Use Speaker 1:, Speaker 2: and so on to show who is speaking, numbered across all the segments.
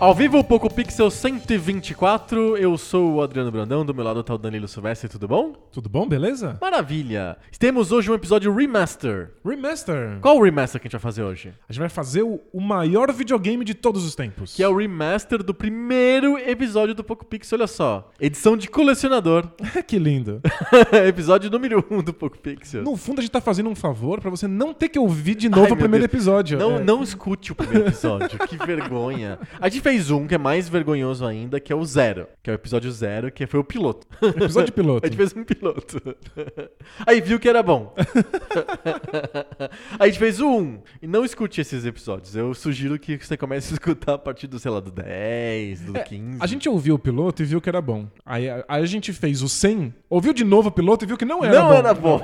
Speaker 1: Ao vivo, Poco Pixel 124, eu sou o Adriano Brandão, do meu lado tá o Danilo Silvestre, tudo bom?
Speaker 2: Tudo bom, beleza?
Speaker 1: Maravilha! Temos hoje um episódio remaster.
Speaker 2: Remaster!
Speaker 1: Qual o remaster que a gente vai fazer hoje?
Speaker 2: A gente vai fazer o, o maior videogame de todos os tempos.
Speaker 1: Que é o remaster do primeiro episódio do Poco Pixel, olha só. Edição de colecionador.
Speaker 2: que lindo.
Speaker 1: episódio número 1 um do Poco Pixel.
Speaker 2: No fundo, a gente tá fazendo um favor pra você não ter que ouvir de novo
Speaker 1: Ai,
Speaker 2: o
Speaker 1: meu
Speaker 2: primeiro
Speaker 1: Deus.
Speaker 2: episódio.
Speaker 1: Não,
Speaker 2: É.
Speaker 1: não escute o primeiro episódio, que vergonha. A gente fez um que é mais vergonhoso ainda, que é o zero. Que é o episódio zero, que foi o piloto.
Speaker 2: Episódio piloto.
Speaker 1: A gente fez um piloto. Aí viu que era bom. Aí a gente fez o um. E não escute esses episódios. Eu sugiro que você comece a escutar a partir do, sei lá, do 10, do 15.
Speaker 2: É, A gente ouviu o piloto e viu que era bom. Aí a, aí a gente fez o 100, ouviu de novo o piloto e viu que não era
Speaker 1: não
Speaker 2: bom.
Speaker 1: era bom.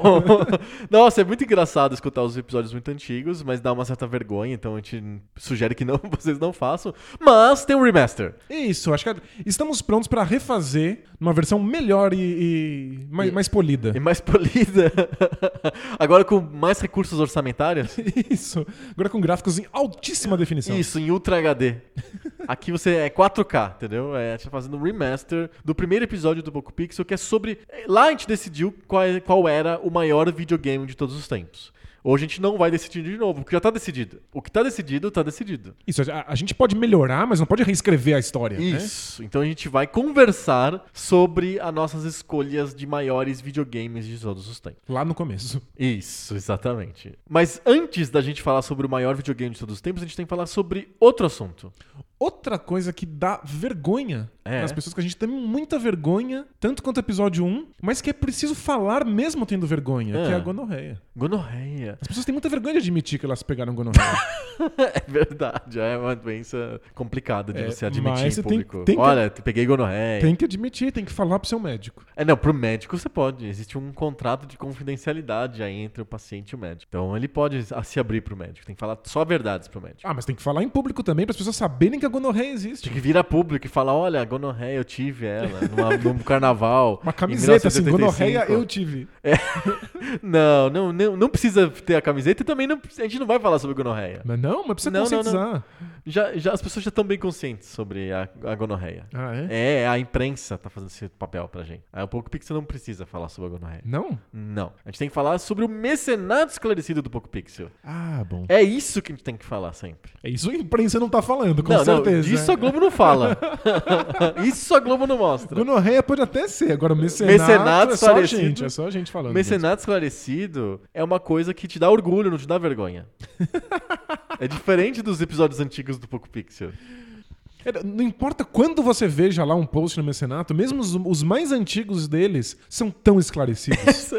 Speaker 1: Nossa, é muito engraçado escutar os episódios muito antigos, mas dá uma certa vergonha, então a gente sugere que não, vocês não façam. Mas tem um remaster.
Speaker 2: É Isso, acho que estamos prontos pra refazer numa versão melhor e, e mais,
Speaker 1: E-
Speaker 2: mais polida.
Speaker 1: E mais polida. Agora com mais recursos orçamentários.
Speaker 2: Isso. Agora com gráficos em altíssima definição.
Speaker 1: Isso, em Ultra HD. Aqui você é 4K, entendeu? É, a gente tá fazendo um remaster do primeiro episódio do Poco Pixel, que é sobre. Lá a gente decidiu qual, é- qual era o maior videogame de todos os tempos. Hoje a gente não vai decidir de novo, porque já tá decidido. O que tá decidido, tá decidido.
Speaker 2: Isso, a, a gente pode melhorar, mas não pode reescrever a história. né?
Speaker 1: Isso. Então a gente vai conversar sobre as nossas escolhas de maiores videogames de todos os tempos.
Speaker 2: Lá no começo.
Speaker 1: Isso, exatamente. Mas antes da gente falar sobre o maior videogame de todos os tempos, a gente tem que falar sobre outro assunto.
Speaker 2: Outra coisa que dá vergonha
Speaker 1: É.
Speaker 2: nas pessoas, que a gente tem muita vergonha, tanto quanto o episódio 1, mas que é preciso falar mesmo tendo vergonha,
Speaker 1: Ah.
Speaker 2: que é a gonorreia.
Speaker 1: Gonorreia.
Speaker 2: As pessoas têm muita vergonha de admitir que elas pegaram gonorreia.
Speaker 1: É verdade, é uma doença complicada de
Speaker 2: É,
Speaker 1: você admitir
Speaker 2: mas
Speaker 1: em
Speaker 2: você tem-
Speaker 1: público.
Speaker 2: tem que-
Speaker 1: Olha, te peguei gonorreia.
Speaker 2: tem que admitir, tem que falar pro seu médico.
Speaker 1: É, não, pro médico você pode. Existe um contrato de confidencialidade aí entre o paciente e o médico. Então ele pode a- se abrir pro médico. Tem que falar só verdades pro médico.
Speaker 2: Ah, mas tem que falar em público também, para as pessoas saberem que a gonorreia existe.
Speaker 1: Tem que vir a público e falar, olha, gonorreia, eu tive ela numa- num carnaval.
Speaker 2: Uma
Speaker 1: em
Speaker 2: camiseta assim,
Speaker 1: 1985."
Speaker 2: gonorreia eu tive.
Speaker 1: Não, não, não, não precisa ter a camiseta e também não, a gente não vai falar sobre gonorreia.
Speaker 2: Mas não, mas precisa
Speaker 1: Não, não, não.
Speaker 2: conscientizar.
Speaker 1: Já, já, as pessoas já estão bem conscientes sobre a, a gonorreia.
Speaker 2: Ah, é?
Speaker 1: É, a imprensa tá fazendo esse papel pra gente. Aí o Poco Pixel não precisa falar sobre a gonorreia.
Speaker 2: Não?
Speaker 1: Não. A gente tem que falar sobre o mecenato esclarecido do Poco Pixel.
Speaker 2: Ah, bom.
Speaker 1: É isso que a gente tem que falar sempre.
Speaker 2: É isso a imprensa não tá falando, com
Speaker 1: não, não,
Speaker 2: certeza. né? é.
Speaker 1: disso a Globo não fala. isso a Globo não mostra.
Speaker 2: Gonorreia pode até ser, agora mecenato,
Speaker 1: Mecenato
Speaker 2: é só a
Speaker 1: parecido.
Speaker 2: gente, é só a gente falando.
Speaker 1: Mecenato esclarecido é uma coisa que te dá orgulho, não te dá vergonha. é diferente dos episódios antigos do Poco Pixel.
Speaker 2: É, Não importa quando você veja lá um post no Mecenato, mesmo os, os mais antigos deles são tão esclarecidos.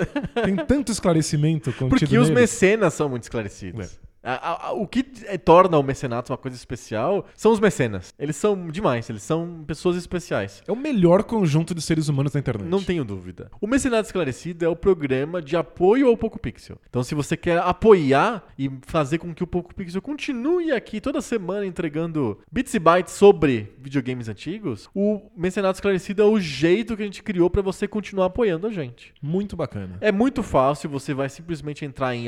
Speaker 2: Tem tanto esclarecimento contido
Speaker 1: Porque os
Speaker 2: neles.
Speaker 1: mecenas são muito esclarecidos. A- a- a- o que eh, torna o mecenato uma coisa especial são os mecenas. Eles são demais, eles são pessoas especiais.
Speaker 2: É o melhor conjunto de seres humanos da internet.
Speaker 1: Não tenho dúvida. O Mecenato Esclarecido é o programa de apoio ao Poco Pixel. Então, se você quer apoiar e fazer com que o Poco Pixel continue aqui toda semana entregando bits e bytes sobre videogames antigos, o Mecenato Esclarecido é o jeito que a gente criou pra você continuar apoiando a gente.
Speaker 2: Muito bacana.
Speaker 1: É muito fácil, você vai simplesmente entrar em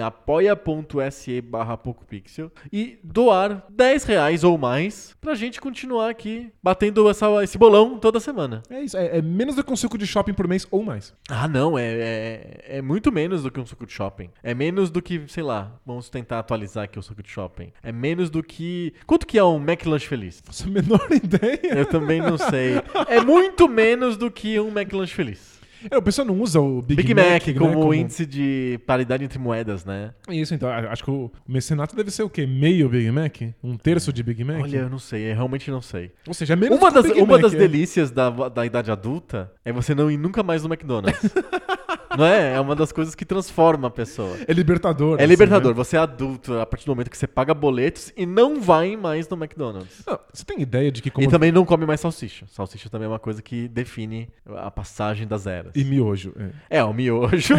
Speaker 1: apoia.se barra PocoPixel e doar 10 reais ou mais pra gente continuar aqui batendo essa- esse bolão toda semana.
Speaker 2: É isso, é, é menos do que um suco de shopping por mês ou mais.
Speaker 1: Ah, não, é, é, é muito menos do que um suco de shopping. É menos do que, sei lá, vamos tentar atualizar aqui o suco de shopping. É menos do que... Quanto que é um McLanche feliz?
Speaker 2: Faço a menor ideia.
Speaker 1: Eu também não sei. É muito menos do que um McLanche feliz.
Speaker 2: É, o pessoal não usa o Big,
Speaker 1: Big Mac,
Speaker 2: né,
Speaker 1: como, índice de paridade entre moedas, né?
Speaker 2: Isso, então. a- Acho que o mecenato deve ser o quê? Meio Big Mac? Um terço de Big Mac?
Speaker 1: Olha, eu não sei, eu realmente não sei.
Speaker 2: Ou seja, é menos
Speaker 1: Uma
Speaker 2: que o
Speaker 1: das,
Speaker 2: Big
Speaker 1: uma
Speaker 2: Mac,
Speaker 1: das
Speaker 2: é.
Speaker 1: delícias da, da idade adulta é você não ir nunca mais no McDonald's. não é? É uma das coisas que transforma a pessoa.
Speaker 2: É libertador.
Speaker 1: É
Speaker 2: assim,
Speaker 1: libertador,
Speaker 2: né?
Speaker 1: você é adulto a partir do momento que você paga boletos e não vai mais no McDonald's.
Speaker 2: né? Não, você tem ideia de que como... assim?
Speaker 1: E também não come mais salsicha. Salsicha também é uma coisa que define a passagem das eras.
Speaker 2: E miojo. é.
Speaker 1: É, o miojo.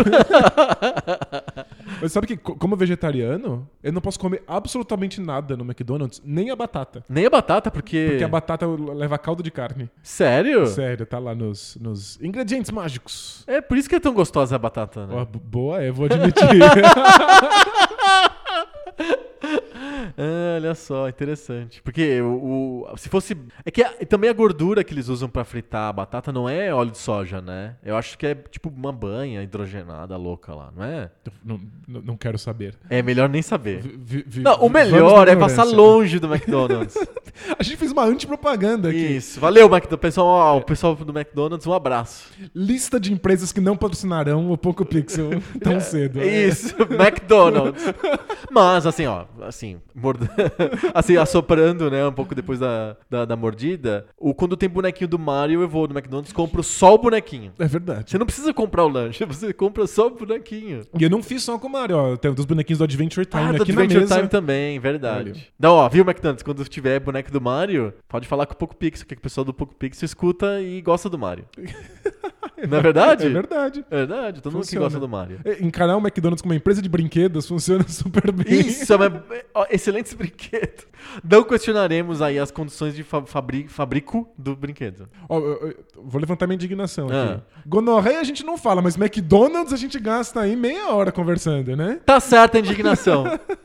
Speaker 2: Mas sabe que, co- como é vegetariano, eu não posso comer absolutamente nada no McDonald's, nem a batata.
Speaker 1: Nem a batata, porque.
Speaker 2: Porque a batata leva caldo de carne.
Speaker 1: Sério?
Speaker 2: Sério, tá lá nos, nos ingredientes mágicos.
Speaker 1: É por isso que é tão gostosa a batata, né?
Speaker 2: Ó, b- boa, é, vou admitir.
Speaker 1: Ah, olha só, interessante. Porque o, o- se fosse. É que a- e também a gordura que eles usam pra fritar a batata não é óleo de soja, né? Eu acho que é tipo uma banha hidrogenada louca lá, não é?
Speaker 2: não, não- não quero saber.
Speaker 1: É melhor nem saber.
Speaker 2: Vi- vi- vi-
Speaker 1: Não, o
Speaker 2: vamos na
Speaker 1: melhor é
Speaker 2: ignorância.
Speaker 1: passar longe do McDonald's.
Speaker 2: A gente fez uma antipropaganda aqui. É.
Speaker 1: Isso. Valeu, McDonald's. Pessoal, ó, o pessoal do McDonald's, um abraço.
Speaker 2: Lista de empresas que não patrocinarão o Poco Pixel tão cedo.
Speaker 1: É Isso, McDonald's. Mas, assim, ó, assim, mord... assim, assoprando, né, um pouco depois da, da, da mordida, o, quando tem bonequinho do Mario, eu vou no McDonald's, compro só o bonequinho.
Speaker 2: É verdade.
Speaker 1: Você não precisa comprar o lanche, você compra só o bonequinho.
Speaker 2: E eu não fiz só com o Mario, ó. Tem dos bonequinhos do Adventure Time
Speaker 1: Ah, do
Speaker 2: Tá aqui na
Speaker 1: Adventure
Speaker 2: mesa.
Speaker 1: Time também, verdade.
Speaker 2: Valeu.
Speaker 1: Então, ó, viu, McDonald's? Quando tiver boneco do Mario, pode falar com o Poco Pixel, que o pessoal do Poco Pixel escuta e gosta do Mario. não é verdade?
Speaker 2: É verdade.
Speaker 1: É verdade, todo mundo que
Speaker 2: Funciona.
Speaker 1: gosta do Mario.
Speaker 2: É, Encarar o McDonald's como uma empresa de brinquedos funciona super bem.
Speaker 1: Isso, é uma- ó, excelente brinquedo. Não questionaremos aí as condições de fa- fabri- fabrico do brinquedo.
Speaker 2: Ó, eu- eu- eu vou levantar minha indignação aqui.
Speaker 1: Ah.
Speaker 2: Gonorreia a gente não fala, mas McDonald's a gente gasta aí meia hora conversando, né?
Speaker 1: Tá certa a indignação.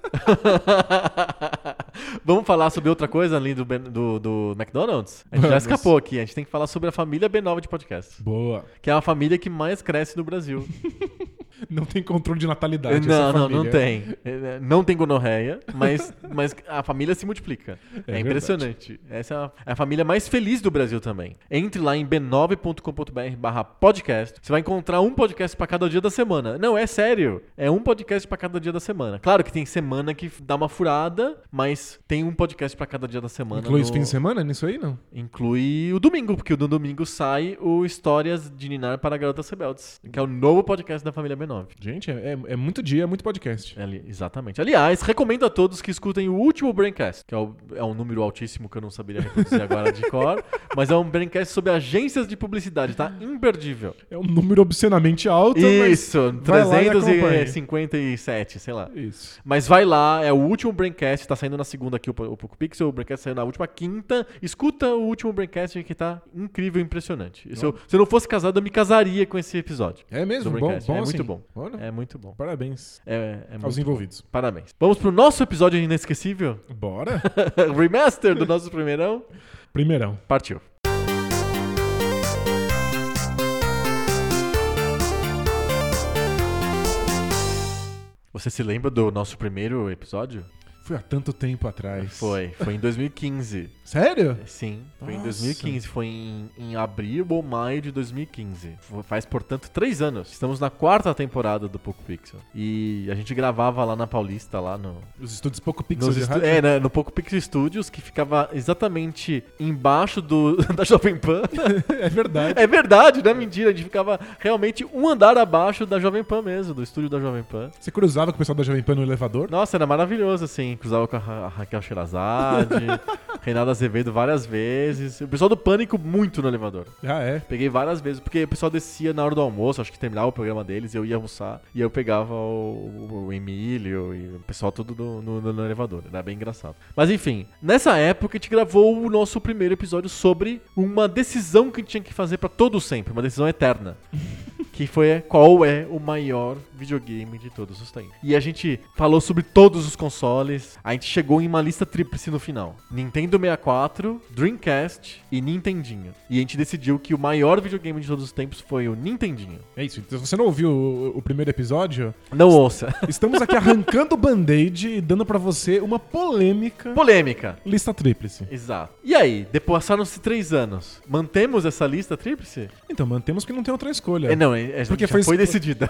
Speaker 1: Vamos falar sobre outra coisa além do, Ben- do, do McDonald's? A gente já
Speaker 2: Vamos.
Speaker 1: escapou aqui. A gente tem que falar sobre a família B9 de podcast.
Speaker 2: Boa.
Speaker 1: Que é a família que mais cresce no Brasil.
Speaker 2: Não tem controle de natalidade.
Speaker 1: não,
Speaker 2: essa
Speaker 1: não,
Speaker 2: família.
Speaker 1: não tem. É, Não tem gonorreia, mas, mas a família se multiplica.
Speaker 2: É
Speaker 1: É,
Speaker 2: verdade.
Speaker 1: impressionante. Essa é a, é a família mais feliz do Brasil também. Entre lá em b9.com.br barra podcast. Você vai encontrar um podcast pra cada dia da semana. Não, é sério. É um podcast pra cada dia da semana. Claro que tem semana que dá uma furada, mas tem um podcast pra cada dia da semana.
Speaker 2: Inclui os
Speaker 1: no-
Speaker 2: fins de semana nisso aí, não?
Speaker 1: Inclui o domingo, porque no domingo sai o Histórias de Ninar para Garotas Rebeldes, que é o novo podcast da família B9.
Speaker 2: Gente, é, é- é muito dia, é muito podcast.
Speaker 1: Ali- exatamente. Aliás, recomendo a todos que escutem o último Braincast, que é, o- é um número altíssimo que eu não saberia reproduzir agora de cor, mas é um Braincast sobre agências de publicidade, tá? Imperdível.
Speaker 2: É um número obscenamente alto,
Speaker 1: Isso,
Speaker 2: mas vai lá e acompanha.
Speaker 1: 357, sei lá.
Speaker 2: Isso.
Speaker 1: Mas vai lá, é o último Braincast, tá saindo na segunda aqui o, Po- o Poco Pixel, o Braincast saiu na última quinta. Escuta o último Braincast que tá incrível, impressionante. Se eu, se eu não fosse casado, eu me casaria com esse episódio.
Speaker 2: É mesmo?
Speaker 1: do
Speaker 2: Bom,
Speaker 1: Braincast.
Speaker 2: bom
Speaker 1: é
Speaker 2: assim.
Speaker 1: muito bom.
Speaker 2: Olha.
Speaker 1: É muito bom.
Speaker 2: Parabéns
Speaker 1: É, é
Speaker 2: aos
Speaker 1: muito
Speaker 2: envolvidos.
Speaker 1: Parabéns. Vamos pro nosso episódio inesquecível?
Speaker 2: Bora?
Speaker 1: Remaster do nosso primeirão?
Speaker 2: Primeirão.
Speaker 1: Partiu. Você se lembra do nosso primeiro episódio?
Speaker 2: Foi há tanto tempo atrás.
Speaker 1: Foi. É. Foi em 2015.
Speaker 2: Sério?
Speaker 1: Sim, foi em
Speaker 2: Nossa.
Speaker 1: 2015. Foi em, em abril ou maio de 2015. Fo- Faz, portanto, três anos. Estamos na quarta temporada do Poco Pixel. E a gente gravava lá na Paulista, lá no,
Speaker 2: Os estúdios pouco
Speaker 1: Nos
Speaker 2: pixels de
Speaker 1: estu-
Speaker 2: rádio.
Speaker 1: é, né, no Poco Pixel Studios, que ficava exatamente embaixo do, da Jovem Pan.
Speaker 2: É verdade.
Speaker 1: É verdade, não é mentira. A gente ficava realmente um andar abaixo da Jovem Pan mesmo, do estúdio da Jovem Pan.
Speaker 2: Você cruzava com o pessoal da Jovem Pan no elevador?
Speaker 1: Nossa, era maravilhoso, assim. Cruzava com a Ra- a Raquel Sherazade, Reinaldo Azevedo várias vezes. O pessoal do Pânico muito no elevador.
Speaker 2: Ah, é.
Speaker 1: né? Peguei várias vezes, porque o pessoal descia na hora do almoço, acho que terminava o programa deles, eu ia almoçar, e eu pegava o, o Emílio e o pessoal tudo no, no- no- no elevador. Era bem engraçado. Mas enfim, nessa época a gente gravou o nosso primeiro episódio sobre uma decisão que a gente tinha que fazer pra todo sempre, uma decisão eterna. que foi qual é o maior videogame de todos os tempos. E a gente falou sobre todos os consoles, a gente chegou em uma lista tríplice no final. Nintendo 64, Dreamcast e Nintendinho. E a gente decidiu que o maior videogame de todos os tempos foi o Nintendinho.
Speaker 2: É isso. Então, se você não ouviu o, o primeiro episódio,
Speaker 1: Não ouça.
Speaker 2: estamos aqui arrancando o band-aid e dando pra você uma polêmica
Speaker 1: Polêmica.
Speaker 2: lista tríplice.
Speaker 1: Exato. E aí, depois passaram-se três anos. Mantemos essa lista tríplice?
Speaker 2: Então, mantemos que não tem outra escolha.
Speaker 1: É, não, é, é,
Speaker 2: Porque
Speaker 1: já
Speaker 2: foi
Speaker 1: foi,
Speaker 2: esco-
Speaker 1: decidida.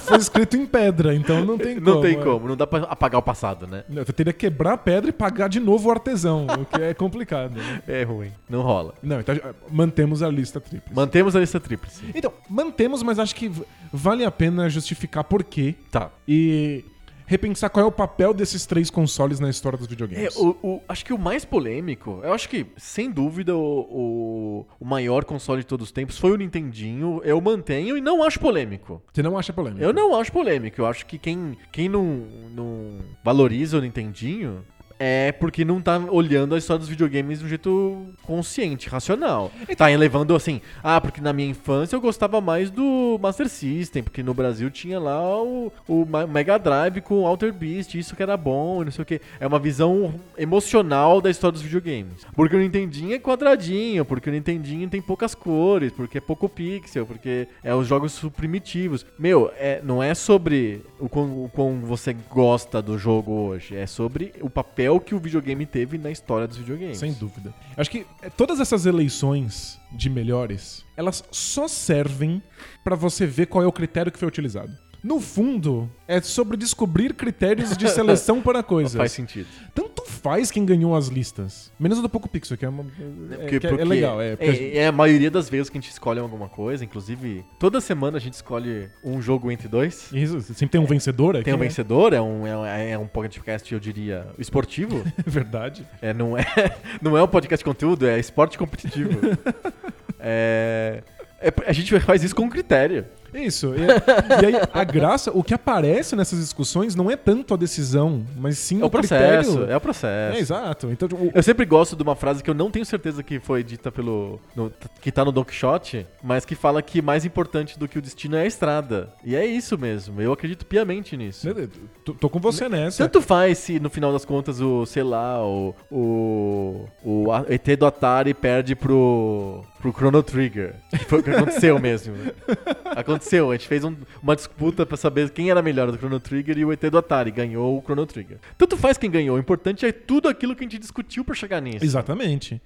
Speaker 2: Foi escrito em pedra, então não tem como.
Speaker 1: não tem
Speaker 2: é.
Speaker 1: como, não dá pra apagar o passado, né?
Speaker 2: Não, Eu teria que quebrar a pedra e pagar de novo o artesão, o que é complicado. né?
Speaker 1: É ruim. Não rola.
Speaker 2: Não, então eh, mantemos a lista tríplice.
Speaker 1: Mantemos a lista tríplice.
Speaker 2: Então, mantemos, mas acho que v- vale a pena justificar por quê
Speaker 1: Tá.
Speaker 2: e repensar qual é o papel desses três consoles na história dos
Speaker 1: É,
Speaker 2: videogames.
Speaker 1: o, o- acho que o mais polêmico, eu acho que, sem dúvida, o, o- o maior console de todos os tempos foi o Nintendinho. Eu mantenho e não acho polêmico.
Speaker 2: Você não acha polêmico?
Speaker 1: Eu não acho polêmico. Eu acho que quem, quem não, não valoriza o Nintendinho é porque não tá olhando a história dos videogames de um jeito consciente, racional. Tá elevando assim, ah, porque na minha infância eu gostava mais do Master System, porque no Brasil tinha lá o, o Ma- Mega Drive com Alter Beast, isso que era bom e não sei o que. É uma visão emocional da história dos videogames. Porque o Nintendinho é quadradinho, porque o Nintendinho tem poucas cores, porque é pouco pixel, porque é os jogos primitivos. Meu, é, não é sobre o quão, o quão você gosta do jogo hoje, é sobre o papel que o videogame teve na história dos videogames.
Speaker 2: Sem dúvida. Acho que eh, todas essas eleições de melhores, elas só servem pra você ver qual é o critério que foi utilizado. No fundo, é sobre descobrir critérios de seleção para
Speaker 1: Não
Speaker 2: coisas.
Speaker 1: faz sentido.
Speaker 2: Tanto faz quem ganhou as listas. Menos o do Poco Pixel, que é, uma, é, que é- é legal. É, porque a gente-
Speaker 1: é, é a maioria das vezes que a gente escolhe alguma coisa, inclusive toda semana a gente escolhe um jogo entre dois.
Speaker 2: Isso, sempre tem um vencedor aqui.
Speaker 1: Tem um
Speaker 2: né?
Speaker 1: vencedor, é um, é um, é um podcast, eu diria, esportivo.
Speaker 2: É verdade.
Speaker 1: É, não, é, não é um podcast de conteúdo, é esporte competitivo. é, é- a gente faz isso com critério.
Speaker 2: É Isso. E, e aí, a graça, o que aparece nessas discussões não é tanto a decisão, mas sim
Speaker 1: É o processo,
Speaker 2: critério.
Speaker 1: é o processo.
Speaker 2: É, exato. Então, tipo, o-
Speaker 1: Eu sempre gosto de uma frase que eu não tenho certeza que foi dita pelo. no- que tá no Don Quixote, mas que fala que mais importante do que o destino é a estrada. E é isso mesmo, eu acredito piamente nisso.
Speaker 2: eu Né? tô, tô com você nessa.
Speaker 1: Né? Tanto faz se no final das contas o, sei lá, o. O, o A- ET do Atari perde pro. pro Chrono Trigger. Que foi o que aconteceu mesmo. né? Aconteceu, a gente fez um- uma disputa pra saber quem era melhor do Chrono Trigger e o ET do Atari. Ganhou o Chrono Trigger. Tanto faz quem ganhou, o importante é tudo aquilo que a gente discutiu pra chegar nisso.
Speaker 2: Exatamente.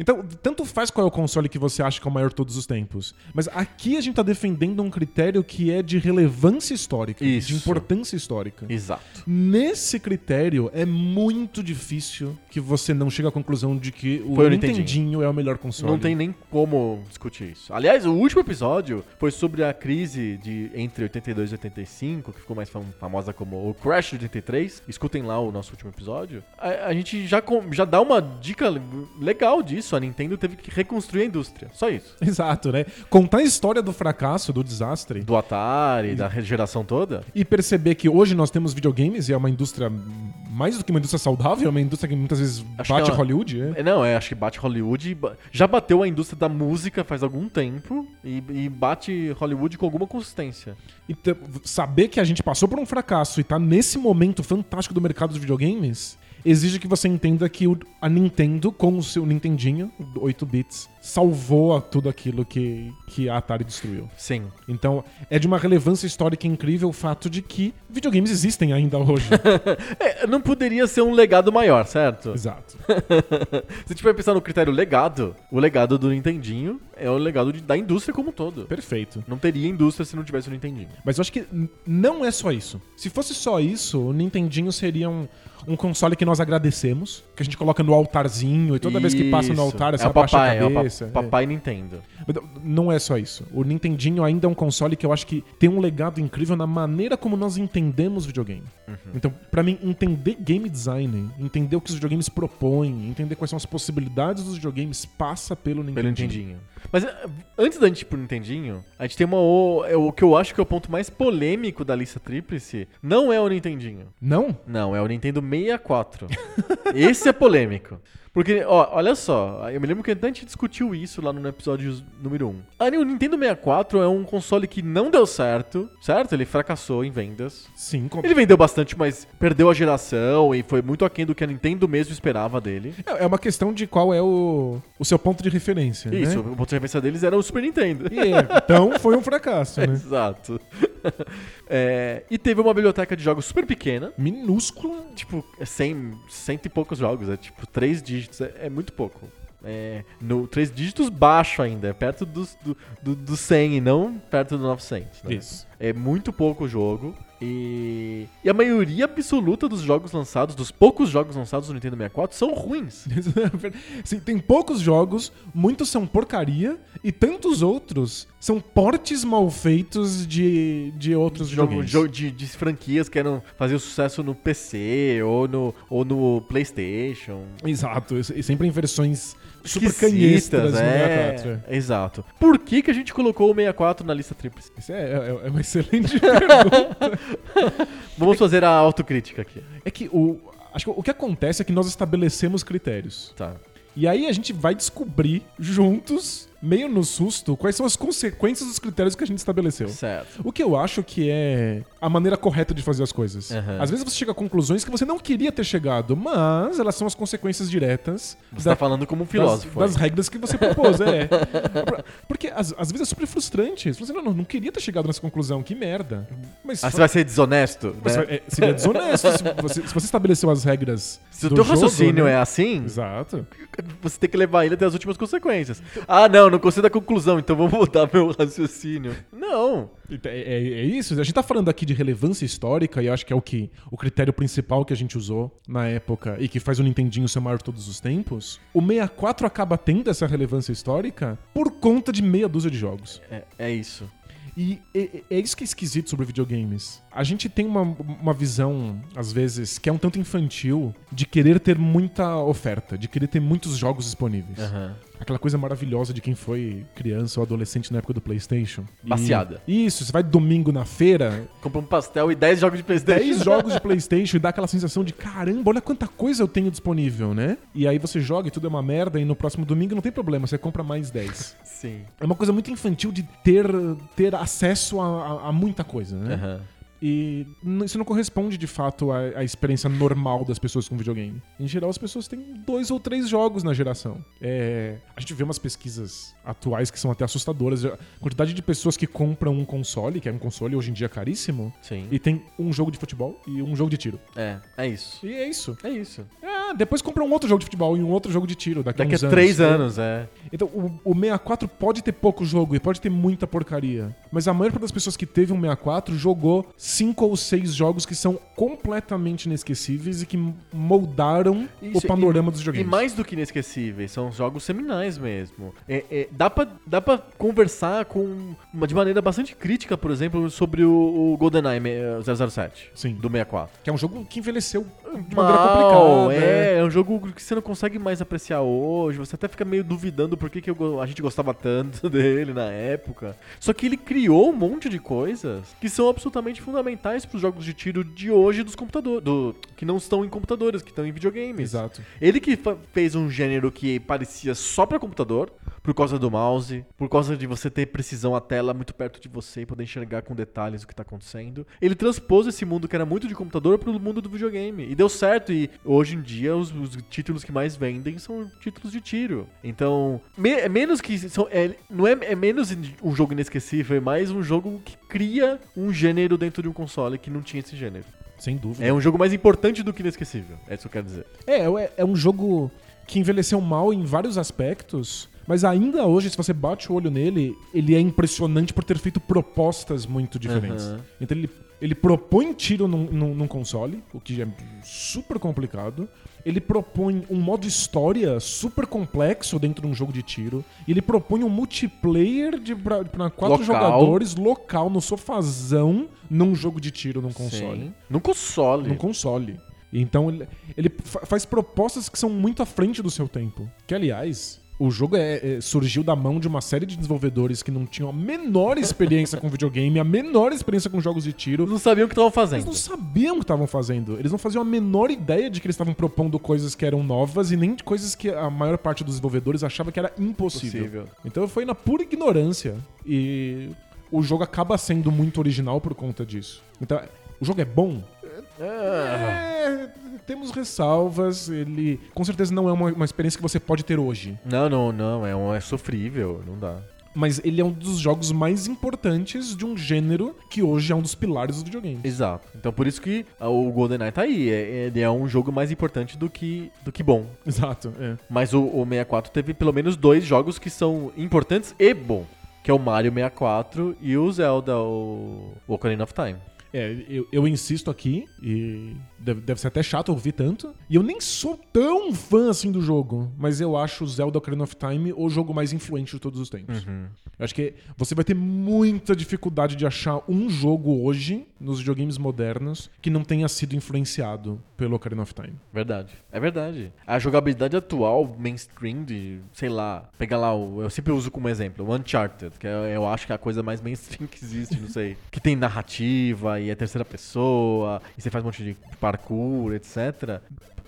Speaker 2: Então, tanto faz qual é o console que você acha que é o maior de todos os tempos. Mas aqui a gente tá defendendo um critério que é de relevância histórica,
Speaker 1: Isso.
Speaker 2: de importância histórica.
Speaker 1: Exato.
Speaker 2: Nesse critério, é muito difícil que você não chegue à conclusão de que o
Speaker 1: Foi o Nintendinho.
Speaker 2: Nintendinho, é o melhor console.
Speaker 1: Não tem nem como discutir isso. Aliás, o último episódio foi sobre a crise de entre 82 e 85, que ficou mais fam- famosa como o Crash de 83. Escutem lá o nosso último episódio. A, a gente já, com- já dá uma dica le- legal disso. A Nintendo teve que reconstruir a indústria. Só isso.
Speaker 2: Exato, né? Contar a história do fracasso, do desastre,
Speaker 1: Do Atari, da geração toda.
Speaker 2: e perceber que hoje nós temos videogames e é uma indústria mais do que uma indústria saudável, é uma indústria que muitas vezes
Speaker 1: Acho que
Speaker 2: bate
Speaker 1: é uma-
Speaker 2: Hollywood. É.
Speaker 1: É, Não, é, acho que bate Hollywood. e ba- Já bateu a indústria da música faz algum tempo e, e bate Hollywood com alguma consistência.
Speaker 2: E te- saber que a gente passou por um fracasso e tá nesse momento fantástico do mercado dos videogames exige que você entenda que o- a Nintendo, com o seu Nintendinho, 8 bits, salvou a tudo aquilo que, que a Atari destruiu.
Speaker 1: Sim.
Speaker 2: Então, é de uma relevância histórica incrível o fato de que videogames existem ainda hoje.
Speaker 1: É, não poderia ser um legado maior, certo?
Speaker 2: Exato.
Speaker 1: Se a gente vai pensar no critério legado, o legado do Nintendinho é o legado de- da indústria como um todo.
Speaker 2: Perfeito.
Speaker 1: Não teria indústria se não tivesse o Nintendinho.
Speaker 2: Mas eu acho que n- não é só isso. Se fosse só isso, o Nintendinho seria um, um console que nós agradecemos, que a gente coloca no altarzinho e toda vez que passa no
Speaker 1: Isso.
Speaker 2: altar,
Speaker 1: é
Speaker 2: essa
Speaker 1: o
Speaker 2: abaixa
Speaker 1: papai,
Speaker 2: a
Speaker 1: é o pa-
Speaker 2: cabeça. é.
Speaker 1: papai Nintendo.
Speaker 2: Mas Não é só isso. O Nintendinho ainda é um console que eu acho que tem um legado incrível na maneira como nós entendemos videogame.
Speaker 1: Uhum.
Speaker 2: Então, pra mim, entender game design, entender o que os videogames propõem, entender quais são as possibilidades dos videogames, passa pelo Nintendinho.
Speaker 1: Pelo Nintendinho. Mas eh, antes da gente ir pro Nintendinho, a gente tem uma. O, é o que eu acho que é o ponto mais polêmico da lista tríplice. Não é o Nintendinho.
Speaker 2: Não?
Speaker 1: Não, é o Nintendo 64. Esse é polêmico. Porque, ó, olha só, eu me lembro que a gente discutiu isso lá no episódio número 1. A o Nintendo 64 é um console que não deu certo, certo? Ele fracassou em vendas.
Speaker 2: Sim, com...
Speaker 1: Ele vendeu bastante, mas perdeu a geração e foi muito aquém do que a Nintendo mesmo esperava dele.
Speaker 2: É é uma questão de qual é o, o seu ponto de referência. né?
Speaker 1: Isso, o ponto de referência deles era o Super Nintendo.
Speaker 2: E é, então foi um fracasso, né?
Speaker 1: Exato. É, e teve uma biblioteca de jogos super pequena,
Speaker 2: Minúscula.
Speaker 1: tipo, é 100, cento e poucos jogos, é tipo três dígitos, é, é muito pouco. É, no, três dígitos baixo ainda, é perto dos, do, do, do 100 e não perto do 900. né?
Speaker 2: Isso.
Speaker 1: É muito pouco o jogo. E, e a maioria absoluta dos jogos lançados, dos poucos jogos lançados no Nintendo 64, são ruins.
Speaker 2: Assim, tem poucos jogos, muitos são porcaria, e tantos outros são portes mal feitos de, de outros
Speaker 1: Jogo,
Speaker 2: jogos.
Speaker 1: jogo de, de franquias que eram fazer sucesso no PC ou no, ou no PlayStation.
Speaker 2: Exato, e e sempre em versões super
Speaker 1: Esquisitas,
Speaker 2: canhestras
Speaker 1: é.
Speaker 2: no 64.
Speaker 1: Exato. Por que, que a gente colocou o 64 na lista tríplice?
Speaker 2: Isso é, é- é uma excelente pergunta.
Speaker 1: Vamos fazer a autocrítica aqui.
Speaker 2: É que o, acho que o que acontece é que nós estabelecemos critérios.
Speaker 1: Tá.
Speaker 2: E aí a gente vai descobrir juntos, meio no susto, quais são as consequências dos critérios que a gente estabeleceu.
Speaker 1: Certo.
Speaker 2: O que eu acho que é a maneira correta de fazer as coisas.
Speaker 1: Aham.
Speaker 2: Às vezes você chega a conclusões que você não queria ter chegado, mas elas são as consequências diretas
Speaker 1: Você tá falando como um filósofo.
Speaker 2: das, das
Speaker 1: aí.
Speaker 2: regras que você propôs, é. Porque às, às vezes é super frustrante. Você fala assim, não, não, não queria ter chegado nessa conclusão, que merda. Mas,
Speaker 1: Ah, você vai ser desonesto?
Speaker 2: mas
Speaker 1: né?
Speaker 2: é, seria desonesto se você, se você estabeleceu as regras.
Speaker 1: Se o
Speaker 2: do
Speaker 1: teu
Speaker 2: jogo,
Speaker 1: raciocínio
Speaker 2: né?
Speaker 1: é assim,
Speaker 2: Exato.
Speaker 1: você tem que levar ele até as últimas consequências. Ah, não, não consigo da conclusão, então vou mudar meu raciocínio. Não.
Speaker 2: É, é- é isso. A gente tá falando aqui de relevância histórica e eu acho que é o que o critério principal que a gente usou na época e que faz o Nintendinho ser o maior de todos os tempos. O 64 acaba tendo essa relevância histórica por conta de meia dúzia de jogos.
Speaker 1: É, é isso.
Speaker 2: E é, é isso que é esquisito sobre videogames. A gente tem uma, uma visão, às vezes, que é um tanto infantil, de querer ter muita oferta, de querer ter muitos jogos disponíveis.
Speaker 1: Aham.
Speaker 2: Aquela coisa maravilhosa de quem foi criança ou adolescente na época do PlayStation. E-
Speaker 1: Baseada.
Speaker 2: isso, você vai domingo na feira,
Speaker 1: Compra um pastel e 10 jogos de Playstation.
Speaker 2: 10 jogos de PlayStation e dá aquela sensação de caramba, olha quanta coisa eu tenho disponível, né? E aí você joga e tudo é uma merda e no próximo domingo não tem problema, você compra mais 10.
Speaker 1: Sim.
Speaker 2: É uma coisa muito infantil de ter, ter acesso a, a- a muita coisa, né?
Speaker 1: Aham.
Speaker 2: E n- isso não corresponde de fato à, à experiência normal das pessoas com videogame. Em geral, as pessoas têm dois ou três jogos na geração. É, a gente vê umas pesquisas atuais que são até assustadoras. A quantidade de pessoas que compram um console, que é um console hoje em dia caríssimo,
Speaker 1: Sim.
Speaker 2: e tem um jogo de futebol e um jogo de tiro.
Speaker 1: É, é isso.
Speaker 2: E é isso.
Speaker 1: É isso.
Speaker 2: Ah, depois compra um outro jogo de futebol e um outro jogo de tiro daqui,
Speaker 1: Daqui
Speaker 2: uns
Speaker 1: a 3 anos,
Speaker 2: anos.
Speaker 1: é.
Speaker 2: Então, o, o 64 pode ter pouco jogo e pode ter muita porcaria. Mas a maioria das pessoas que teve um 64 jogou cinco ou seis jogos que são completamente inesquecíveis e que moldaram
Speaker 1: Isso,
Speaker 2: o panorama
Speaker 1: e-
Speaker 2: dos
Speaker 1: E
Speaker 2: videogames.
Speaker 1: mais do que inesquecíveis, são jogos seminais mesmo. É- é, dá, pra, dá pra conversar com uma- de maneira bastante crítica, por exemplo, sobre o, o GoldenEye me- eh, 007
Speaker 2: Sim.
Speaker 1: do 64.
Speaker 2: Que é um jogo que envelheceu de maneira
Speaker 1: Mal,
Speaker 2: complicada. né?
Speaker 1: é, é um jogo que você não consegue mais apreciar hoje. Você até fica meio duvidando por que, que eu go- a gente gostava tanto dele na época. Só que ele criou um monte de coisas que são absolutamente fundamentais pros jogos de tiro de hoje dos computadores, do, que não estão em computadores, que estão em videogames.
Speaker 2: Exato.
Speaker 1: Ele que fa- fez um gênero que parecia só pra computador, por causa do mouse, por causa de você ter precisão à tela muito perto de você e poder enxergar com detalhes o que tá acontecendo. Ele transpôs esse mundo que era muito de computador pro mundo do videogame. E deu certo, e hoje em dia os, os títulos que mais vendem são títulos de tiro. Então, me- é menos que. São, é, não é, é menos in- um jogo inesquecível, é mais um jogo que cria um gênero dentro de um console que não tinha esse gênero.
Speaker 2: Sem dúvida.
Speaker 1: É um jogo mais importante do que inesquecível. É isso que eu quero dizer.
Speaker 2: É, é- é um jogo que envelheceu mal em vários aspectos, mas ainda hoje, se você bate o olho nele, ele é impressionante por ter feito propostas muito diferentes.
Speaker 1: Aham.
Speaker 2: Então ele, ele propõe tiro num, num- num console, o que é super complicado. Ele propõe um modo história super complexo dentro de um jogo de tiro. E ele propõe um multiplayer de pra, pra quatro
Speaker 1: Local.
Speaker 2: jogadores local no sofazão num jogo de tiro num console
Speaker 1: Sim. Num console.
Speaker 2: num console. Então ele, ele fa- faz propostas que são muito à frente do seu tempo. Que, aliás, o O jogo é- é- surgiu da mão de uma série de desenvolvedores que não tinham a menor experiência com videogame, a menor experiência com jogos de tiro.
Speaker 1: Não sabiam o que estavam
Speaker 2: Eles
Speaker 1: fazendo.
Speaker 2: não sabiam o que estavam fazendo. Eles não faziam a menor ideia de que eles estavam propondo coisas que eram novas e nem de coisas que a maior parte dos desenvolvedores achava que era impossível.
Speaker 1: Possível.
Speaker 2: Então foi na pura ignorância. E o jogo acaba sendo muito original por conta disso. Então, o jogo é bom? É, temos ressalvas. Ele com certeza não é uma, uma experiência que você pode ter hoje.
Speaker 1: Não, não, não. É, um, é sofrível. Não dá.
Speaker 2: Mas ele é um dos jogos mais importantes de um gênero que hoje é um dos pilares do videogame.
Speaker 1: Exato. Então por isso que ah, o GoldenEye tá aí. É, ele é um jogo mais importante do que, do que bom.
Speaker 2: Exato, é.
Speaker 1: Mas o, o 64 teve pelo menos dois jogos que são importantes e bom. Que é o Mario 64 e o Zelda, o o Ocarina of Time.
Speaker 2: É, eu, eu insisto aqui, e deve, deve ser até chato ouvir tanto. E eu nem sou tão fã assim do jogo, mas eu acho o Zelda Ocarina of Time o jogo mais influente de todos os tempos. Eu acho que você vai ter muita dificuldade de achar um jogo hoje, nos videogames modernos, que não tenha sido influenciado pelo Ocarina of Time.
Speaker 1: Verdade. É verdade. A jogabilidade atual, mainstream, de, sei lá, pegar lá, o, eu sempre uso como exemplo, o Uncharted, que é- eu acho que é a coisa mais mainstream que existe, não sei. que tem narrativa e é terceira pessoa, e você faz um monte de parkour, etc.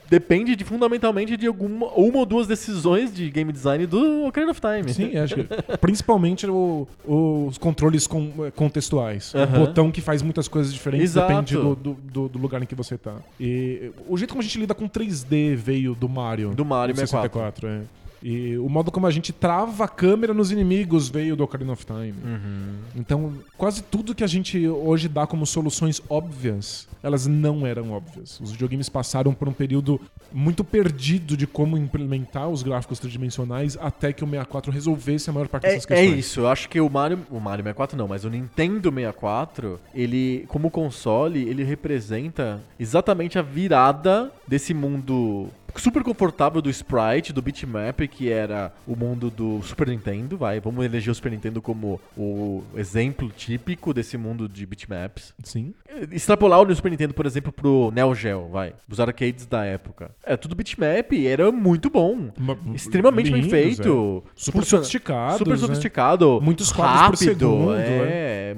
Speaker 1: Depende de, fundamentalmente de alguma uma ou duas decisões de game design do Ocarina of Time.
Speaker 2: Sim, acho que. Principalmente o- os controles com- contextuais.
Speaker 1: Aham.
Speaker 2: O botão que faz muitas coisas diferentes,
Speaker 1: Exato.
Speaker 2: depende do, do- do- do lugar em que você tá. E o jeito como a gente lida com 3D veio do Mario.
Speaker 1: Do Mario
Speaker 2: 64. é. E o modo como a gente trava a câmera nos inimigos veio do Ocarina of Time.
Speaker 1: Hum.
Speaker 2: Então, quase tudo que a gente hoje dá como soluções óbvias, elas não eram óbvias. Os videogames passaram por um período muito perdido de como implementar os gráficos tridimensionais até que o 64 resolvesse a maior parte
Speaker 1: É,
Speaker 2: dessas
Speaker 1: é
Speaker 2: questões.
Speaker 1: isso, eu acho que o Mario. O Mario 64 não, mas o Nintendo 64, ele, como console, ele representa exatamente a virada desse mundo super confortável do sprite, do bitmap, que era o mundo do Super Nintendo, vai, vamos eleger o Super Nintendo como o exemplo típico desse mundo de bitmaps
Speaker 2: Sim.
Speaker 1: extrapolar o New Super Nintendo, por exemplo, pro Neo Geo, vai, dos arcades da época. É tudo bitmap, e era muito bom.
Speaker 2: Ma-
Speaker 1: Extremamente bem
Speaker 2: lindos,
Speaker 1: feito.
Speaker 2: é. Hum, Super sofisticados,
Speaker 1: Super
Speaker 2: né?
Speaker 1: sofisticado.
Speaker 2: Muitos quadros por
Speaker 1: rápido,
Speaker 2: segundo,
Speaker 1: é.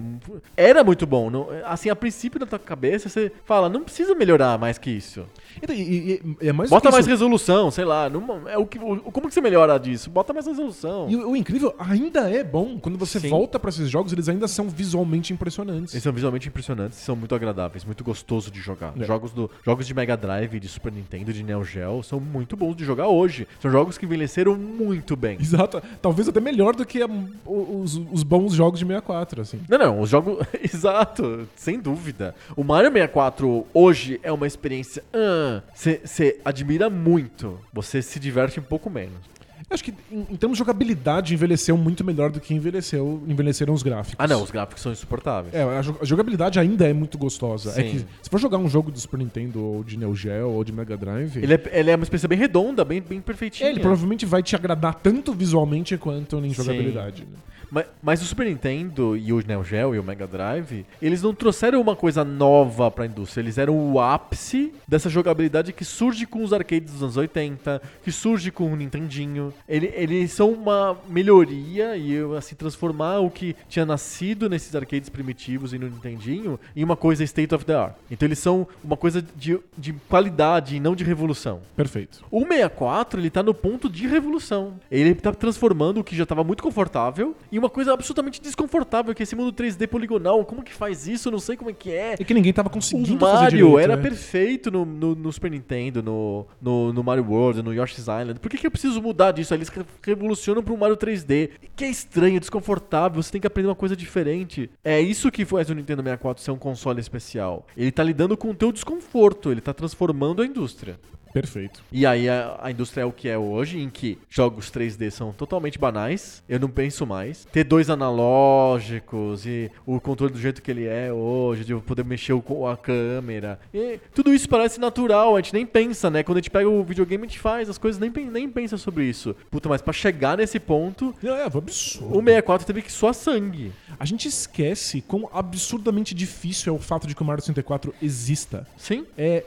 Speaker 1: Era muito bom. não- assim, a princípio da tua cabeça, você fala, não precisa melhorar mais que isso.
Speaker 2: Então, e- e- e é mais do
Speaker 1: Bota
Speaker 2: que
Speaker 1: mais
Speaker 2: isso.
Speaker 1: resolução, sei lá. não- é o que, o- como que você melhora disso? Bota mais resolução.
Speaker 2: E o, o incrível ainda é bom. Quando você
Speaker 1: Sim.
Speaker 2: volta pra esses jogos, eles ainda são visualmente impressionantes.
Speaker 1: Eles são visualmente impressionantes e são muito agradáveis, muito gostoso de jogar.
Speaker 2: É.
Speaker 1: Jogos, do, jogos de Mega Drive, de Super Nintendo, de Neo Geo são muito bons de jogar hoje. São jogos que envelheceram muito bem.
Speaker 2: Exato. Talvez até melhor do que a- o- os, os bons jogos de 64, assim.
Speaker 1: Não, não, os jogos. Exato, sem dúvida. O Mario 64 hoje é uma experiência. Você admira muito, você se diverte um pouco menos.
Speaker 2: Eu Acho que em, em termos de jogabilidade envelheceu muito melhor do que envelheceu, envelheceram os gráficos.
Speaker 1: Ah, não, os gráficos são insuportáveis.
Speaker 2: É, a jo- a jogabilidade ainda é muito gostosa. É
Speaker 1: Sim.
Speaker 2: que se for jogar um jogo do Super Nintendo ou de Neo Geo ou de Mega Drive,
Speaker 1: Ele, é, ele é uma experiência bem redonda, bem, bem perfeitinha.
Speaker 2: é, ele provavelmente vai te agradar tanto visualmente quanto em
Speaker 1: Sim.
Speaker 2: jogabilidade. né?
Speaker 1: Ma- Mas, o Super Nintendo e o Neo Geo e o Mega Drive, eles não trouxeram uma coisa nova pra indústria. Eles eram o ápice dessa jogabilidade que surge com os arcades dos anos 80, que surge com o Nintendinho. Ele- eles são uma melhoria e assim transformar o que tinha nascido nesses arcades primitivos e no Nintendinho em uma coisa state of the art. Então eles são uma coisa de, de qualidade e não de revolução.
Speaker 2: Perfeito.
Speaker 1: O 64, ele tá no ponto de revolução. Ele tá transformando o que já tava muito confortável em uma coisa absolutamente desconfortável, que é esse mundo 3D poligonal. Como que faz isso? Eu Não sei como é que é.
Speaker 2: É que ninguém tava
Speaker 1: O
Speaker 2: conseguindo fazer
Speaker 1: Mario
Speaker 2: direito,
Speaker 1: era
Speaker 2: né?
Speaker 1: perfeito no, no- no Super Nintendo, no, no, no Mario World, no Yoshi's Island. Por que, que eu preciso mudar disso? Aí Eles re- revolucionam pro Mario 3D, que é estranho, desconfortável, você tem que aprender uma coisa diferente. É isso que faz o Nintendo 64 ser um console especial. Ele tá lidando com o teu desconforto, ele tá transformando a indústria.
Speaker 2: Perfeito.
Speaker 1: E aí a, a indústria é o que é hoje, em que jogos 3D são totalmente banais, eu não penso mais. Ter dois analógicos e o controle do jeito que ele é hoje, de eu poder mexer o co- a câmera. E tudo isso parece natural, a gente nem pensa, né? Quando a gente pega o videogame, a gente faz as coisas, nem, pen- nem pensa sobre isso. Puta, mas pra chegar nesse ponto,
Speaker 2: É, é um absurdo.
Speaker 1: o 64 teve que suar sangue.
Speaker 2: A gente esquece quão absurdamente difícil é o fato de que o Mario 64 exista.
Speaker 1: Sim?
Speaker 2: É.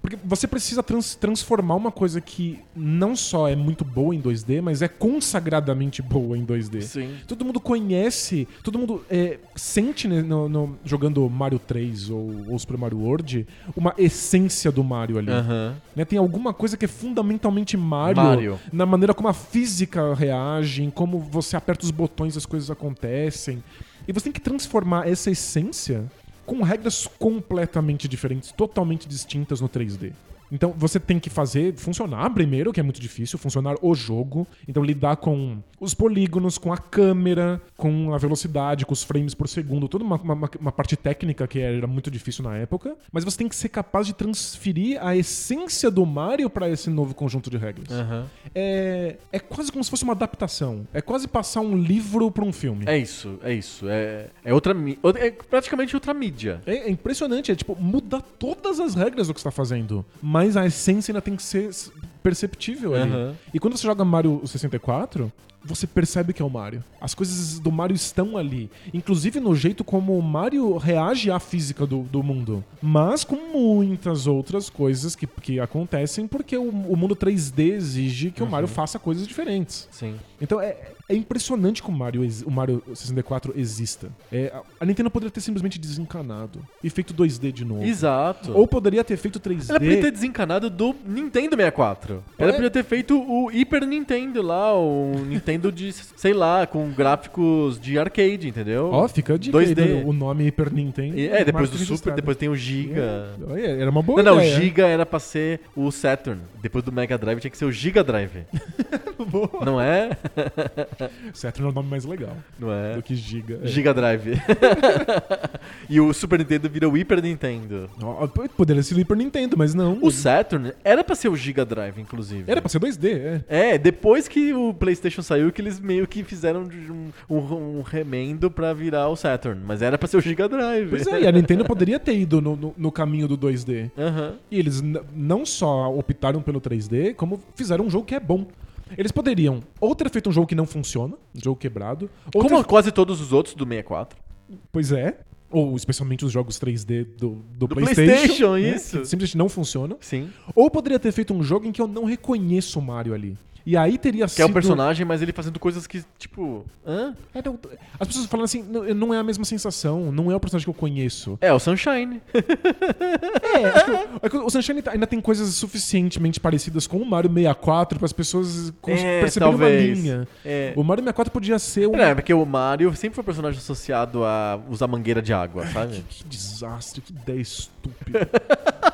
Speaker 2: Porque você precisa trans- transformar uma coisa que não só é muito boa em 2D, mas é consagradamente boa em 2D.
Speaker 1: Sim.
Speaker 2: Todo mundo conhece, todo mundo é, sente né, no- no- jogando Mario 3 ou, ou Super Mario World uma essência do Mario ali.
Speaker 1: Aham.
Speaker 2: Né, tem alguma coisa que é fundamentalmente Mario,
Speaker 1: Mario.
Speaker 2: na maneira como a física reage, em como você aperta os botões e as coisas acontecem. E você tem que transformar essa essência com regras completamente diferentes, totalmente distintas no 3D. Então você tem que fazer funcionar primeiro, que é muito difícil, funcionar o jogo. Então lidar com os polígonos, com a câmera, com a velocidade, com os frames por segundo, toda uma, uma- uma parte técnica que era muito difícil na época. Mas você tem que ser capaz de transferir a essência do Mario para esse novo conjunto de regras.
Speaker 1: Aham.
Speaker 2: É, é quase como se fosse uma adaptação. É quase passar um livro pra um filme.
Speaker 1: É isso, é isso. É, é outra mí- outra- É praticamente outra mídia.
Speaker 2: É, é impressionante, é tipo, muda todas as regras do que você tá fazendo. Mas a essência ainda tem que ser s- perceptível ali.
Speaker 1: Aham.
Speaker 2: E quando você joga Mario 64, você percebe que é o Mario. As coisas do Mario estão ali. Inclusive no jeito como o Mario reage à física do, do mundo. Mas com muitas outras coisas que, que acontecem, porque o, o mundo 3D exige que o Mario
Speaker 1: Uhum.
Speaker 2: faça coisas diferentes.
Speaker 1: Sim.
Speaker 2: Então é, é impressionante que o Mario, ex- o Mario 64 exista. É, a- a Nintendo poderia ter simplesmente desencanado e feito 2D de novo.
Speaker 1: Exato.
Speaker 2: Ou poderia ter feito 3D.
Speaker 1: Ela podia ter desencanado do Nintendo 64. Ela
Speaker 2: É.
Speaker 1: podia ter feito o Hyper Nintendo lá, o Nintendo de, sei lá, com gráficos de arcade, entendeu?
Speaker 2: Ó, fica de
Speaker 1: 2D.
Speaker 2: o nome Hyper Nintendo.
Speaker 1: E- é, depois
Speaker 2: Marca
Speaker 1: do Super,
Speaker 2: registrada.
Speaker 1: depois tem o Giga.
Speaker 2: É, olha, era uma boa
Speaker 1: Não, não, o
Speaker 2: ideia.
Speaker 1: Giga era pra ser o Saturn. Depois do Mega Drive tinha que ser o Giga Drive.
Speaker 2: boa.
Speaker 1: Não é?
Speaker 2: Saturn é o nome mais legal
Speaker 1: Não é?
Speaker 2: do que Giga. É.
Speaker 1: Giga Drive. e o Super Nintendo vira o Hyper Nintendo.
Speaker 2: Ó, Poderia ser o Hyper Nintendo, mas não.
Speaker 1: O Saturn era pra ser o Giga Drive, inclusive.
Speaker 2: Era pra ser 2D, é.
Speaker 1: É, depois que o PlayStation saiu, que eles meio que fizeram de um, um- um remendo pra virar o Saturn. Mas era pra ser o Giga Drive.
Speaker 2: Pois é, e a Nintendo poderia ter ido no- no- no caminho do 2D.
Speaker 1: Aham.
Speaker 2: E eles n- não só optaram pelo 3D, como fizeram um jogo que é bom. Eles poderiam ou ter feito um jogo que não funciona, um jogo quebrado, ou
Speaker 1: Como
Speaker 2: ter-
Speaker 1: quase todos os outros do 64.
Speaker 2: pois é, ou especialmente os jogos 3D do, do,
Speaker 1: Do
Speaker 2: PlayStation,
Speaker 1: PlayStation,
Speaker 2: né,
Speaker 1: isso.
Speaker 2: que simplesmente não funcionam.
Speaker 1: Sim.
Speaker 2: Ou poderia ter feito um jogo em que eu não reconheço o Mario ali. E aí teria
Speaker 1: Que é o personagem, mas ele fazendo coisas que, tipo. Hã?
Speaker 2: É, não- As pessoas falam assim, não, não é a mesma sensação, não é o personagem que eu conheço.
Speaker 1: É, o Sunshine.
Speaker 2: É, acho que, é que o Sunshine ainda tem coisas suficientemente parecidas com o Mario 64 para as pessoas cons-
Speaker 1: É,
Speaker 2: perceberem
Speaker 1: talvez.
Speaker 2: uma linha.
Speaker 1: É.
Speaker 2: O Mario 64 podia ser um.
Speaker 1: Não, é porque o Mario sempre foi um personagem associado a usar mangueira de água, sabe?
Speaker 2: Que desastre, que ideia estúpida.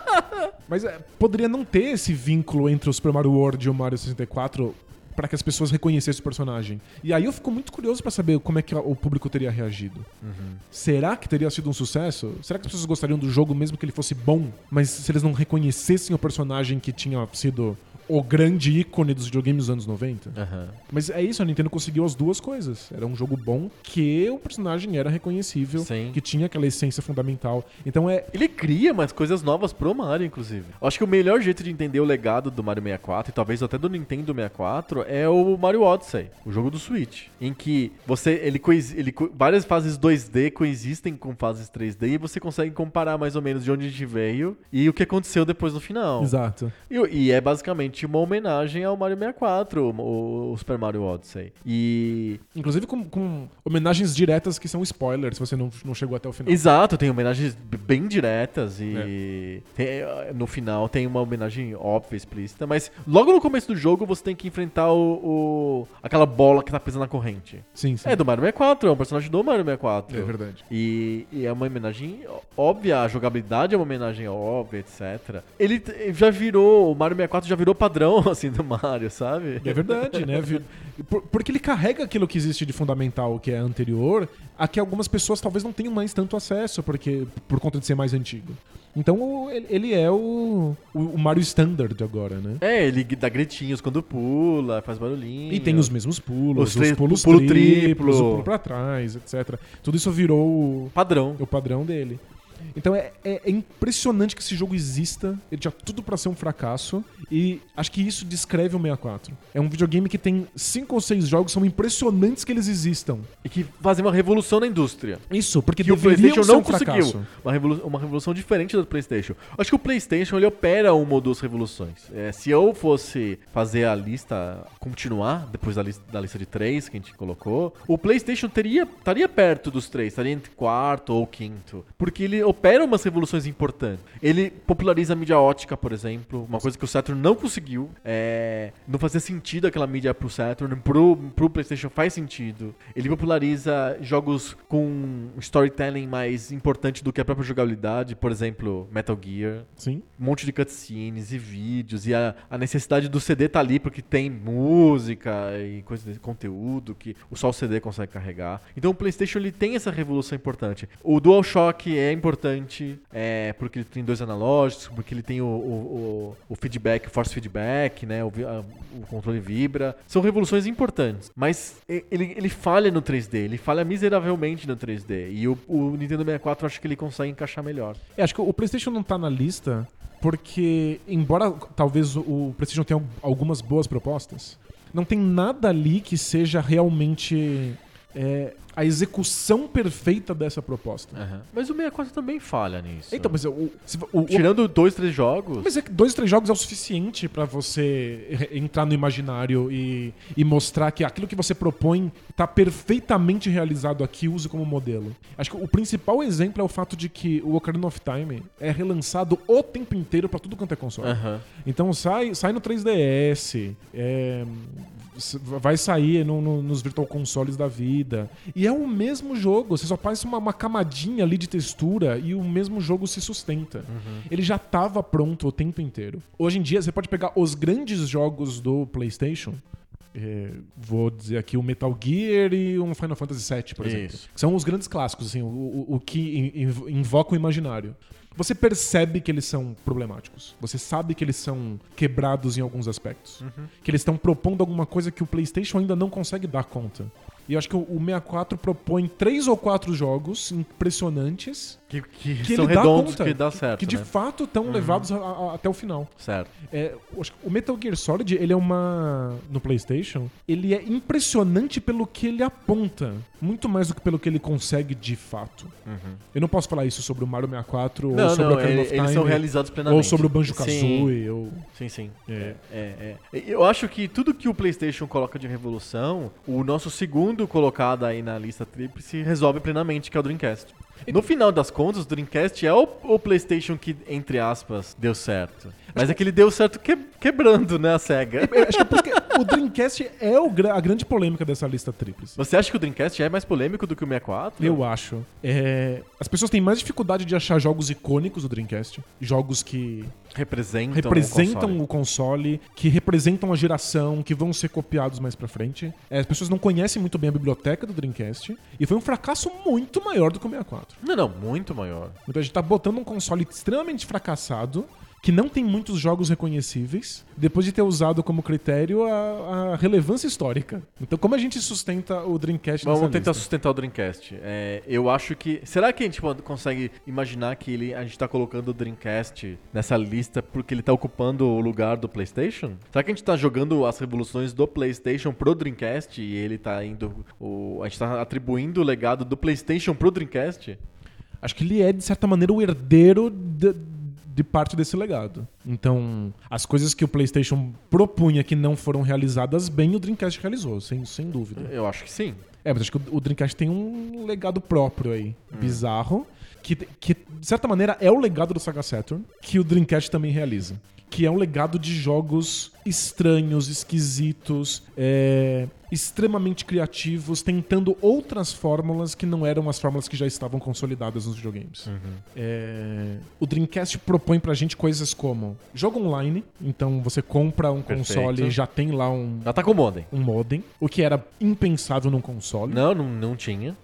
Speaker 2: Mas é, poderia não ter esse vínculo entre o Super Mario World e o Mario 64 para que as pessoas reconhecessem o personagem. E aí eu fico muito curioso para saber como é que o público teria reagido.
Speaker 1: Uhum.
Speaker 2: Será que teria sido um sucesso? Será que as pessoas gostariam do jogo mesmo que ele fosse bom, mas se eles não reconhecessem o personagem que tinha sido o grande ícone dos videogames dos anos 90?
Speaker 1: Aham.
Speaker 2: Mas é isso, a Nintendo conseguiu as duas coisas. Era um jogo bom que o personagem era reconhecível,
Speaker 1: Sim.
Speaker 2: que tinha aquela essência fundamental. Então é.
Speaker 1: Ele cria mais coisas novas pro Mario, inclusive. Eu Acho que o melhor jeito de entender o legado do Mario 64, e talvez até do Nintendo 64, é o Mario Odyssey, o jogo do Switch. Em que você. Ele, coexi- ele co- várias fases 2D coexistem com fases 3D e você consegue comparar mais ou menos de onde a gente veio e o que aconteceu depois no final.
Speaker 2: Exato.
Speaker 1: E, e é basicamente uma homenagem ao Mario 64, o, o Super Mario Odyssey. E.
Speaker 2: Inclusive com, com homenagens diretas que são spoilers, se você não, não chegou até o final.
Speaker 1: Exato, tem homenagens b- bem diretas e
Speaker 2: É.
Speaker 1: tem- eh, no final tem uma homenagem óbvia, explícita, mas logo no começo do jogo você tem que enfrentar o, o- aquela bola que tá presa na corrente.
Speaker 2: Sim, sim.
Speaker 1: É do Mario 64, é um personagem do Mario 64.
Speaker 2: É verdade.
Speaker 1: E, e é uma homenagem ó- óbvia, a jogabilidade é uma homenagem óbvia, etc. Ele t- eh, já virou, o Mario 64 já virou padrão, assim, do Mario, sabe?
Speaker 2: É verdade, né? Vi- Por- porque ele carrega aquilo que existe de fundamental, que é anterior, a que algumas pessoas talvez não tenham mais tanto acesso, porque por conta de ser mais antigo. Então o- ele- ele é o, o o Mario Standard agora, né?
Speaker 1: É, ele dá gritinhos quando pula, faz barulhinho.
Speaker 2: E tem os mesmos pulos,
Speaker 1: Os
Speaker 2: os,
Speaker 1: três-
Speaker 2: pulos
Speaker 1: o pulo triplo.
Speaker 2: triplos, o pulo pra trás, etc. Tudo isso virou o,
Speaker 1: Padrão.
Speaker 2: o padrão dele. Então é, é- é impressionante que esse jogo exista. Ele tinha tudo pra ser um fracasso. E acho que isso descreve o 64. É um videogame que tem cinco ou seis jogos, são impressionantes que eles existam.
Speaker 1: E que fazem uma revolução na indústria.
Speaker 2: Isso, porque
Speaker 1: que o
Speaker 2: deveriam
Speaker 1: PlayStation
Speaker 2: ser
Speaker 1: não
Speaker 2: um
Speaker 1: conseguiu.
Speaker 2: fracasso.
Speaker 1: Uma revolução, uma revolução diferente da do PlayStation. Acho que o PlayStation ele opera uma ou duas revoluções. É, se eu fosse fazer a lista continuar depois da lista, da lista de três que a gente colocou, o PlayStation teria estaria perto dos três, estaria entre quarto ou quinto, porque ele opera umas revoluções importantes. Ele populariza a mídia ótica, por exemplo, uma coisa que o Saturn não conseguiu. É, não fazia sentido aquela mídia pro Saturn, pro, pro PlayStation faz sentido. Ele populariza jogos com storytelling mais importante do que a própria jogabilidade, por exemplo, Metal Gear.
Speaker 2: Sim.
Speaker 1: Um monte de cutscenes e vídeos, e a, a necessidade do CD tá ali porque tem música e coisa de conteúdo que o- só o CD consegue carregar. Então o PlayStation ele tem essa revolução importante. O DualShock é importante é, porque ele tem dois analógicos, porque ele tem o, o- o- o feedback, o force feedback, né? O, vi- a- o controle vibra. São revoluções importantes, mas e- ele, ele falha no 3D, ele falha miseravelmente no 3D. E o, o Nintendo 64 acho que ele consegue encaixar melhor.
Speaker 2: É, acho que o PlayStation não tá na lista porque, embora talvez o- o PlayStation tenha al- algumas boas propostas, não tem nada ali que seja realmente é, a execução perfeita dessa proposta.
Speaker 1: Mas o 64 também falha nisso.
Speaker 2: Então, mas o, se- o- o-
Speaker 1: É, Tirando dois, três jogos.
Speaker 2: mas é que dois, três jogos é o suficiente pra você re- entrar no imaginário e, e mostrar que aquilo que você propõe tá perfeitamente realizado aqui, use como modelo. Acho que o principal exemplo é o fato de que o Ocarina of Time é relançado o tempo inteiro pra tudo quanto é console.
Speaker 1: Aham.
Speaker 2: Então sai, sai no 3DS, é, s- vai sair no- no- nos Virtual Consoles da vida. E é o mesmo jogo, você só faz uma, uma camadinha ali de textura e o mesmo jogo se sustenta. Ele já estava pronto o tempo inteiro. Hoje em dia você pode pegar os grandes jogos do PlayStation. é, vou dizer aqui o Metal Gear e um Final Fantasy VII, por exemplo.
Speaker 1: Isso.
Speaker 2: São os grandes clássicos, assim, o, o- o que in- inv- invoca o imaginário. Você percebe que eles são problemáticos. Você sabe que eles são quebrados em alguns aspectos.
Speaker 1: Uhum.
Speaker 2: Que eles estão propondo alguma coisa que o PlayStation ainda não consegue dar conta. E eu acho que o o 64 propõe três ou quatro jogos impressionantes
Speaker 1: Que, que
Speaker 2: que
Speaker 1: são
Speaker 2: ele dá
Speaker 1: redondos
Speaker 2: conta.
Speaker 1: que dá certo.
Speaker 2: que de
Speaker 1: né?
Speaker 2: fato estão levados a- a- até o final.
Speaker 1: Certo.
Speaker 2: É, eu acho que o Metal Gear Solid, ele é uma. No PlayStation, ele é impressionante pelo que ele aponta. Muito mais do que pelo que ele consegue de fato. Eu não posso falar isso sobre o Mario 64 ou
Speaker 1: Uhum. Não,
Speaker 2: sobre
Speaker 1: não,
Speaker 2: o Ocarina
Speaker 1: ele-
Speaker 2: of Time.
Speaker 1: eles são realizados plenamente.
Speaker 2: Ou sobre o Banjo
Speaker 1: Sim,
Speaker 2: Kazooie. Ou...
Speaker 1: sim. sim.
Speaker 2: É.
Speaker 1: É, é. Eu acho que tudo que o PlayStation coloca de revolução, o nosso segundo colocado aí na lista tríplice resolve plenamente, que é o Dreamcast. No final das contas, o Dreamcast é o, o PlayStation que, entre aspas, deu certo. Mas é que ele deu certo que- quebrando, né, a SEGA.
Speaker 2: Eu acho que é por isso que o Dreamcast é o gra- a grande polêmica dessa lista tríplice.
Speaker 1: Você acha que o Dreamcast é mais polêmico do que o 64?
Speaker 2: Eu acho. É, As pessoas têm mais dificuldade de achar jogos icônicos do Dreamcast. Jogos que
Speaker 1: Representam, Então, né, o
Speaker 2: representam
Speaker 1: console.
Speaker 2: o console, que representam a geração, que vão ser copiados mais pra frente. É, as pessoas não conhecem muito bem a biblioteca do Dreamcast e foi um fracasso muito maior do que o 64.
Speaker 1: Não, não, muito maior.
Speaker 2: Então a gente tá botando um console extremamente fracassado, que não tem muitos jogos reconhecíveis, depois de ter usado como critério a, a relevância histórica. Então como a gente sustenta o Dreamcast
Speaker 1: Vamos
Speaker 2: nessa
Speaker 1: tentar
Speaker 2: lista?
Speaker 1: sustentar o Dreamcast. É, eu acho que. Será que a gente pode- consegue imaginar que ele, a gente tá colocando o Dreamcast nessa lista porque ele tá ocupando o lugar do PlayStation? Será que a gente tá jogando as revoluções do PlayStation pro Dreamcast e ele tá indo. o- a gente tá atribuindo o legado do PlayStation pro Dreamcast?
Speaker 2: Acho que ele é, de certa maneira, o herdeiro de, de parte desse legado. Então, as coisas que o PlayStation propunha que não foram realizadas bem, o Dreamcast realizou, sem, sem dúvida.
Speaker 1: Eu acho que sim.
Speaker 2: É, mas acho que o, o Dreamcast tem um legado próprio aí, bizarro, que, que, de certa maneira, é o legado do Saga Saturn, que o Dreamcast também realiza. Que é um legado de jogos estranhos, esquisitos, é, extremamente criativos, tentando outras fórmulas que não eram as fórmulas que já estavam consolidadas nos videogames. É, o Dreamcast propõe pra gente coisas como jogo online, então você compra um
Speaker 1: Perfeito.
Speaker 2: console e já tem lá um,
Speaker 1: Ela tá com o modem.
Speaker 2: um modem, o que era impensável num console.
Speaker 1: Não, não, não tinha.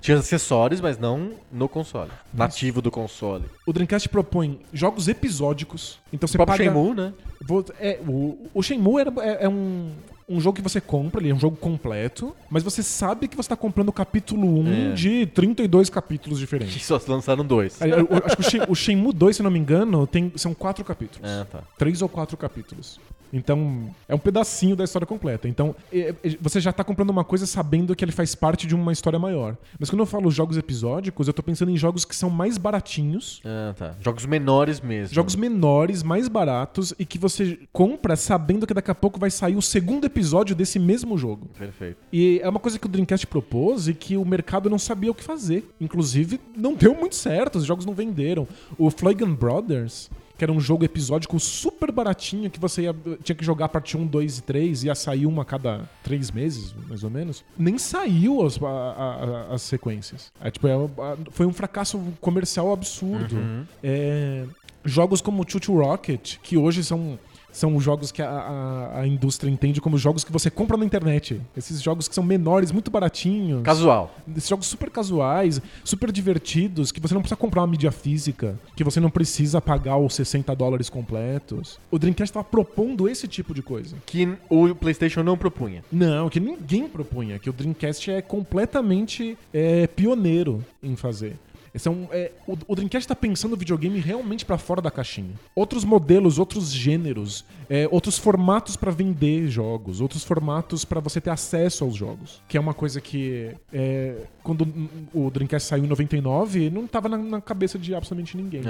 Speaker 1: Tinha acessórios, mas não no console. Nativo do console.
Speaker 2: O Dreamcast propõe jogos episódicos. Então
Speaker 1: O
Speaker 2: você
Speaker 1: próprio
Speaker 2: paga.
Speaker 1: Shenmue, né?
Speaker 2: Vou- é, o, o Shenmue era, é, é um. um jogo que você compra, ele é um jogo completo, mas você sabe que você tá comprando o capítulo
Speaker 1: É.
Speaker 2: 1 de 32 capítulos
Speaker 1: Que
Speaker 2: diferentes.
Speaker 1: só lançaram dois.
Speaker 2: Eu- eu acho que o, Shen- o Shenmue 2, se não me engano, tem, são quatro capítulos.
Speaker 1: Ah, tá.
Speaker 2: Três ou quatro capítulos. Então, é um pedacinho da história completa. Então, é- é- você já tá comprando uma coisa sabendo que ele faz parte de uma história maior. Mas quando eu falo jogos episódicos, eu tô pensando em jogos que são mais baratinhos,
Speaker 1: Ah, tá. Jogos menores mesmo.
Speaker 2: jogos menores, mais baratos e que você compra sabendo que daqui a pouco vai sair o segundo episódio desse mesmo jogo.
Speaker 1: Perfeito.
Speaker 2: E é uma coisa que o Dreamcast propôs e que o mercado não sabia o que fazer. Inclusive, não deu muito certo, os jogos não venderam. O Flagan Brothers, que era um jogo episódico super baratinho, que você ia- tinha que jogar a parte 1, 2 e 3, ia sair uma a cada três meses, mais ou menos, nem saiu as, a- a- a- as sequências. É, tipo, é um- a- foi um fracasso comercial absurdo. É, jogos como Choo-Choo Rocket, que hoje são são jogos que a, a- a indústria entende como jogos que você compra na internet. Esses jogos que são menores, muito baratinhos.
Speaker 1: Casual.
Speaker 2: Esses jogos super casuais, super divertidos, que você não precisa comprar uma mídia física, que você não precisa pagar os 60 dólares completos. O Dreamcast estava propondo esse tipo de coisa.
Speaker 1: Que o PlayStation não propunha.
Speaker 2: Não, que ninguém propunha, que o Dreamcast é completamente é, pioneiro em fazer. Esse é um- é, o, o Dreamcast tá pensando o videogame realmente pra fora da caixinha. Outros modelos, outros gêneros, é, outros formatos pra vender jogos, outros formatos pra você ter acesso aos jogos. Que é uma coisa que é, quando o Dreamcast saiu em 99, não tava na, na cabeça de absolutamente ninguém.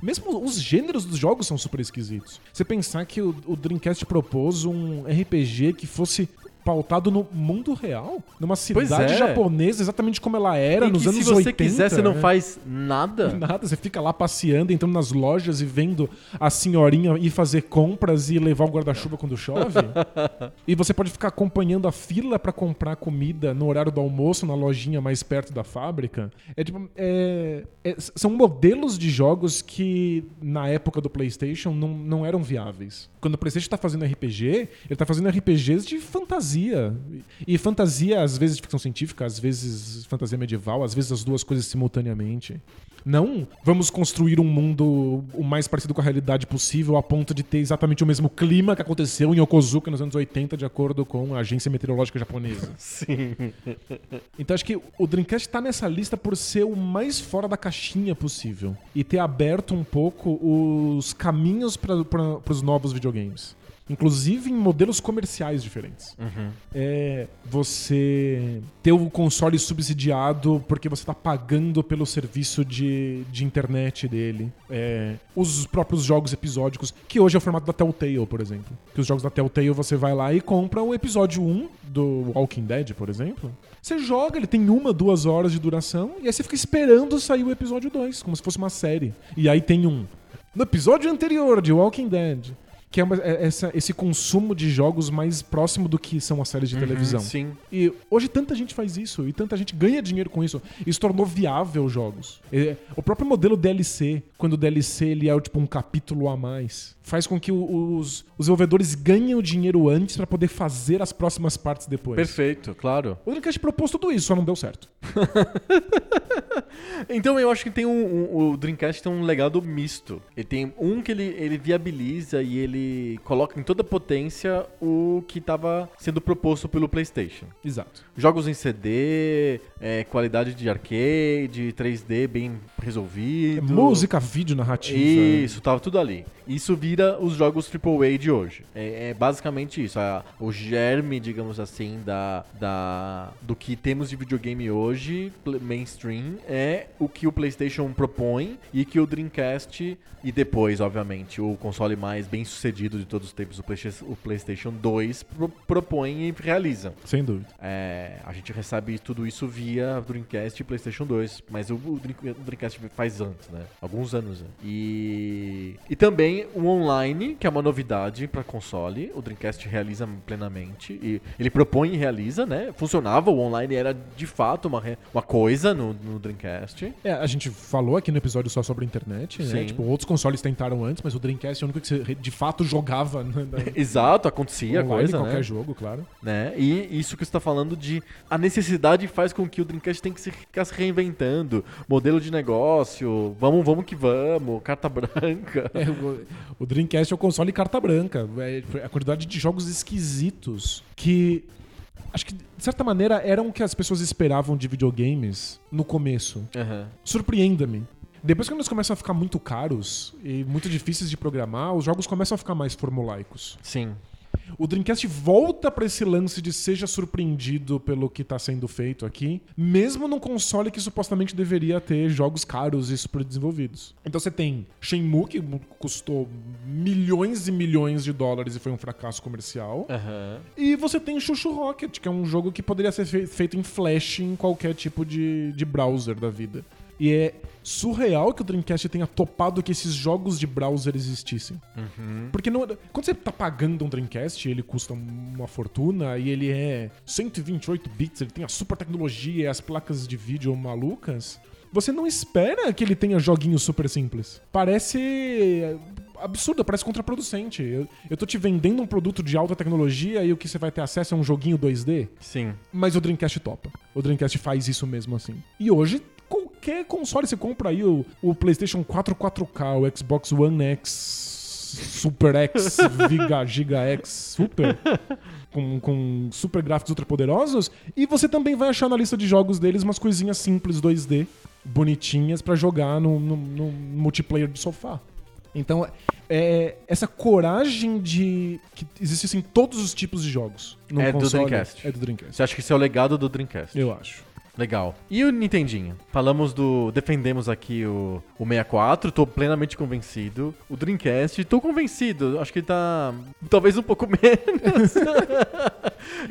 Speaker 2: Mesmo os gêneros dos jogos são super esquisitos. Você pensar que o, o Dreamcast propôs um RPG que fosse pautado no mundo real, numa
Speaker 1: Pois
Speaker 2: cidade
Speaker 1: é.
Speaker 2: japonesa, exatamente como ela era
Speaker 1: E
Speaker 2: nos
Speaker 1: que
Speaker 2: anos
Speaker 1: se você
Speaker 2: 80.
Speaker 1: quiser, você não
Speaker 2: né?
Speaker 1: faz nada.
Speaker 2: Nada, você fica lá passeando, entrando nas lojas e vendo a senhorinha ir fazer compras e levar o guarda-chuva quando chove. e você pode ficar acompanhando a fila pra comprar comida no horário do almoço na lojinha mais perto da fábrica. É tipo, é- é- são modelos de jogos que na época do PlayStation não, não eram viáveis. Quando o PlayStation tá fazendo RPG, ele tá fazendo RPGs de fantasia. E e fantasia, às vezes de ficção científica, às vezes fantasia medieval, às vezes as duas coisas simultaneamente. Não vamos construir um mundo o mais parecido com a realidade possível a ponto de ter exatamente o mesmo clima que aconteceu em Yokozuka nos anos 80, de acordo com a agência meteorológica japonesa.
Speaker 1: Sim.
Speaker 2: Então acho que o Dreamcast tá nessa lista por ser o mais fora da caixinha possível e ter aberto um pouco os caminhos para os novos videogames. Inclusive em modelos comerciais diferentes. É você ter o console subsidiado porque você tá pagando pelo serviço de, de internet dele. É, os próprios jogos episódicos, que hoje é o formato da Telltale, por exemplo. Que os jogos da Telltale você vai lá e compra o episódio 1 do Walking Dead, por exemplo. Você joga, ele tem uma, duas horas de duração, e aí você fica esperando sair o episódio 2, como se fosse uma série. E aí tem um. No episódio anterior de Walking Dead. Que é, uma- é- essa- esse consumo de jogos mais próximo do que são as séries de televisão.
Speaker 1: Uhum, Sim.
Speaker 2: E hoje tanta gente faz isso e tanta gente ganha dinheiro com isso. Isso tornou viável os jogos. É, O próprio modelo DLC, quando o DLC ele é tipo um capítulo a mais, faz com que o- os, os desenvolvedores ganhem o dinheiro antes pra poder fazer as próximas partes depois.
Speaker 1: Perfeito, claro.
Speaker 2: O Dreamcast propôs tudo isso, só não deu certo.
Speaker 1: Então eu acho que tem um, um- o Dreamcast tem um legado misto. Ele tem um que ele, ele viabiliza e ele coloca em toda potência o que estava sendo proposto pelo PlayStation.
Speaker 2: Exato.
Speaker 1: Jogos em CD, é, qualidade de arcade, 3D bem resolvido.
Speaker 2: Música, vídeo, narrativa.
Speaker 1: Isso, tava tudo ali. Isso vira os jogos AAA de hoje. É, é basicamente isso. a- o germe, digamos assim, da, da, do que temos de videogame hoje, pl- mainstream, é o que o PlayStation propõe e que o Dreamcast, e depois, obviamente, o console mais bem sucedido de todos os tempos, o PlayStation, o PlayStation 2, pro- propõe e realiza.
Speaker 2: Sem dúvida.
Speaker 1: É, a gente recebe tudo isso via Dreamcast e PlayStation 2, mas o, o Dream- o Dreamcast faz antes, né? Alguns anos antes. E, e também o online, que é uma novidade para console, o Dreamcast realiza plenamente e ele propõe e realiza, né? Funcionava, o online era de fato uma, re- uma coisa no, no Dreamcast.
Speaker 2: É, a gente falou aqui no episódio só sobre a internet, né?
Speaker 1: Sim.
Speaker 2: Tipo, outros consoles tentaram antes, mas o Dreamcast é o único que você re- de fato fato jogava. Né, da-
Speaker 1: Exato, acontecia a
Speaker 2: online,
Speaker 1: coisa,
Speaker 2: qualquer
Speaker 1: né?
Speaker 2: jogo, claro.
Speaker 1: né? E isso que você está falando de a necessidade faz com que o Dreamcast tem que se, ficar se reinventando, modelo de negócio, vamos, vamos que vamos, carta branca.
Speaker 2: É, o, o Dreamcast é o console carta branca. É, a quantidade de jogos esquisitos que. Acho que, de certa maneira, eram o que as pessoas esperavam de videogames no começo.
Speaker 1: Aham.
Speaker 2: Surpreenda-me. Depois que eles começam a ficar muito caros e muito difíceis de programar, os jogos começam a ficar mais formulaicos.
Speaker 1: Sim.
Speaker 2: O Dreamcast volta pra esse lance de seja surpreendido pelo que tá sendo feito aqui, mesmo num console que supostamente deveria ter jogos caros e super desenvolvidos. Então você tem Shenmue, que custou milhões e milhões de dólares e foi um fracasso
Speaker 1: É.
Speaker 2: comercial.
Speaker 1: Aham.
Speaker 2: E você tem Chuchu Rocket, que é um jogo que poderia ser fe- feito em Flash em qualquer tipo de, de browser da vida. E é surreal que o Dreamcast tenha topado que esses jogos de browser existissem. Porque não, quando você tá pagando um Dreamcast, ele custa uma fortuna e ele é 128 bits, ele tem a super tecnologia e as placas de vídeo malucas. Você não espera que ele tenha joguinhos super simples. Parece eh, absurdo, parece contraproducente. Eu, eu tô te vendendo um produto de alta tecnologia e o que você vai ter acesso é um joguinho 2D.
Speaker 1: Sim.
Speaker 2: Mas o Dreamcast topa. O Dreamcast faz isso mesmo assim. E hoje, qualquer console você compra aí, o, o PlayStation 4 4K, o Xbox One X, Super X, Giga, Giga X, Super, com, com super gráficos ultrapoderosos, e você também vai achar na lista de jogos deles umas coisinhas simples 2D, bonitinhas, pra jogar no, no- no multiplayer de sofá. Então, é essa coragem de que existissem todos os tipos de jogos no
Speaker 1: É do
Speaker 2: console.
Speaker 1: Dreamcast.
Speaker 2: É do Dreamcast.
Speaker 1: Você acha que esse é o legado do Dreamcast?
Speaker 2: Eu acho.
Speaker 1: Legal. E o Nintendinho? Falamos do. Defendemos aqui o, o 64, tô plenamente convencido. O Dreamcast, tô convencido. Acho que ele tá. Talvez um pouco menos.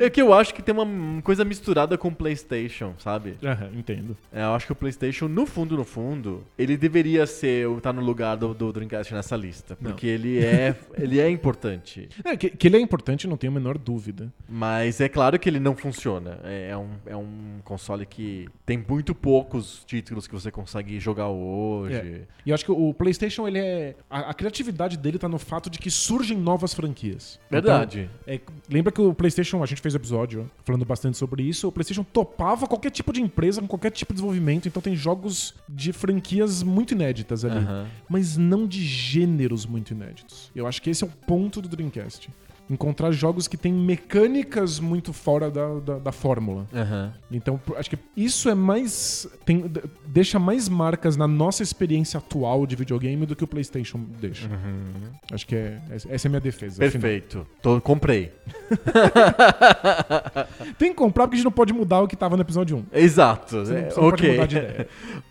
Speaker 1: é que eu acho que tem uma coisa misturada com o PlayStation, sabe?
Speaker 2: entendo.
Speaker 1: É, eu acho que o PlayStation, no fundo, no fundo, ele deveria ser. estar no lugar do, do Dreamcast nessa lista. Porque ele é, ele é importante.
Speaker 2: que, que ele é importante, não tenho a menor dúvida.
Speaker 1: Mas é claro que ele não funciona. É, é um, é um console que tem muito poucos títulos que você consegue jogar hoje. Então,
Speaker 2: É. E eu acho que o PlayStation, ele é. A, a criatividade dele tá no fato de que surgem novas franquias.
Speaker 1: Verdade.
Speaker 2: Então, é, lembra que o PlayStation, a gente fez um episódio falando bastante sobre isso, o PlayStation topava qualquer tipo de empresa, com qualquer tipo de desenvolvimento, então tem jogos de franquias muito inéditas ali.
Speaker 1: Aham.
Speaker 2: Mas não de gêneros muito inéditos. Eu acho que esse é o ponto do Dreamcast. Encontrar jogos que têm mecânicas muito fora da- da, da fórmula.
Speaker 1: Aham.
Speaker 2: Então, por- acho que isso é mais. tem- d- deixa mais marcas na nossa experiência atual de videogame do que o PlayStation deixa. Acho que é, essa- essa é a minha defesa.
Speaker 1: Uhum. Perfeito. Tô, comprei.
Speaker 2: afinal. Tem que comprar porque a gente não pode mudar o que tava no episódio 1.
Speaker 1: Exato.
Speaker 2: Você não-
Speaker 1: É,
Speaker 2: você não pode
Speaker 1: ok.
Speaker 2: mudar de ideia.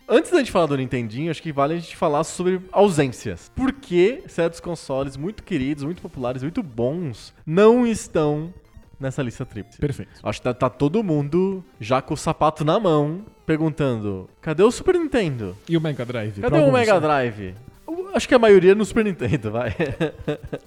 Speaker 1: Antes da gente falar do Nintendinho, acho que vale a gente falar sobre ausências. Por que certos consoles muito queridos, muito populares, muito bons não estão nessa lista tríplice?
Speaker 2: Perfeito.
Speaker 1: Acho que tá, tá todo mundo já com o sapato na mão, perguntando: cadê o Super Nintendo?
Speaker 2: E o Mega Drive?
Speaker 1: Cadê
Speaker 2: Pra
Speaker 1: o
Speaker 2: alguns,
Speaker 1: Mega
Speaker 2: né?
Speaker 1: Drive? Eu Acho que a maioria é no Super Nintendo, vai.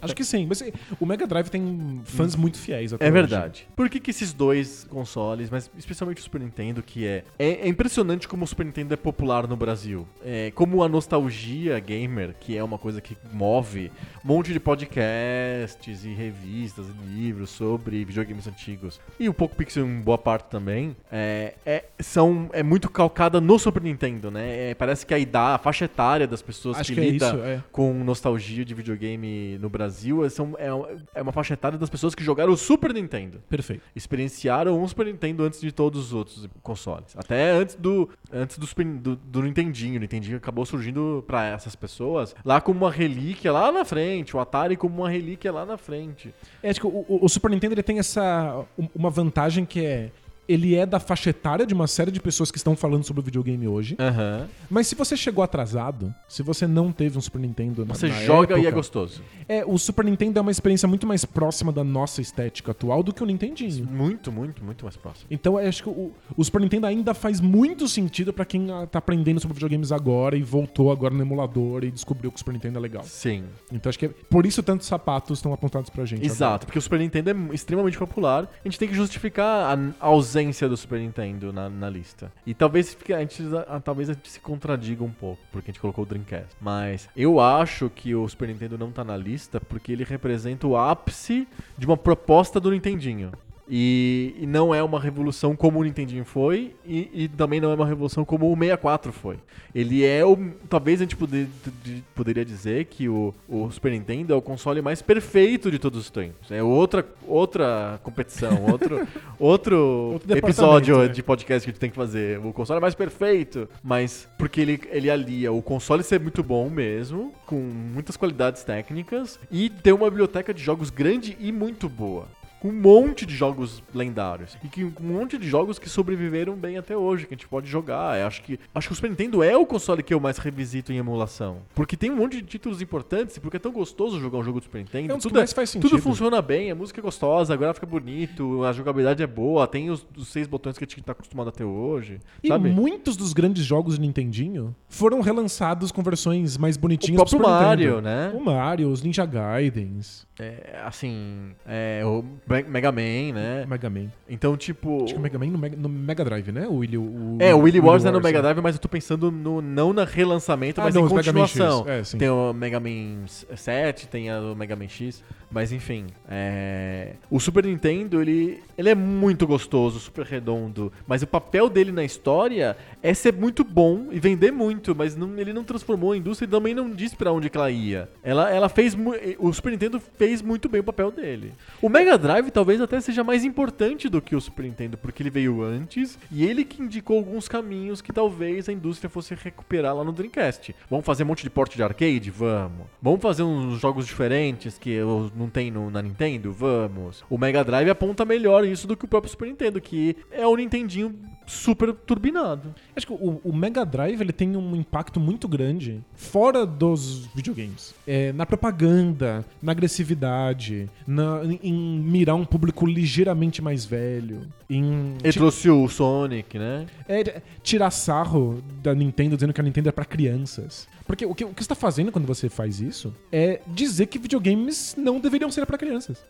Speaker 2: Acho que sim. Mas é, o Mega Drive tem fãs muito fiéis até
Speaker 1: É
Speaker 2: hoje.
Speaker 1: verdade. Por que, que esses dois consoles, mas especialmente o Super Nintendo, que é, é. é impressionante como o Super Nintendo é popular no Brasil. É, como a nostalgia gamer, que é uma coisa que move um monte de podcasts e revistas e livros sobre videogames antigos. E o Poco Pixel em boa parte também. É, é- são, é muito calcada no Super Nintendo, né? É, parece que a idade, a faixa etária das pessoas
Speaker 2: Acho
Speaker 1: que
Speaker 2: que é
Speaker 1: lida
Speaker 2: isso, é.
Speaker 1: com nostalgia de videogame no Brasil é, são, é, é uma faixa etária das pessoas que jogaram o Super Nintendo.
Speaker 2: Perfeito.
Speaker 1: Experienciaram o Super Nintendo antes de todos os outros consoles. Até antes do antes do, Super- do, do Nintendinho. O Nintendinho acabou surgindo pra essas pessoas lá como uma relíquia lá na frente. O Atari como uma relíquia lá na frente.
Speaker 2: É, acho que o, o- o Super Nintendo ele tem essa. um- uma vantagem que é. Ele é da faixa etária de uma série de pessoas que estão falando sobre o videogame hoje.
Speaker 1: Aham.
Speaker 2: Mas se você chegou atrasado, se você não teve um Super Nintendo na,
Speaker 1: Você
Speaker 2: na
Speaker 1: joga e é
Speaker 2: época,
Speaker 1: gostoso.
Speaker 2: É, o Super Nintendo é uma experiência muito mais próxima da nossa estética atual do que o Nintendinho.
Speaker 1: Muito, muito, muito mais próximo.
Speaker 2: Então eu acho que o, o Super Nintendo ainda faz muito sentido pra quem ah, tá aprendendo sobre videogames agora e voltou agora no emulador e descobriu que o Super Nintendo é legal.
Speaker 1: Sim.
Speaker 2: Então acho que é por isso tantos sapatos estão apontados pra gente. agora.
Speaker 1: Exato, porque o Super Nintendo é extremamente popular. A gente tem que justificar a a ausência do Super Nintendo na, na lista. E talvez fique- a gente, a- talvez a gente se contradiga um pouco, porque a gente colocou o Dreamcast. Mas eu acho que o Super Nintendo não tá na lista porque ele representa o ápice de uma proposta do Nintendinho. E, e não é uma revolução como o Nintendinho foi, e, e também não é uma revolução como o 64 foi. Ele é o. Talvez a gente poder- de- poderia dizer que o, o Super Nintendo é o console mais perfeito de todos os tempos. É outra, outra competição, outro, outro
Speaker 2: Outro
Speaker 1: episódio
Speaker 2: departamento, né?
Speaker 1: de podcast que a gente tem que fazer. O console é mais perfeito, mas porque ele, ele alia o console ser muito bom mesmo, com muitas qualidades técnicas, e ter uma biblioteca de jogos grande e muito boa. Com um monte de jogos lendários. E que, com um monte de jogos que sobreviveram bem até hoje, que a gente pode jogar. Eu acho que acho que o Super Nintendo é o console que eu mais revisito em emulação. Porque tem um monte de títulos importantes, e porque é tão gostoso jogar um jogo do Super Nintendo.
Speaker 2: É um dos que
Speaker 1: tudo
Speaker 2: mais faz sentido.
Speaker 1: Tudo funciona bem, a música é gostosa, a gráfica é bonito, a jogabilidade é boa, tem os, os seis botões que a gente tá acostumado até hoje.
Speaker 2: E
Speaker 1: sabe?
Speaker 2: muitos dos grandes jogos de Nintendinho foram relançados com versões mais bonitinhas
Speaker 1: O
Speaker 2: pro
Speaker 1: próprio
Speaker 2: Super
Speaker 1: Mario,
Speaker 2: Nintendo.
Speaker 1: né?
Speaker 2: O Mario, os Ninja Gaidens,
Speaker 1: É, assim, é, o Me- Mega Man, né?
Speaker 2: Mega Man.
Speaker 1: Então, tipo.
Speaker 2: Acho que é o Mega Man no Mega, no Mega Drive, né? O Willy, o,
Speaker 1: É, o Willy Wars é no
Speaker 2: Wars, né?
Speaker 1: Mega Drive, mas eu tô pensando no, não na relançamento,
Speaker 2: Ah,
Speaker 1: mas
Speaker 2: não,
Speaker 1: em
Speaker 2: os Mega Man X.
Speaker 1: continuação.
Speaker 2: É, sim.
Speaker 1: tem o Mega Man 7, tem a- o Mega Man X, mas enfim. é, O Super Nintendo, ele, ele é muito gostoso, super redondo, mas o papel dele na história é ser muito bom e vender muito, mas não- ele não transformou a indústria e também não disse pra onde que ela ia. Ela, ela fez... mu- O Super Nintendo fez muito bem o papel dele. O Mega Drive talvez até seja mais importante do que o Super Nintendo, porque ele veio antes e ele que indicou alguns caminhos que talvez a indústria fosse recuperar lá no Dreamcast. Vamos fazer um monte de porte de arcade? Vamos. Vamos fazer uns jogos diferentes que eu- não tem no- na Nintendo? Vamos. O Mega Drive aponta melhor isso do que o próprio Super Nintendo, que é o Nintendinho super turbinado.
Speaker 2: Acho que o, o Mega Drive ele tem um impacto muito grande fora dos videogames. É, na propaganda, na agressividade, na- em, em mirar um público ligeiramente mais velho, em
Speaker 1: Ele
Speaker 2: ti-
Speaker 1: trouxe o Sonic, né?
Speaker 2: é, tirar sarro da Nintendo dizendo que a Nintendo é pra crianças. Porque o que, o que você tá fazendo quando você faz isso é dizer que videogames não deveriam ser pra crianças.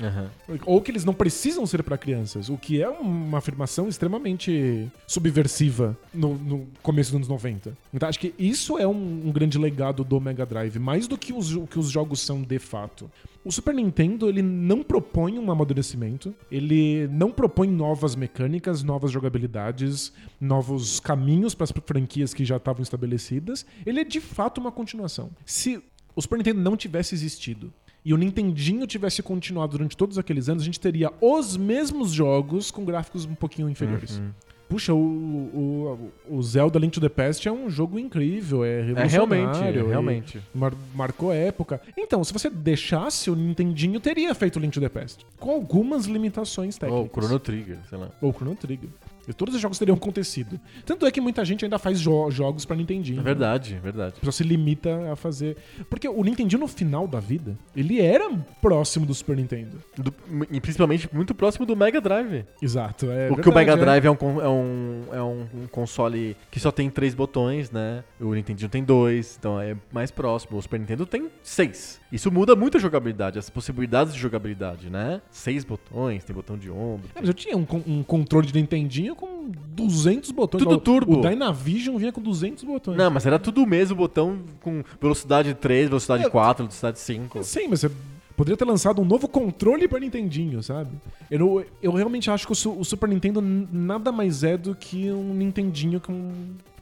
Speaker 2: Ou que eles não precisam ser pra crianças, o que é uma afirmação extremamente subversiva no, no começo dos anos 90. Então acho que isso é um, um grande legado do Mega Drive, mais do que os, o que os jogos são de fato. O Super Nintendo, ele não propõe um amadurecimento, ele não propõe novas mecânicas, novas jogabilidades, novos caminhos para as franquias que já estavam estabelecidas. Ele é de fato uma continuação. Se o Super Nintendo não tivesse existido e o Nintendinho tivesse continuado durante todos aqueles anos, a gente teria os mesmos jogos com gráficos um pouquinho inferiores.
Speaker 1: Uhum.
Speaker 2: Puxa, o, o, o Zelda Link to the Past é um jogo incrível, é
Speaker 1: É realmente,
Speaker 2: revolucionário. e
Speaker 1: realmente.
Speaker 2: mar- marcou época. Então, se você deixasse, o Nintendinho teria feito Link to the Past. Com algumas limitações técnicas.
Speaker 1: Ou o Chrono Trigger, sei lá.
Speaker 2: Ou Chrono Trigger. E todos os jogos teriam acontecido. Tanto é que muita gente ainda faz jo- jogos pra Nintendinho.
Speaker 1: É verdade, é verdade.
Speaker 2: A pessoa se limita a fazer. Porque o Nintendinho, no final da vida, ele era próximo do Super Nintendo.
Speaker 1: Do- e principalmente muito próximo do Mega Drive.
Speaker 2: Exato. É
Speaker 1: o que o
Speaker 2: verdade,
Speaker 1: Mega
Speaker 2: é.
Speaker 1: Drive é, um, con- é, um, é um, um console que só tem três botões, né? O Nintendinho tem dois, então é mais próximo. O Super Nintendo tem seis. Isso muda muito a jogabilidade, as possibilidades de jogabilidade, né? Seis botões, tem botão de ombro.
Speaker 2: É, mas eu tinha um, con- um controle de Nintendinho com 200 botões.
Speaker 1: Tudo
Speaker 2: O-
Speaker 1: turbo.
Speaker 2: O Dynavision vinha com 200 botões.
Speaker 1: Não, mas era tudo o mesmo botão com velocidade 3, velocidade
Speaker 2: É,
Speaker 1: 4, velocidade 5.
Speaker 2: Sim, mas você poderia ter lançado um novo controle pra Nintendinho, sabe? Eu, não- eu realmente acho que o, Su- o Super Nintendo n- nada mais é do que um Nintendinho com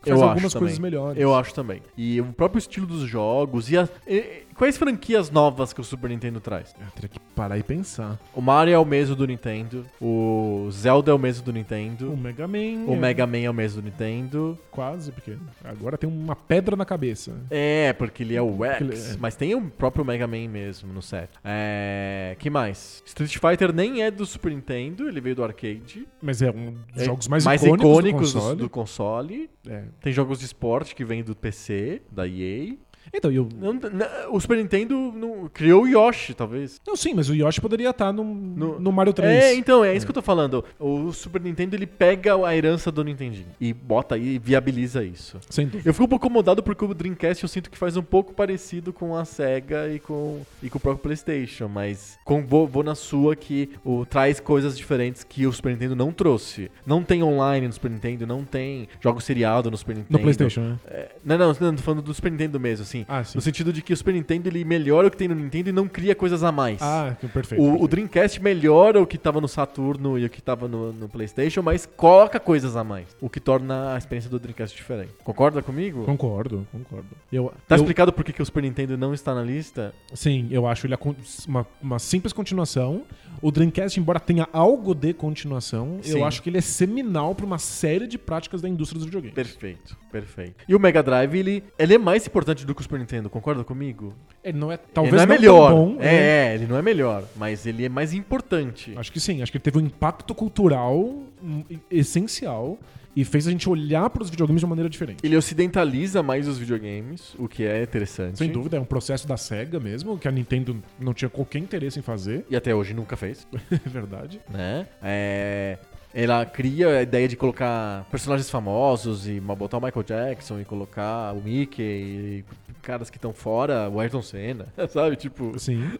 Speaker 2: que faz
Speaker 1: Eu
Speaker 2: algumas
Speaker 1: acho
Speaker 2: coisas
Speaker 1: também.
Speaker 2: melhores. Ah,
Speaker 1: Eu acho também. E o próprio estilo dos jogos e, a- e- e- quais franquias novas que o Super Nintendo traz?
Speaker 2: Eu teria que parar e pensar.
Speaker 1: O Mario é o mesmo do Nintendo, o Zelda é o mesmo do Nintendo.
Speaker 2: O Mega Man.
Speaker 1: O
Speaker 2: é
Speaker 1: Mega Man é o mesmo do Nintendo.
Speaker 2: Quase, porque agora tem uma pedra na cabeça.
Speaker 1: É, porque ele é o
Speaker 2: ele
Speaker 1: X.
Speaker 2: é.
Speaker 1: Mas tem o próprio Mega Man mesmo no set. É. Que mais? Street Fighter nem é do Super Nintendo, ele veio do arcade.
Speaker 2: Mas é um dos
Speaker 1: É,
Speaker 2: jogos mais, icônicos, do console.
Speaker 1: do console.
Speaker 2: É.
Speaker 1: Tem jogos de esporte que vêm do PC, da EA.
Speaker 2: Então, e o.
Speaker 1: Não- não- o Super Nintendo não- criou o Yoshi, talvez.
Speaker 2: Não, sim, mas o Yoshi poderia estar no, no,
Speaker 1: No-
Speaker 2: Mario 3.
Speaker 1: É, então, é isso que eu tô falando. O Super Nintendo ele pega a herança do Nintendinho e bota aí e viabiliza isso.
Speaker 2: Sem dúvida.
Speaker 1: Eu fico um pouco incomodado porque o Dreamcast eu sinto que faz um pouco parecido com a SEGA e com, e com o próprio Playstation, mas com, vou, vou na sua que o, traz coisas diferentes que o Super Nintendo não trouxe. Não tem online no Super Nintendo, não tem jogo seriado no Super Nintendo.
Speaker 2: No PlayStation, né?
Speaker 1: É, não, não, não, tô falando do Super Nintendo mesmo, assim.
Speaker 2: Ah, sim.
Speaker 1: No sentido de que o Super Nintendo ele melhora o que tem no Nintendo e não cria coisas a mais.
Speaker 2: Ah, que perfeito.
Speaker 1: O, o Dreamcast melhora o que tava no Saturno e o que tava no, no PlayStation, mas coloca coisas a mais. O que torna a experiência do Dreamcast diferente. Concorda comigo?
Speaker 2: Concordo, concordo. Eu,
Speaker 1: Tá
Speaker 2: eu-
Speaker 1: explicado por que, que o Super Nintendo não está na lista?
Speaker 2: Sim, eu acho ele a con- uma, uma simples continuação. O Dreamcast, embora tenha algo de continuação,
Speaker 1: Sim.
Speaker 2: eu acho que ele é seminal pra uma série de práticas da indústria dos videogames.
Speaker 1: Perfeito, perfeito. E o Mega Drive, ele, ele é mais importante do que o Super Nintendo, concorda comigo?
Speaker 2: Ele não é talvez
Speaker 1: ele
Speaker 2: não
Speaker 1: não
Speaker 2: tão
Speaker 1: é melhor.
Speaker 2: bom.
Speaker 1: é,
Speaker 2: né?
Speaker 1: é, ele não é melhor, mas ele é mais importante.
Speaker 2: Acho que sim, acho que ele teve um impacto cultural hum, essencial e fez a gente olhar pros videogames de uma maneira diferente.
Speaker 1: Ele ocidentaliza mais os videogames, o que é interessante.
Speaker 2: Sem dúvida, é um processo da SEGA mesmo, que a Nintendo não tinha qualquer interesse em fazer.
Speaker 1: E até hoje nunca fez,
Speaker 2: É verdade.
Speaker 1: né? É, ela cria a ideia de colocar personagens famosos e ma- botar o Michael Jackson e colocar o Mickey e caras que estão fora, o Ayrton Senna, sabe? Tipo,
Speaker 2: Sim.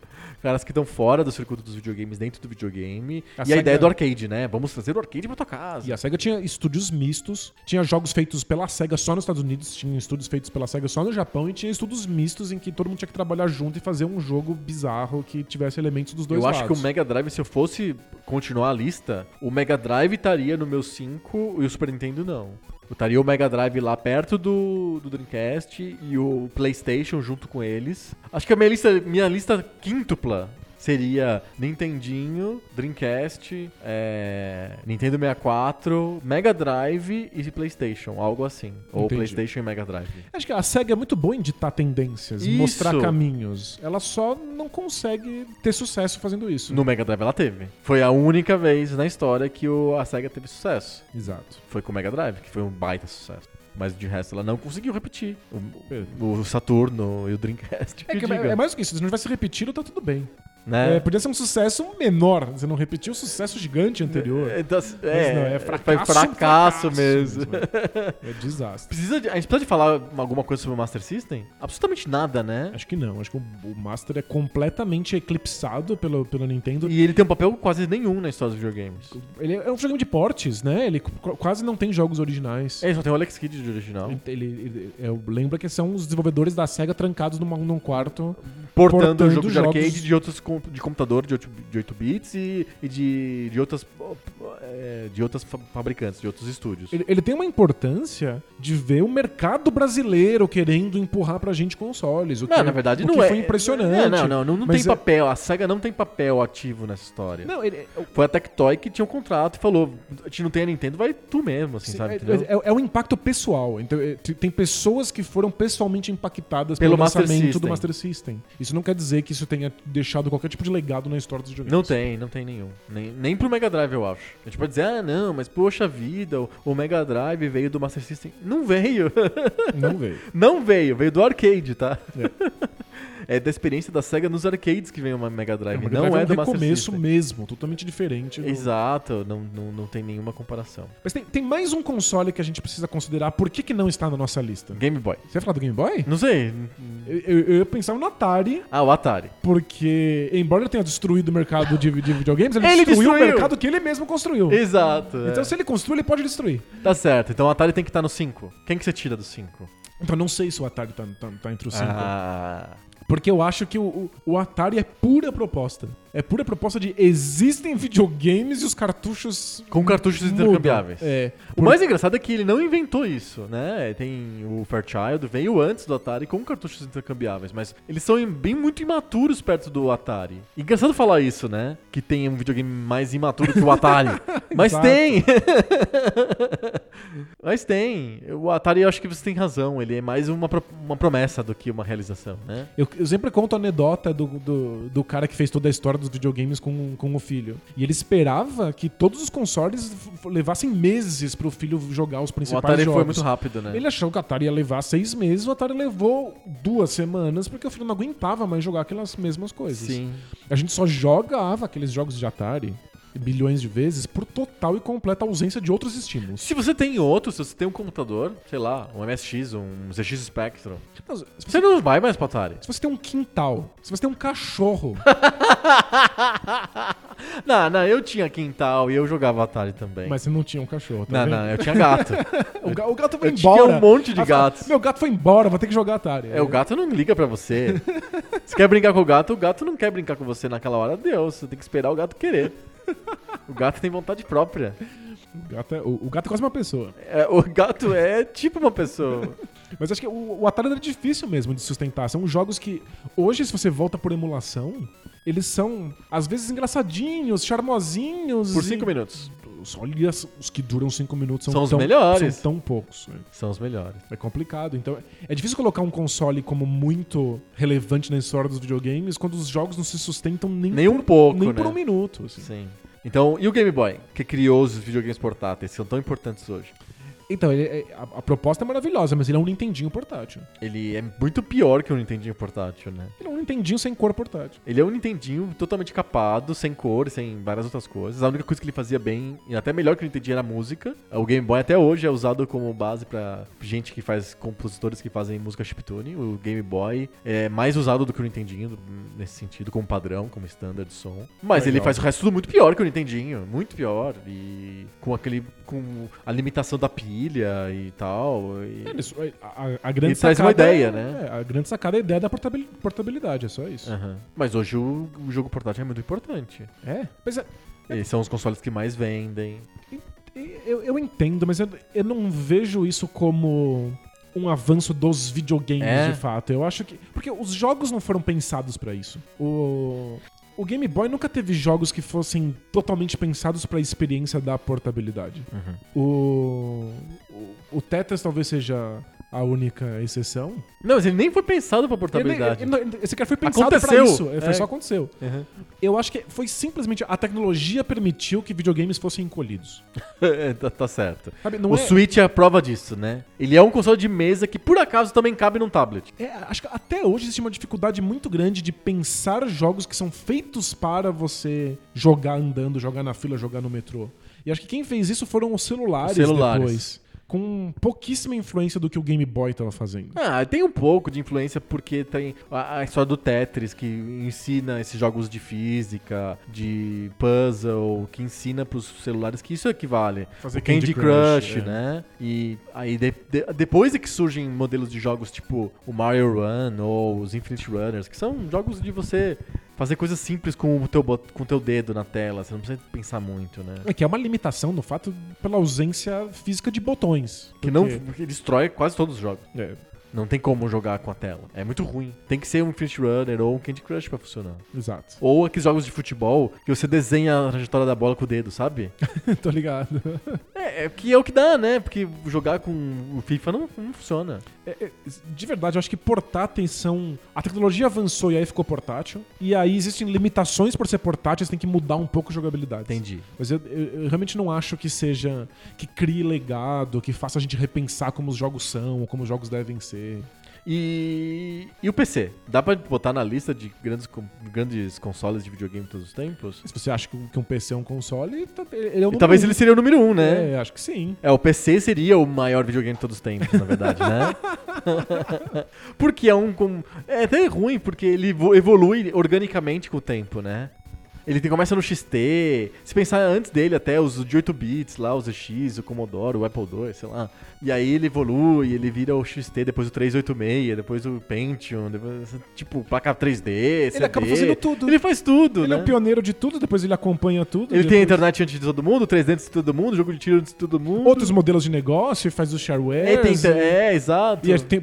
Speaker 1: caras que estão fora do circuito dos videogames, dentro do videogame.
Speaker 2: A
Speaker 1: e
Speaker 2: SEGA-
Speaker 1: a ideia do arcade, né? Vamos trazer o arcade pra tua casa.
Speaker 2: E a SEGA tinha estúdios mistos, tinha jogos feitos pela SEGA só nos Estados Unidos, tinha estúdios feitos pela SEGA só no Japão e tinha estúdios mistos em que todo mundo tinha que trabalhar junto e fazer um jogo bizarro que tivesse elementos dos dois
Speaker 1: Eu
Speaker 2: lados.
Speaker 1: acho que o Mega Drive, se eu fosse continuar a lista, o Mega Drive estaria no meu 5 e o Super Nintendo não. Estaria o Mega Drive lá perto do, do Dreamcast e o PlayStation junto com eles. Acho que a minha lista, minha lista quíntupla seria Nintendinho, Dreamcast, é, Nintendo 64, Mega Drive e PlayStation, algo assim. Ou
Speaker 2: Entendi.
Speaker 1: PlayStation e Mega Drive.
Speaker 2: Acho que a SEGA é muito boa em ditar tendências,
Speaker 1: Isso.
Speaker 2: mostrar caminhos. Ela só não consegue ter sucesso fazendo isso.
Speaker 1: No Mega Drive ela teve. Foi a única vez na história que o- a SEGA teve sucesso.
Speaker 2: Exato.
Speaker 1: Foi com o Mega Drive, que foi um baita sucesso. Mas de resto ela não conseguiu repetir. O, o Saturno e o Dreamcast.
Speaker 2: É,
Speaker 1: que
Speaker 2: que
Speaker 1: eu diga,
Speaker 2: é mais do que isso. Se não tivesse repetido, tá tudo bem.
Speaker 1: né?
Speaker 2: É, podia ser um sucesso menor. Você não repetiu o sucesso gigante anterior.
Speaker 1: É, das-
Speaker 2: Mas
Speaker 1: é,
Speaker 2: não, é
Speaker 1: foi
Speaker 2: fracasso.
Speaker 1: fracasso mesmo.
Speaker 2: É desastre.
Speaker 1: Precisa de- a gente precisa de falar alguma coisa sobre o Master System? Absolutamente nada, né?
Speaker 2: Acho que não. Acho que o o Master é completamente eclipsado pelo, pela Nintendo.
Speaker 1: E ele tem um papel quase nenhum na história dos videogames.
Speaker 2: Ele é um jogo de portes, né? Ele qu- quase não tem jogos originais.
Speaker 1: É, só tem o Alex Kidd de original.
Speaker 2: Ele, ele- eu lembro que são os desenvolvedores da SEGA trancados numa- num quarto.
Speaker 1: Portando,
Speaker 2: portando
Speaker 1: o jogo de
Speaker 2: jogos-
Speaker 1: arcade de outros com- de computador de 8, de 8 bits e, e de, de outras é, de outras fa- fabricantes, de outros estúdios.
Speaker 2: Ele, ele tem uma importância de ver o mercado brasileiro querendo empurrar pra gente consoles. O
Speaker 1: Não,
Speaker 2: que,
Speaker 1: na verdade
Speaker 2: o
Speaker 1: não
Speaker 2: que
Speaker 1: é.
Speaker 2: foi impressionante.
Speaker 1: É, não, não, não, não
Speaker 2: Mas
Speaker 1: tem
Speaker 2: é-
Speaker 1: papel. A SEGA não tem papel ativo nessa história.
Speaker 2: Não, ele,
Speaker 1: Foi a Tectoy que tinha um contrato e falou: a gente não tem a Nintendo, vai tu mesmo, assim,
Speaker 2: Sim,
Speaker 1: sabe?
Speaker 2: é-
Speaker 1: entendeu?
Speaker 2: É, é um impacto pessoal. Então, é, te- tem pessoas que foram pessoalmente impactadas pelo,
Speaker 1: Pelo Master
Speaker 2: lançamento do
Speaker 1: System.
Speaker 2: Master System. Isso não quer dizer que isso tenha deixado qualquer tipo de legado na história dos videogames.
Speaker 1: Não tem, não tem nenhum. Nem, nem pro Mega Drive, eu acho. A gente pode dizer, ah, não, mas poxa vida, o, o Mega Drive veio do Master System. Não veio.
Speaker 2: Não veio.
Speaker 1: não veio, veio do arcade, tá? É. da experiência da SEGA nos arcades que vem o Mega Drive.
Speaker 2: O Mega
Speaker 1: não
Speaker 2: Drive
Speaker 1: é, do
Speaker 2: um
Speaker 1: Master
Speaker 2: recomeço
Speaker 1: System.
Speaker 2: mesmo, totalmente diferente. do-
Speaker 1: Exato, não, não, não tem nenhuma comparação.
Speaker 2: Mas tem, tem mais um console que a gente precisa considerar. Por que, que não está na nossa lista?
Speaker 1: Game Boy.
Speaker 2: Você ia falar do Game Boy?
Speaker 1: Não sei.
Speaker 2: Eu, eu, eu ia pensar no Atari,
Speaker 1: Ah, o Atari.
Speaker 2: porque, embora ele tenha destruído o mercado de, de videogames, ele,
Speaker 1: Ele
Speaker 2: destruiu, o
Speaker 1: destruiu!
Speaker 2: mercado que ele mesmo construiu.
Speaker 1: Exato. é.
Speaker 2: Então, se ele construiu, ele pode destruir.
Speaker 1: Tá certo. Então o Atari tem que estar no 5. Quem que você tira do 5?
Speaker 2: Então, eu não sei se o Atari tá, tá- tá entre os cinco.
Speaker 1: Ah.
Speaker 2: Porque eu acho que o, o- o Atari é pura proposta. É pura proposta de existem videogames e os cartuchos.
Speaker 1: Com cartuchos
Speaker 2: mudam.
Speaker 1: intercambiáveis.
Speaker 2: É.
Speaker 1: O mais engraçado é que ele não inventou isso, né? Tem o Fairchild, veio antes do Atari com cartuchos intercambiáveis, mas eles são im- bem muito imaturos perto do Atari. Engraçado falar isso, né? Que tem um videogame mais imaturo que o Atari. mas
Speaker 2: Exato.
Speaker 1: tem! mas tem. O Atari, eu acho que você tem razão. Ele é mais uma, pro- uma promessa do que uma realização, né?
Speaker 2: Eu, eu sempre conto a anedota do, do, do cara que fez toda a história do dos videogames com, com o filho. E ele esperava que todos os consoles f- levassem meses pro filho jogar os
Speaker 1: O
Speaker 2: principais
Speaker 1: Atari
Speaker 2: jogos.
Speaker 1: foi muito rápido, né?
Speaker 2: Ele achou que o Atari ia levar seis meses, o Atari levou duas semanas, porque o filho não aguentava mais jogar aquelas mesmas coisas.
Speaker 1: Sim.
Speaker 2: A gente só jogava aqueles jogos de Atari bilhões de vezes por total e completa ausência de outros estímulos.
Speaker 1: Se você tem outro, se você tem um computador, sei lá, um MSX, um ZX Spectrum,
Speaker 2: Não, Então, se você-
Speaker 1: você não vai mais pro Atari.
Speaker 2: se você tem um quintal, se você tem um cachorro,
Speaker 1: Não, não, eu tinha quintal e eu jogava Atari também.
Speaker 2: mas você não tinha um cachorro,
Speaker 1: não,
Speaker 2: tá vendo?
Speaker 1: não, eu tinha gato.
Speaker 2: O, ga- o gato foi
Speaker 1: Eu tinha
Speaker 2: embora.
Speaker 1: um monte de
Speaker 2: Ela fala,
Speaker 1: gatos.
Speaker 2: Meu gato foi embora, vou ter que jogar Atari.
Speaker 1: é, o gato não liga pra você. Você quer brincar com o gato, o gato não quer brincar com você naquela hora, Deus, você tem que esperar o gato querer. O gato tem vontade própria.
Speaker 2: O gato é, o- o gato é quase uma pessoa.
Speaker 1: É, o gato é tipo uma pessoa.
Speaker 2: Mas acho que o, o Atari era difícil mesmo de sustentar. São jogos que, hoje, se você volta por emulação, eles são, às vezes, engraçadinhos, charmosinhos.
Speaker 1: Por
Speaker 2: e-
Speaker 1: cinco minutos.
Speaker 2: Os- Olha, os que duram cinco minutos são,
Speaker 1: São os
Speaker 2: tão,
Speaker 1: melhores.
Speaker 2: São tão poucos. né?
Speaker 1: São os melhores.
Speaker 2: É complicado. Então, é difícil colocar um console como muito relevante na história dos videogames quando os jogos não se sustentam nem,
Speaker 1: Nem um
Speaker 2: por,
Speaker 1: pouco,
Speaker 2: nem
Speaker 1: né?
Speaker 2: por um minuto. assim.
Speaker 1: Sim. Então, e o Game Boy, que criou os videogames portáteis, que são tão importantes hoje?
Speaker 2: Então, ele é- a, a proposta é maravilhosa, mas ele é um Nintendinho portátil.
Speaker 1: Ele é muito pior que o Nintendinho portátil, né?
Speaker 2: Ele é um Nintendinho sem cor portátil.
Speaker 1: Ele é um Nintendinho totalmente capado, sem cor, sem várias outras coisas. A única coisa que ele fazia bem, e até melhor que o Nintendinho, era a música. O Game Boy até hoje é usado como base pra gente que faz, compositores que fazem música chiptune. O Game Boy é mais usado do que o Nintendinho, nesse sentido, como padrão, como standard de som. Mas ele
Speaker 2: Legal.
Speaker 1: faz o resto tudo muito pior que o Nintendinho, muito pior. E com aquele, com a limitação da pilha e tal. e-
Speaker 2: Ele, só- É a, a- a grande
Speaker 1: Ele traz uma
Speaker 2: sacada
Speaker 1: ideia,
Speaker 2: é-
Speaker 1: né?
Speaker 2: é, a grande sacada é a ideia da portabil- portabilidade, é só isso.
Speaker 1: Aham. Mas hoje o, o jogo portátil é muito importante.
Speaker 2: É? Mas é-
Speaker 1: Eles são os consoles que mais vendem.
Speaker 2: eu, eu entendo, mas eu, eu não vejo isso como um avanço dos videogames
Speaker 1: É?
Speaker 2: de fato. Eu acho que. Porque os jogos não foram pensados pra isso. O. O Game Boy nunca teve jogos que fossem totalmente pensados pra experiência da portabilidade.
Speaker 1: Uhum.
Speaker 2: O, o, o Tetris talvez seja a única exceção.
Speaker 1: Não, mas ele nem foi pensado pra
Speaker 2: Ele-
Speaker 1: portabilidade.
Speaker 2: ele- ele- esse cara foi pensado
Speaker 1: Aconteceu.
Speaker 2: pra isso. É, Foi
Speaker 1: É.
Speaker 2: só aconteceu.
Speaker 1: Uhum.
Speaker 2: Eu acho que foi simplesmente a tecnologia permitiu que videogames fossem encolhidos.
Speaker 1: É, tá, tá certo.
Speaker 2: Sabe, não
Speaker 1: o
Speaker 2: é-
Speaker 1: Switch é a prova disso, né? Ele é um console de mesa que por acaso também cabe num tablet.
Speaker 2: É, acho que até hoje existe uma dificuldade muito grande de pensar jogos que são feitos para você jogar andando, jogar na fila, jogar no metrô. E acho que quem fez isso foram os celulares,
Speaker 1: Os celulares.
Speaker 2: depois. Com pouquíssima influência do que o Game Boy tava fazendo.
Speaker 1: Ah, tem um pouco de influência porque tem a, a história do Tetris que ensina esses jogos de física, de puzzle, que ensina pros celulares que isso equivale.
Speaker 2: Fazer
Speaker 1: o Candy,
Speaker 2: Candy
Speaker 1: Crush,
Speaker 2: Crush, é.
Speaker 1: né? E aí de- de- depois é que surgem modelos de jogos tipo o Mario Run ou os Infinite Runners, que são jogos de você fazer coisas simples com o teu bot- com o teu dedo na tela, você não precisa pensar muito, né?
Speaker 2: É que é uma limitação no fato pela ausência física de botões.
Speaker 1: Que não
Speaker 2: Porque-
Speaker 1: que destrói quase todos os jogos.
Speaker 2: É,
Speaker 1: Não tem como jogar com a tela. É muito ruim. Tem que ser um Infinite Runner ou um Candy Crush pra funcionar.
Speaker 2: exato.
Speaker 1: Ou aqueles jogos de futebol que você desenha a trajetória da bola com o dedo, sabe?
Speaker 2: Tô ligado.
Speaker 1: É, é que é o que dá, né? Porque jogar com o FIFA não, não funciona.
Speaker 2: É, é, de verdade, eu acho que portáteis são. A tecnologia avançou e aí ficou portátil. E aí existem limitações por ser portátil, você tem que mudar um pouco a jogabilidade.
Speaker 1: Entendi.
Speaker 2: Mas eu, eu- eu realmente não acho que seja. que crie legado, que faça a gente repensar como os jogos são, ou como os jogos devem ser.
Speaker 1: E, e o PC? Dá pra botar na lista de grandes, com- grandes consoles de videogame de todos os tempos?
Speaker 2: Se você acha que um- que um PC é um console, tá- ele é o
Speaker 1: E talvez ele
Speaker 2: número
Speaker 1: seria o número um,
Speaker 2: um.
Speaker 1: né? É.
Speaker 2: É, acho que sim.
Speaker 1: o PC seria o maior videogame de todos os tempos, na verdade, né? porque é um. com- É até ruim, porque ele vo- evolui organicamente com o tempo, né? Ele tem- começa no XT, se pensar antes dele até os de 8 bits lá, os X, o Commodore, o Apple II, sei lá. E aí ele evolui, ele vira o XT, depois o 386, depois o Pentium, depois, tipo, placa 3D, Ele
Speaker 2: acaba fazendo tudo.
Speaker 1: Ele faz tudo,
Speaker 2: Ele
Speaker 1: né?
Speaker 2: é o pioneiro de tudo, depois ele acompanha tudo.
Speaker 1: Ele tem a
Speaker 2: depois-
Speaker 1: internet antes de todo mundo, 3D antes de todo mundo, jogo de tiro antes de todo mundo.
Speaker 2: Outros modelos de negócio, faz os shareware.
Speaker 1: É, tem inter- é, exato.
Speaker 2: E aí tem,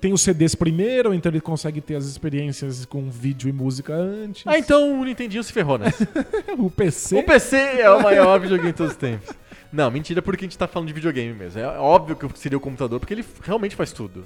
Speaker 2: tem os CDs primeiro, então ele consegue ter as experiências com vídeo e música antes.
Speaker 1: Ah, então o Nintendinho se ferrou, né?
Speaker 2: O PC.
Speaker 1: o PC é o maior videogame de todos os tempos. Não, mentira, porque a gente tá falando de videogame mesmo. É óbvio que seria o computador, porque ele realmente faz tudo.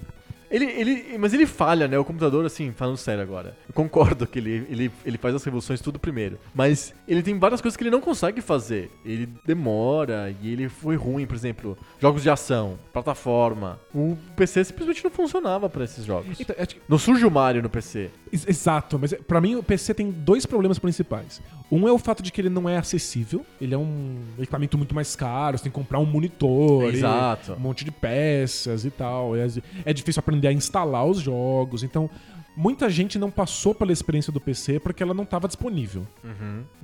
Speaker 1: Ele, ele, mas ele falha, né? O computador, assim, falando sério agora. Eu concordo que ele, ele, ele faz as revoluções tudo primeiro. Mas ele tem várias coisas que ele não consegue fazer. Ele demora e ele foi ruim, por exemplo, jogos de ação, plataforma. O PC simplesmente não funcionava pra esses jogos.
Speaker 2: Então, acho que-
Speaker 1: Não surge o Mario no PC.
Speaker 2: Ex- Exato, mas é- pra mim o PC tem dois problemas principais. Um é o fato de que ele não é acessível, ele é um equipamento muito mais caro, você tem que comprar um monitor, e
Speaker 1: Exato.
Speaker 2: um monte de peças e tal. É, é difícil aprender a instalar os jogos, então muita gente não passou pela experiência do PC porque ela não estava disponível.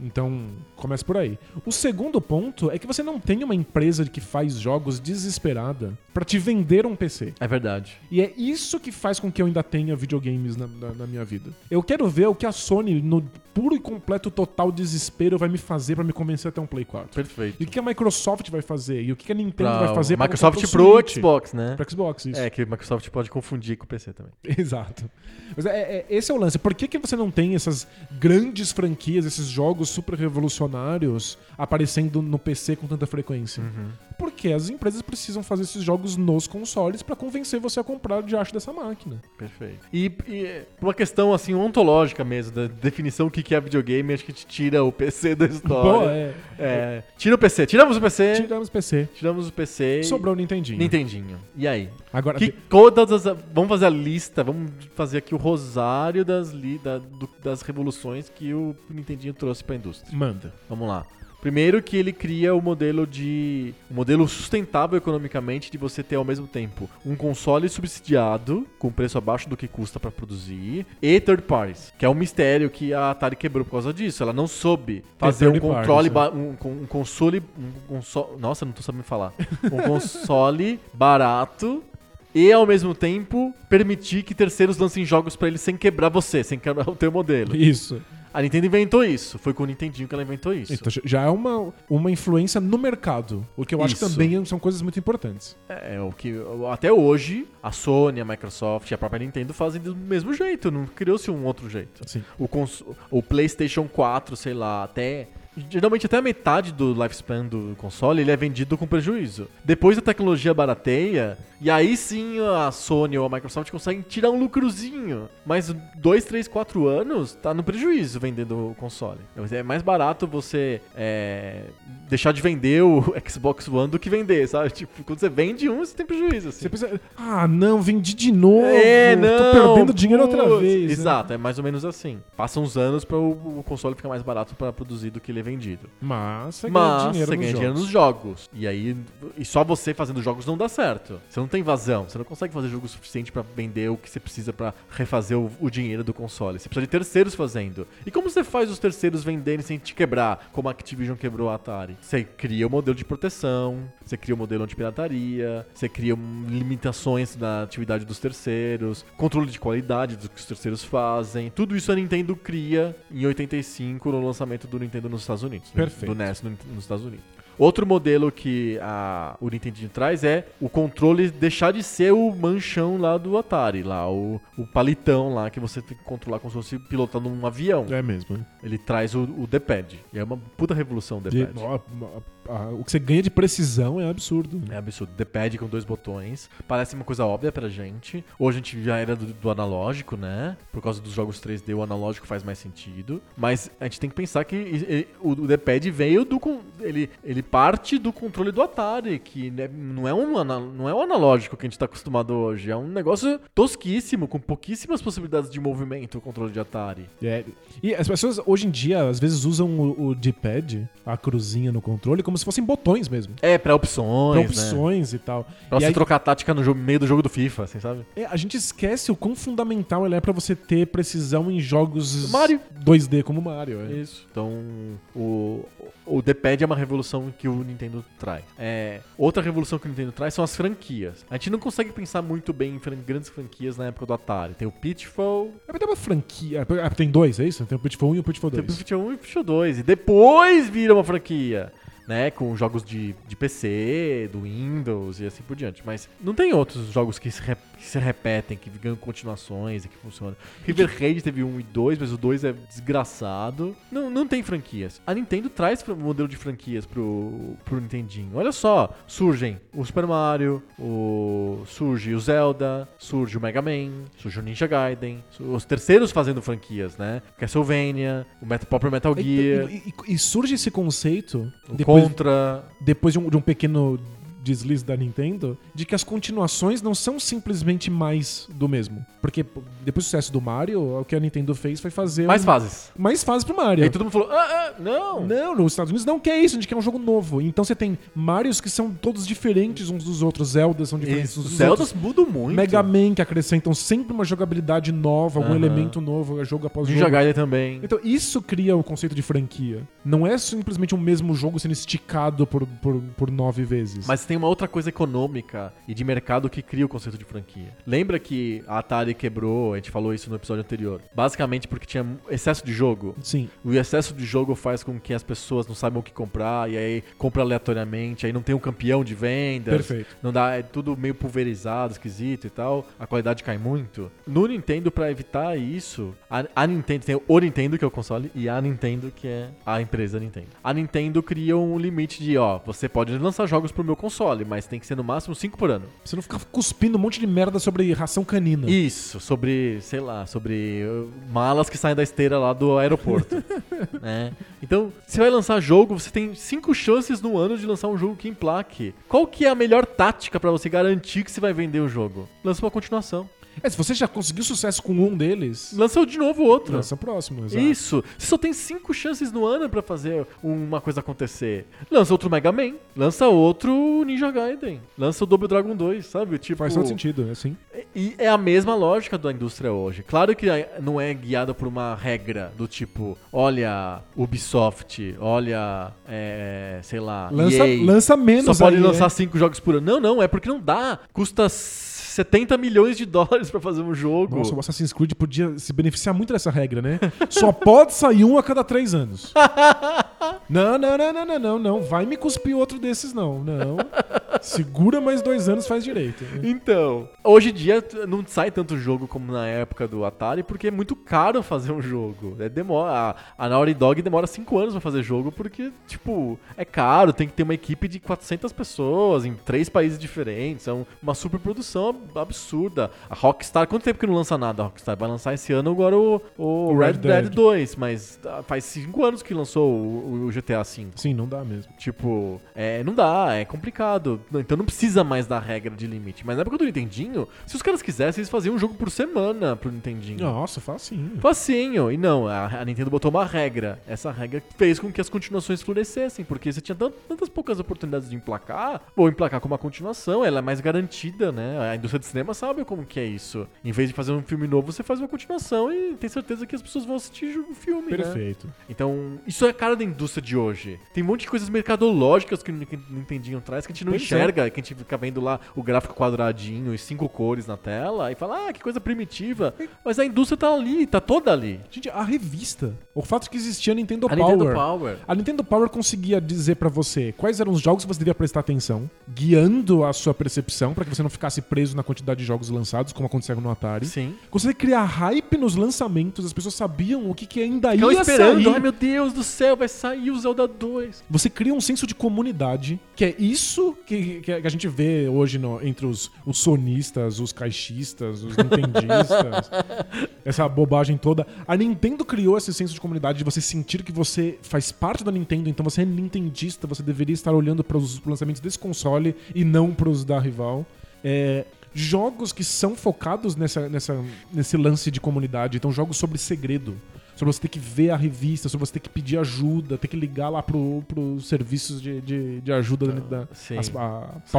Speaker 2: Então, começa por aí. O segundo ponto é que você não tem uma empresa que faz jogos desesperada pra te vender um PC.
Speaker 1: É verdade.
Speaker 2: E é isso que faz com que eu ainda tenha videogames na, na- na minha vida. Eu quero ver o que a Sony, no puro e completo total desespero, vai me fazer pra me convencer a ter um Play 4. E
Speaker 1: Perfeito.
Speaker 2: o que a Microsoft vai fazer? E o que a Nintendo
Speaker 1: Pra
Speaker 2: vai fazer? pra
Speaker 1: Microsoft
Speaker 2: comprar o
Speaker 1: Pro
Speaker 2: Switch?
Speaker 1: Xbox, né?
Speaker 2: Pra Xbox, isso.
Speaker 1: É, que o Microsoft pode confundir com o PC também.
Speaker 2: Exato. Mas é- é- esse é o lance. Por que, que você não tem essas grandes franquias, esses jogos super revolucionários aparecendo no PC com tanta frequência?
Speaker 1: Uhum.
Speaker 2: Porque as empresas precisam fazer esses jogos nos consoles pra convencer você a comprar o diacho dessa máquina.
Speaker 1: Perfeito. E, e é, por uma questão assim ontológica mesmo, da definição do que que é videogame, acho que te tira o PC da
Speaker 2: Bom,
Speaker 1: história.
Speaker 2: é.
Speaker 1: É, tira o PC, tiramos o PC,
Speaker 2: Tiramos PC.
Speaker 1: tiramos o PC. e-
Speaker 2: Sobrou o Nintendinho.
Speaker 1: Nintendinho. E aí?
Speaker 2: Agora,
Speaker 1: É. Que todas as, vamos fazer a lista, vamos fazer aqui o rosário das, li- da- do- das revoluções que o Nintendinho trouxe pra indústria.
Speaker 2: manda.
Speaker 1: Vamos lá. Primeiro que ele cria o modelo de. um modelo sustentável economicamente de você ter ao mesmo tempo um console subsidiado, com preço abaixo do que custa pra produzir, e third parties, que é um mistério que a Atari quebrou por causa disso. Ela não soube fazer um
Speaker 2: third
Speaker 1: controle,
Speaker 2: parties, né?
Speaker 1: ba- um, con- um console. Um console. Nossa, não tô sabendo falar. Um console barato. E ao mesmo tempo permitir que terceiros lancem jogos pra ele sem quebrar você, sem quebrar o teu modelo.
Speaker 2: Isso.
Speaker 1: A Nintendo inventou isso. Foi com o Nintendinho que ela inventou isso.
Speaker 2: Então, já é uma, uma influência no mercado. O que eu acho que
Speaker 1: Isso.
Speaker 2: também são coisas muito importantes.
Speaker 1: É, o que até hoje a Sony, a Microsoft e a própria Nintendo fazem do mesmo jeito, não criou-se um outro jeito.
Speaker 2: Sim.
Speaker 1: O, cons- o PlayStation 4, sei lá, até. Geralmente até a metade do lifespan do console ele é vendido com prejuízo. Depois a tecnologia barateia, e aí sim a Sony ou a Microsoft conseguem tirar um lucrozinho. Mas 2, 3, 4 anos tá no prejuízo vendendo o console. É mais barato você é, deixar de vender o Xbox One do que vender, sabe? Tipo, quando você vende um, você tem prejuízo. Assim.
Speaker 2: Você pensa, ah, não, vendi de novo.
Speaker 1: É, não.
Speaker 2: Tô perdendo dinheiro outra
Speaker 1: putz.
Speaker 2: vez. né?
Speaker 1: Exato, é mais ou menos assim. Passa uns anos para o, o console ficar mais barato para produzir do que ele é vendido.
Speaker 2: Mas você ganha
Speaker 1: Mas
Speaker 2: dinheiro
Speaker 1: você
Speaker 2: nos
Speaker 1: ganha dinheiro
Speaker 2: jogos.
Speaker 1: nos jogos. E aí, e só você fazendo jogos não dá certo. Você não tem vazão, você não consegue fazer jogo suficiente para vender o que você precisa para refazer o, o dinheiro do console. Você precisa de terceiros fazendo. E como você faz os terceiros venderem sem te quebrar, como a Activision quebrou a Atari? Você cria o modelo de proteção, você cria o modelo antipirataria, você cria hum, limitações na atividade dos terceiros, controle de qualidade do que os terceiros fazem. Tudo isso a Nintendo cria em 85 no lançamento do Nintendo nos Estados Unidos. né?
Speaker 2: Perfeito.
Speaker 1: Do NES no- nos Estados Unidos. Outro modelo que a, o Nintendinho traz é o controle deixar de ser o manchão lá do Atari, lá o, o palitão lá que você tem que controlar como se fosse pilotando um avião.
Speaker 2: É mesmo. né?
Speaker 1: Ele traz o, o D-pad. E é uma puta revolução o
Speaker 2: De-
Speaker 1: D-pad.
Speaker 2: ó, ó, ó, o que você ganha de precisão é absurdo.
Speaker 1: É absurdo. D-pad com dois botões. Parece uma coisa óbvia pra gente. Hoje a gente já era do, do analógico, né? Por causa dos jogos 3D, o analógico faz mais sentido. Mas a gente tem que pensar que e- e- o o D-pad veio do. con- Ele, ele parte do controle do Atari, que né, não é, um, ana- não é um analógico que a gente tá acostumado hoje. É um negócio tosquíssimo, com pouquíssimas possibilidades de movimento o controle de Atari.
Speaker 2: É, E as pessoas hoje em dia, às vezes, usam o, o D-pad, a cruzinha no controle, como se fossem botões mesmo.
Speaker 1: É, pra opções.
Speaker 2: Pra
Speaker 1: né?
Speaker 2: opções e tal.
Speaker 1: Pra
Speaker 2: e
Speaker 1: você
Speaker 2: aí,
Speaker 1: trocar tática no jogo- meio do jogo do FIFA, assim, sabe?
Speaker 2: é, a gente esquece o quão fundamental ele é pra você ter precisão em jogos
Speaker 1: Mario.
Speaker 2: 2D como Mario. É.
Speaker 1: Isso. né? Então, o, o D-Pad é uma revolução que o Nintendo traz. É, outra revolução que o Nintendo traz são as franquias. A gente não consegue pensar muito bem em fran- grandes franquias na época do Atari. Tem o Pitfall,
Speaker 2: É, mas tem uma franquia. Ah, tem dois, é isso? Tem o Pitfall 1 e o Pitfall
Speaker 1: tem o um
Speaker 2: 2.
Speaker 1: Pitfall 1 e o Pitfall 2. E depois vira uma franquia. né? Com jogos de, de PC, do Windows e assim por diante. Mas não tem outros jogos que se, re- que se repetem, que ganham continuações e que funcionam. River Raid teve um e dois, mas o dois é desgraçado. Não, não tem franquias. A Nintendo traz fran- modelo de franquias pro, pro Nintendinho. Olha só, surgem o Super Mario, o surge o Zelda, surge o Mega Man, surge o Ninja Gaiden, su- os terceiros fazendo franquias, né? Castlevania, o Metal, próprio Metal Gear,
Speaker 2: E, e- e surge esse conceito
Speaker 1: o
Speaker 2: depois,
Speaker 1: Contra.
Speaker 2: depois de, um, de um pequeno deslize da Nintendo, de que as continuações não são simplesmente mais do mesmo. Porque pô, depois do sucesso do Mario, o que a Nintendo fez foi fazer
Speaker 1: Mais
Speaker 2: um-
Speaker 1: fases.
Speaker 2: mais fase pro
Speaker 1: E
Speaker 2: Mario.
Speaker 1: aí todo mundo falou: ah, ah, não!
Speaker 2: Não, nos Estados Unidos não quer isso, a gente quer um jogo novo. Então você tem Marios que são todos diferentes uns dos outros, Zeldas são diferentes
Speaker 1: Isso,
Speaker 2: uns
Speaker 1: os
Speaker 2: dos
Speaker 1: Zeldas
Speaker 2: outros.
Speaker 1: mudam muito.
Speaker 2: Mega Man que acrescentam sempre uma jogabilidade nova, algum
Speaker 1: Aham.
Speaker 2: elemento novo, é jogo após
Speaker 1: Ninja
Speaker 2: jogo.
Speaker 1: Gaiden também.
Speaker 2: Então isso cria o conceito de franquia. Não é simplesmente o mesmo jogo sendo esticado por, por, por nove vezes.
Speaker 1: Mas tem uma outra coisa econômica e de mercado que cria o conceito de franquia. Lembra que a Atari quebrou, a gente falou isso no episódio anterior, basicamente porque tinha excesso de jogo.
Speaker 2: Sim.
Speaker 1: O excesso de jogo faz com que as pessoas não saibam o que comprar, e aí compra aleatoriamente, aí não tem um campeão de vendas.
Speaker 2: Perfeito.
Speaker 1: Não dá, é tudo meio pulverizado, esquisito e tal. A qualidade cai muito. No Nintendo, pra evitar isso, a, a Nintendo tem o Nintendo, que é o console, e a Nintendo, que é a empresa Nintendo. A Nintendo cria um limite de, ó, você pode lançar jogos pro meu console, mas tem que ser no máximo 5 por ano.
Speaker 2: Você não fica cuspindo um monte de merda sobre ração canina.
Speaker 1: Isso, sobre, sei lá, sobre uh, malas que saem da esteira lá do aeroporto. né? Então, você vai lançar jogo, você tem cinco chances no ano de lançar um jogo que emplaque. Qual que é a melhor tática pra você garantir que você vai vender o jogo? Lança uma continuação.
Speaker 2: É, se você já conseguiu sucesso com um deles,
Speaker 1: Lança de novo outro.
Speaker 2: lança o próximo. exato.
Speaker 1: Isso. Você só tem cinco chances no ano pra fazer uma coisa acontecer. Lança outro Mega Man, lança outro Ninja Gaiden, lança o Double Dragon 2, sabe? Tipo,
Speaker 2: Faz todo sentido, é assim.
Speaker 1: E é a mesma lógica da indústria hoje. Claro que a- não é guiada por uma regra do tipo, olha Ubisoft, olha, é, sei lá,
Speaker 2: Lança,
Speaker 1: EA,
Speaker 2: lança menos
Speaker 1: só pode
Speaker 2: aí,
Speaker 1: lançar cinco jogos por ano. Não, não, é porque não dá. Custa 70 milhões de dólares pra fazer um jogo.
Speaker 2: Nossa, o Assassin's Creed podia se beneficiar muito dessa regra, né? Só pode sair um a cada três anos. Não, não, não, não, não, não, não. Vai me cuspir outro desses, não. Não. Segura mais dois anos, faz direito.
Speaker 1: Então, hoje em dia t- não sai tanto jogo como na época do Atari, porque é muito caro fazer um jogo. né? demora, a, a Naughty Dog demora 5 anos pra fazer jogo, porque, tipo, é caro, tem que ter uma equipe de 400 pessoas em três países diferentes, é um- uma superprodução ab- absurda. A Rockstar, quanto tempo que não lança nada a Rockstar? Vai lançar esse ano agora o, o Red,
Speaker 2: Red
Speaker 1: Dead
Speaker 2: Dead.
Speaker 1: 2, mas ah, faz 5 anos que lançou o, o GTA V.
Speaker 2: Sim, não dá mesmo.
Speaker 1: Tipo, é, não dá, é complicado. Não, Então não precisa mais da regra de limite. Mas na época do Nintendinho, se os caras quisessem, eles faziam um jogo por semana pro Nintendinho.
Speaker 2: Nossa, facinho.
Speaker 1: Facinho. E não, a, a Nintendo botou uma regra. Essa regra fez com que as continuações florescessem, porque você tinha tant- tantas poucas oportunidades de emplacar, ou emplacar com uma continuação, ela é mais garantida, né? A indústria de cinema sabe como que é isso. Em vez de fazer um filme novo, você faz uma continuação e tem certeza que as pessoas vão assistir o filme, né?
Speaker 2: Perfeito.
Speaker 1: Então, isso é a cara da indústria de hoje. Tem um monte de coisas mercadológicas que o Nin- Nintendinho traz que a gente não
Speaker 2: Pois é.
Speaker 1: enxerga, que a gente fica vendo lá o gráfico quadradinho e cinco cores na tela e fala, ah, que coisa primitiva. Mas a indústria tá ali, tá toda ali.
Speaker 2: Gente, a revista. O fato que existia a Nintendo
Speaker 1: A
Speaker 2: Power.
Speaker 1: Nintendo Power.
Speaker 2: A Nintendo Power conseguia dizer pra você quais eram os jogos que você devia prestar atenção, guiando a sua percepção pra que você não ficasse preso na quantidade de jogos lançados, como aconteceu no Atari.
Speaker 1: Sim.
Speaker 2: Conseguia criar hype nos lançamentos, as pessoas sabiam o que, que ainda
Speaker 1: Ficava
Speaker 2: ia
Speaker 1: esperando,
Speaker 2: sair.
Speaker 1: ai meu Deus do céu, vai sair o Zelda 2.
Speaker 2: Você cria um senso de comunidade, que é isso que, que a gente vê hoje no- entre os, os sonistas, os caixistas, os nintendistas. essa bobagem toda. A Nintendo criou esse senso de comunidade de você sentir que você faz parte da Nintendo, então você é nintendista, você deveria estar olhando para os lançamentos desse console e não para os da rival. É, jogos que são focados nessa, nessa, nesse lance de comunidade, então jogos sobre segredo. Sobre você ter que ver a revista, sobre você ter que pedir ajuda, ter que ligar lá pro, pro serviços de, de, de ajuda da, da
Speaker 1: Ah, sim.
Speaker 2: as- a
Speaker 1: Essa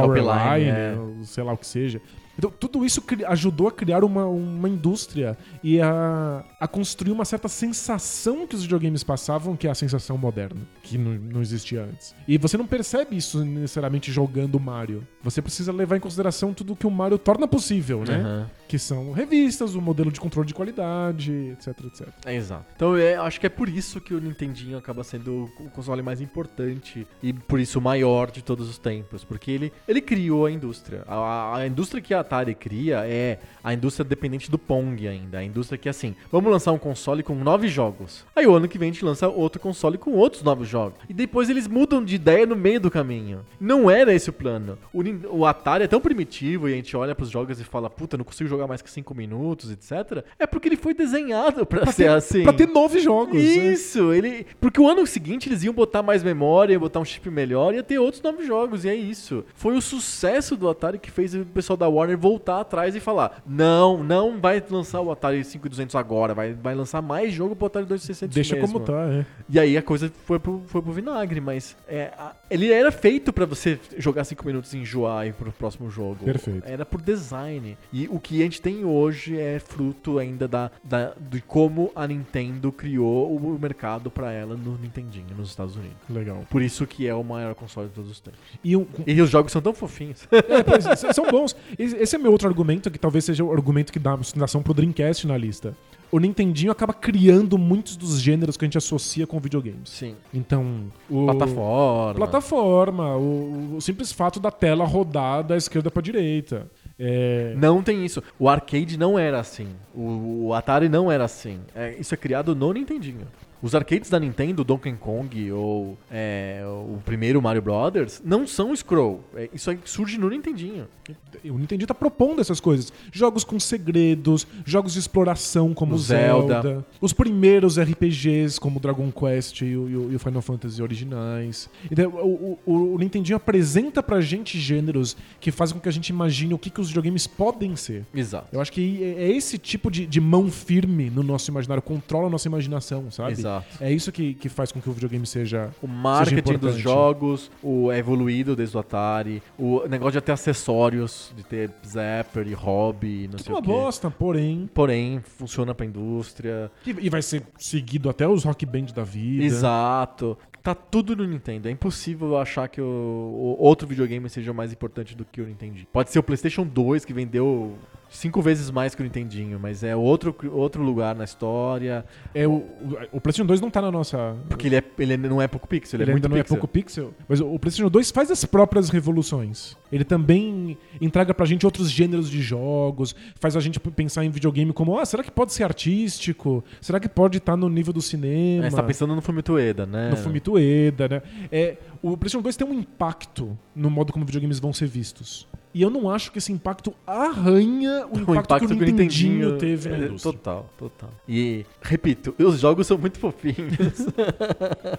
Speaker 1: helpline,
Speaker 2: Powerline,
Speaker 1: é.
Speaker 2: ou sei lá o que seja. Então, tudo isso cri- ajudou a criar uma, uma indústria e a, a construir uma certa sensação que os videogames passavam, que é a sensação moderna, que não, não existia antes. E você não percebe isso necessariamente jogando Mario. Você precisa levar em consideração tudo que o Mario torna possível, né?
Speaker 1: Aham.
Speaker 2: Que são revistas, o modelo de controle de qualidade, etc, etc.
Speaker 1: É, exato. Então é, acho que é por isso que o Nintendinho acaba sendo o console mais importante e por isso o maior de todos os tempos, porque ele, ele criou a indústria. A, a- a indústria que a Atari cria é a indústria dependente do Pong ainda, a indústria que é assim, vamos lançar um console com nove jogos. Aí o ano que vem a gente lança outro console com outros novos jogos. E depois eles mudam de ideia no meio do caminho. Não era esse o plano. O, Nin- o Atari é tão primitivo e a gente olha pros jogos e fala, puta, não consigo jogar mais que cinco minutos, etc. É porque ele foi desenhado pra, ser assim.
Speaker 2: Pra ter nove jogos. né?
Speaker 1: Isso, ele. Porque o ano seguinte eles iam botar mais memória, iam botar um chip melhor, ia ter outros novos jogos, e é isso. Foi o sucesso do Atari que fez o pessoal da Warner voltar atrás e falar: não, não vai lançar o Atari 5200 agora, vai, vai lançar mais jogo pro Atari 2600
Speaker 2: Deixa
Speaker 1: mesmo.
Speaker 2: como tá, é.
Speaker 1: E aí a coisa foi pro, foi pro vinagre, mas é, a- ele era feito pra você jogar 5 minutos e enjoar e ir pro próximo jogo.
Speaker 2: Perfeito.
Speaker 1: Era por design. E o que a gente tem hoje é fruto ainda da, da- de como a Nintendo criou o mercado pra ela no Nintendinho, nos Estados Unidos.
Speaker 2: Legal.
Speaker 1: Por isso que é o maior console de todos os tempos.
Speaker 2: E um,
Speaker 1: E os jogos são tão fofinhos.
Speaker 2: É, pois, s- são bons. Esse esse é meu outro argumento, que talvez seja o argumento que dá sustentação pro Dreamcast na lista. O Nintendinho acaba criando muitos dos gêneros que a gente associa com videogames.
Speaker 1: Sim.
Speaker 2: Então, o...
Speaker 1: Plataforma.
Speaker 2: Plataforma, o, o simples fato da tela rodar da esquerda pra direita. É,
Speaker 1: Não tem isso. O arcade não era assim. O, o Atari não era assim. É, isso é criado no Nintendinho. Os arcades da Nintendo, Donkey Kong ou é, o primeiro Mario Brothers, não são scroll. É, isso aí surge no Nintendinho.
Speaker 2: o Nintendinho tá propondo essas coisas. Jogos com segredos, jogos de exploração como
Speaker 1: O
Speaker 2: Zelda.
Speaker 1: Zelda.
Speaker 2: os primeiros RPGs como Dragon Quest e o, e o- e o Final Fantasy originais. Então, o, o- o Nintendinho apresenta pra gente gêneros que fazem com que a gente imagine o que, que os videogames podem ser.
Speaker 1: Exato.
Speaker 2: Eu acho que é é esse tipo de, de mão firme no nosso imaginário, controla a nossa imaginação, sabe?
Speaker 1: Exato.
Speaker 2: É isso que, que faz com que o videogame seja
Speaker 1: O
Speaker 2: Seja
Speaker 1: marketing
Speaker 2: importante.
Speaker 1: dos jogos, o evoluído desde o Atari, o negócio de ter acessórios, de ter Zapper e Hobby, não
Speaker 2: Tudo
Speaker 1: sei
Speaker 2: uma
Speaker 1: o quê.
Speaker 2: bosta, porém.
Speaker 1: Porém, funciona pra indústria.
Speaker 2: E e vai ser seguido até os rock band da vida.
Speaker 1: Exato. Tá tudo no Nintendo. É impossível achar que o, o outro videogame seja mais importante do que o Nintendinho. Pode ser o PlayStation 2 que vendeu cinco vezes mais que o Nintendinho, mas é outro, outro lugar na história.
Speaker 2: É, o, o- o PlayStation 2 não tá na nossa.
Speaker 1: Porque ele, é, ele não é pouco pixel, ele, é muito
Speaker 2: ainda não é
Speaker 1: pixel.
Speaker 2: pouco pixel. Mas o o PlayStation 2 faz as próprias revoluções. Ele também entrega pra gente outros gêneros de jogos, faz a gente p- pensar em videogame como, ah, será que pode ser artístico? Será que pode estar no nível do cinema?
Speaker 1: É, você tá pensando no Fumito Ueda, né?
Speaker 2: No Fumito Ueda, né? É, o PlayStation 2 tem um impacto no modo como videogames vão ser vistos. E eu não acho que esse impacto arranha o, impacto, que o Nintendinho, teve na
Speaker 1: é,
Speaker 2: indústria.
Speaker 1: Total, total. E, repito, os jogos são muito fofinhos.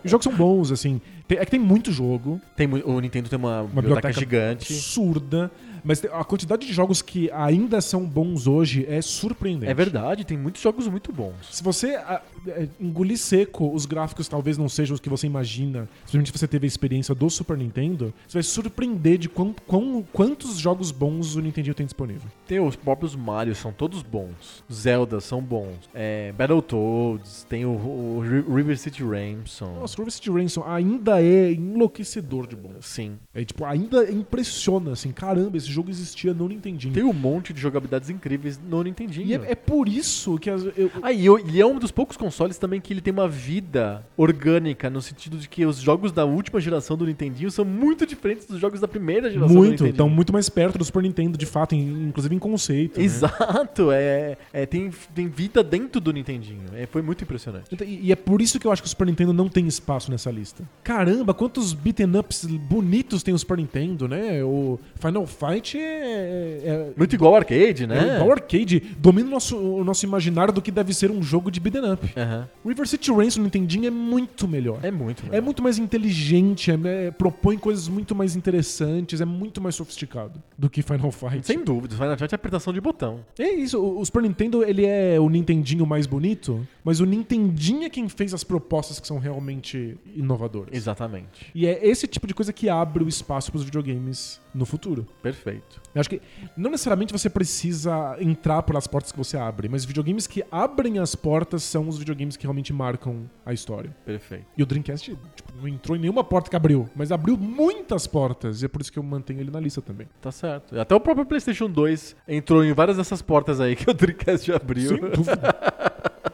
Speaker 2: Os jogos são bons, assim. Tem- é que tem muito jogo,
Speaker 1: tem, mu- o Nintendo tem uma,
Speaker 2: uma
Speaker 1: biblioteca,
Speaker 2: biblioteca
Speaker 1: gigante.
Speaker 2: absurda, mas te- a quantidade de jogos que ainda são bons hoje é surpreendente.
Speaker 1: É verdade, tem muitos jogos muito bons.
Speaker 2: Se você ah, é, engolir seco, os gráficos talvez não sejam os que você imagina, simplesmente você teve a experiência do Super Nintendo, você vai se surpreender de quão- quão- quantos jogos bons o Nintendinho tem disponível.
Speaker 1: Tem os próprios Mario, são todos bons. Zelda são bons. É, Battletoads, tem o, o Ri- River City Ransom.
Speaker 2: Nossa, River City Ransom ainda é enlouquecedor de bom.
Speaker 1: Sim.
Speaker 2: É, tipo, ainda impressiona, assim, caramba, esse jogo existia no Nintendinho.
Speaker 1: Tem um monte de jogabilidades incríveis no Nintendinho.
Speaker 2: E é, é por isso que as, eu,
Speaker 1: Ah, e, eu- e é um dos poucos consoles também que ele tem uma vida orgânica, no sentido de que os jogos da última geração do Nintendinho são muito diferentes dos jogos da primeira geração do
Speaker 2: muito,
Speaker 1: Nintendinho.
Speaker 2: estão muito né? mais perto do Super Nintendo, de fato, em- inclusive em conceito. né?
Speaker 1: Exato, é, é, tem, tem vida dentro do Nintendinho. É, foi muito impressionante.
Speaker 2: Então, E e é por isso que eu acho que o Super Nintendo não tem espaço nessa lista. Caramba, quantos beaten ups bonitos tem o Super Nintendo, né? O Final Fight é. é-
Speaker 1: Muito igual ao arcade,
Speaker 2: é
Speaker 1: né?
Speaker 2: igual arcade. Domina o nosso, o nosso imaginário do que deve ser um jogo de beaten up.
Speaker 1: Aham.
Speaker 2: River City Ransom no Nintendinho é muito melhor.
Speaker 1: É muito, né?
Speaker 2: É muito mais inteligente, é- é- propõe coisas muito mais interessantes, é muito mais sofisticado do que Final Fight.
Speaker 1: Sem dúvida, Final Fight é apertação de botão.
Speaker 2: É isso, o o Super Nintendo ele é o Nintendinho mais bonito, mas o Nintendinho é quem fez as propostas que são realmente inovadoras.
Speaker 1: Exatamente.
Speaker 2: E é esse tipo de coisa que abre o espaço para os videogames no futuro.
Speaker 1: Perfeito. Perfeito.
Speaker 2: Eu acho que não necessariamente você precisa entrar pelas portas que você abre, mas videogames que abrem as portas são os videogames que realmente marcam a história.
Speaker 1: Perfeito.
Speaker 2: E o Dreamcast tipo, não entrou em nenhuma porta que abriu, mas abriu muitas portas, e é por isso que eu mantenho ele na lista também.
Speaker 1: Tá certo. Até o próprio PlayStation 2 entrou em várias dessas portas aí que o Dreamcast abriu.
Speaker 2: Sem dúvida.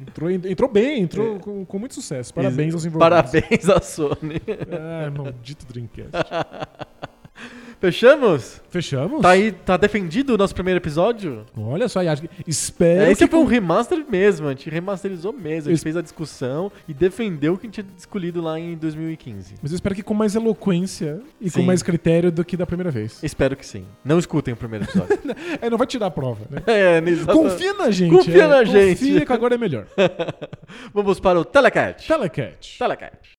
Speaker 2: Entrou, entrou bem, entrou com, com muito sucesso. Parabéns aos envolvidos.
Speaker 1: É. Parabéns à Sony.
Speaker 2: Ah, maldito Dreamcast.
Speaker 1: Fechamos?
Speaker 2: Fechamos?
Speaker 1: Tá aí, tá defendido o nosso primeiro episódio?
Speaker 2: Olha só, Yasmin.
Speaker 1: É,
Speaker 2: Espero
Speaker 1: esse
Speaker 2: que
Speaker 1: foi um remaster mesmo, a gente remasterizou mesmo, a gente
Speaker 2: Esse-
Speaker 1: fez a discussão e defendeu o que a gente tinha escolhido lá em 2015.
Speaker 2: Mas eu espero que com mais eloquência e
Speaker 1: Sim.
Speaker 2: com mais critério do que da primeira vez.
Speaker 1: Espero que sim. Não escutem o primeiro episódio.
Speaker 2: É, não vai tirar a prova, né?
Speaker 1: é, exata-
Speaker 2: Confia na gente.
Speaker 1: Confia
Speaker 2: é.
Speaker 1: na gente.
Speaker 2: Confia que agora é melhor.
Speaker 1: Vamos para o Telecat.
Speaker 2: Telecat.
Speaker 1: Tá. Telecat.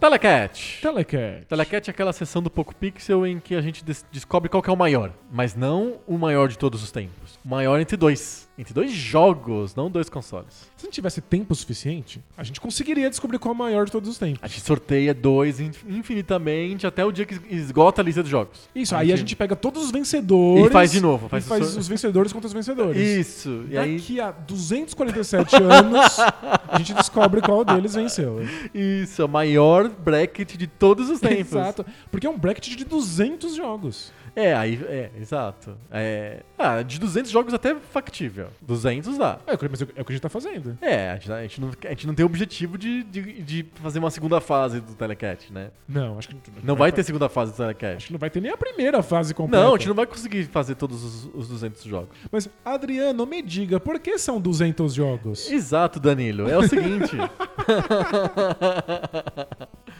Speaker 1: Telecat.
Speaker 2: Telecat.
Speaker 1: Telecat é aquela sessão do Poco Pixel em que a gente des- descobre qual que é o maior, mas não o maior de todos os tempos. O maior entre dois. Entre dois jogos, não dois consoles.
Speaker 2: Se não tivesse tempo suficiente, a gente conseguiria descobrir qual é o maior de todos os tempos.
Speaker 1: A gente sorteia dois inf- infinitamente até o dia que esgota a lista dos jogos.
Speaker 2: Isso, aí a gente pega todos os vencedores.
Speaker 1: E faz de novo, faz
Speaker 2: e faz
Speaker 1: o-
Speaker 2: os vencedores contra os vencedores.
Speaker 1: Isso. E aí.
Speaker 2: Daqui a 247 anos, a gente descobre qual deles venceu.
Speaker 1: Isso, é o maior bracket de todos os tempos.
Speaker 2: Exato. Porque é um bracket de 200 jogos.
Speaker 1: É, aí. É, exato. É, ah, de 200 jogos até factível. 200 dá.
Speaker 2: É, mas é o que a gente tá fazendo.
Speaker 1: É, a gente, a gente não, a gente não tem o objetivo de, de, de fazer uma segunda fase do Telecat, né?
Speaker 2: Não, acho que não,
Speaker 1: Não vai ter segunda fase do Telecat.
Speaker 2: Acho que não vai ter nem a primeira fase completa.
Speaker 1: Não, a gente não vai conseguir fazer todos os, os 200 jogos.
Speaker 2: Mas, Adriano, me diga, por que são 200 jogos?
Speaker 1: Exato, Danilo. É o seguinte.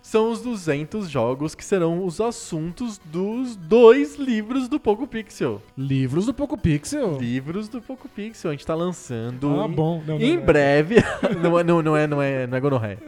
Speaker 1: São os 200 jogos que serão os assuntos dos dois livros do Poco Pixel.
Speaker 2: Livros do Poco Pixel.
Speaker 1: Livros do Poco Pixel. A gente tá lançando
Speaker 2: Ah,
Speaker 1: em-
Speaker 2: bom. Não, não,
Speaker 1: em
Speaker 2: não.
Speaker 1: breve. não, é, não, não é, não é, não é gonorreia.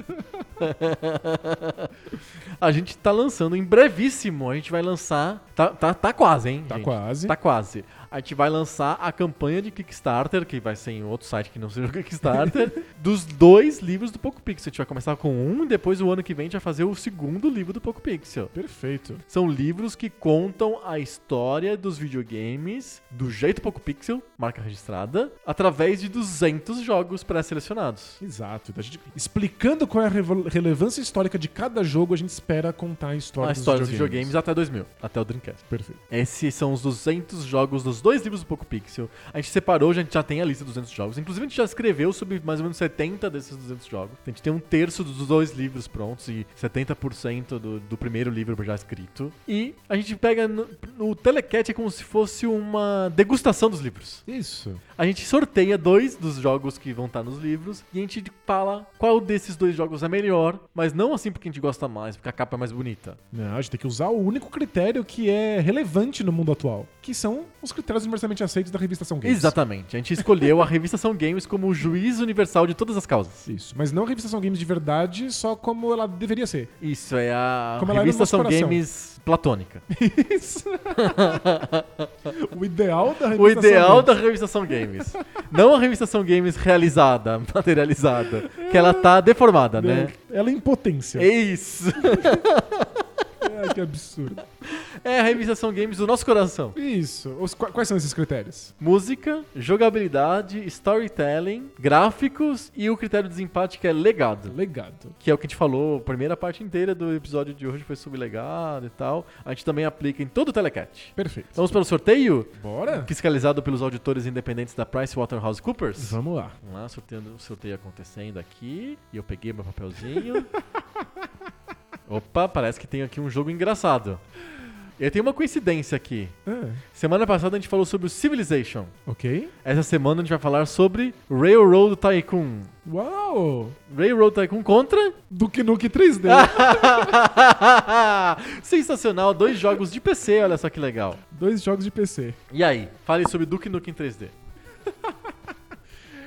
Speaker 1: a gente tá lançando em brevíssimo. A gente vai lançar. Tá, tá, tá quase, hein?
Speaker 2: Tá
Speaker 1: gente?
Speaker 2: quase.
Speaker 1: Tá quase. A gente vai lançar a campanha de Kickstarter, que vai ser em outro site que não seja o Kickstarter, dos dois livros do Poco Pixel. A gente vai começar com um e depois o ano que vem a gente vai fazer o segundo livro do Poco Pixel.
Speaker 2: Perfeito.
Speaker 1: São livros que contam a história dos videogames do jeito Poco Pixel, marca registrada, através de 200 jogos pré-selecionados.
Speaker 2: Exato. Então, a gente- explicando qual é a revo- relevância histórica de cada jogo, a gente espera contar a história,
Speaker 1: A história
Speaker 2: dos
Speaker 1: dos videogames
Speaker 2: videogames.
Speaker 1: até 2000, até o Dreamcast.
Speaker 2: Perfeito.
Speaker 1: Esses são os 200 jogos dos dois livros do Poco Pixel. A gente separou, a gente já tem a lista dos 200 jogos. Inclusive, a gente já escreveu sobre mais ou menos 70 desses 200 jogos. A gente tem um terço dos dois livros prontos e 70% do, do primeiro livro já escrito. E a gente pega. No, o Telecat é como se fosse uma degustação dos livros.
Speaker 2: Isso.
Speaker 1: A gente sorteia dois dos jogos que vão estar nos livros e a gente fala qual desses dois jogos é melhor, mas não assim porque a gente gosta mais, porque a capa é mais bonita.
Speaker 2: Não, a gente tem que usar o único critério que é relevante no mundo atual, que são os critérios universalmente aceitos da revista São Games.
Speaker 1: Exatamente. A gente escolheu a revista São Games como o juiz universal de todas as causas.
Speaker 2: Isso, mas não a revista São Games de verdade, só como ela deveria ser.
Speaker 1: Isso é a
Speaker 2: Como ela é do
Speaker 1: revista
Speaker 2: nosso
Speaker 1: São
Speaker 2: coração.
Speaker 1: Games platônica.
Speaker 2: Isso. o ideal da revista
Speaker 1: O ideal
Speaker 2: São
Speaker 1: da revista São Games. Não a revista São Games realizada, materializada, que ela tá deformada,
Speaker 2: Games.
Speaker 1: né?
Speaker 2: Ela é impotência.
Speaker 1: É isso.
Speaker 2: Ai, que absurdo.
Speaker 1: É a revista São Games do nosso coração.
Speaker 2: Isso. Os- qua- quais são esses critérios?
Speaker 1: Música, jogabilidade, storytelling, gráficos e o critério de desempate que é legado.
Speaker 2: Legado.
Speaker 1: Que é o que a gente falou, a primeira parte inteira do episódio de hoje foi sobre legado e tal. A gente também aplica em todo o Telecat.
Speaker 2: Perfeito.
Speaker 1: Vamos pelo sorteio?
Speaker 2: Bora?
Speaker 1: Fiscalizado pelos auditores independentes da PricewaterhouseCoopers.
Speaker 2: Vamos lá.
Speaker 1: Vamos lá, sorteio, sorteio acontecendo aqui. E eu peguei meu papelzinho. Opa, parece que tem aqui um jogo engraçado. Eu tenho uma coincidência aqui.
Speaker 2: É,
Speaker 1: Semana passada a gente falou sobre o Civilization.
Speaker 2: ok.
Speaker 1: Essa semana a gente vai falar sobre Railroad Tycoon.
Speaker 2: Uau!
Speaker 1: Railroad Tycoon contra.
Speaker 2: Duke Nuke 3D.
Speaker 1: Sensacional, dois jogos de PC, olha só que legal.
Speaker 2: Dois jogos de PC.
Speaker 1: E aí, fale sobre Duke Nukem 3D.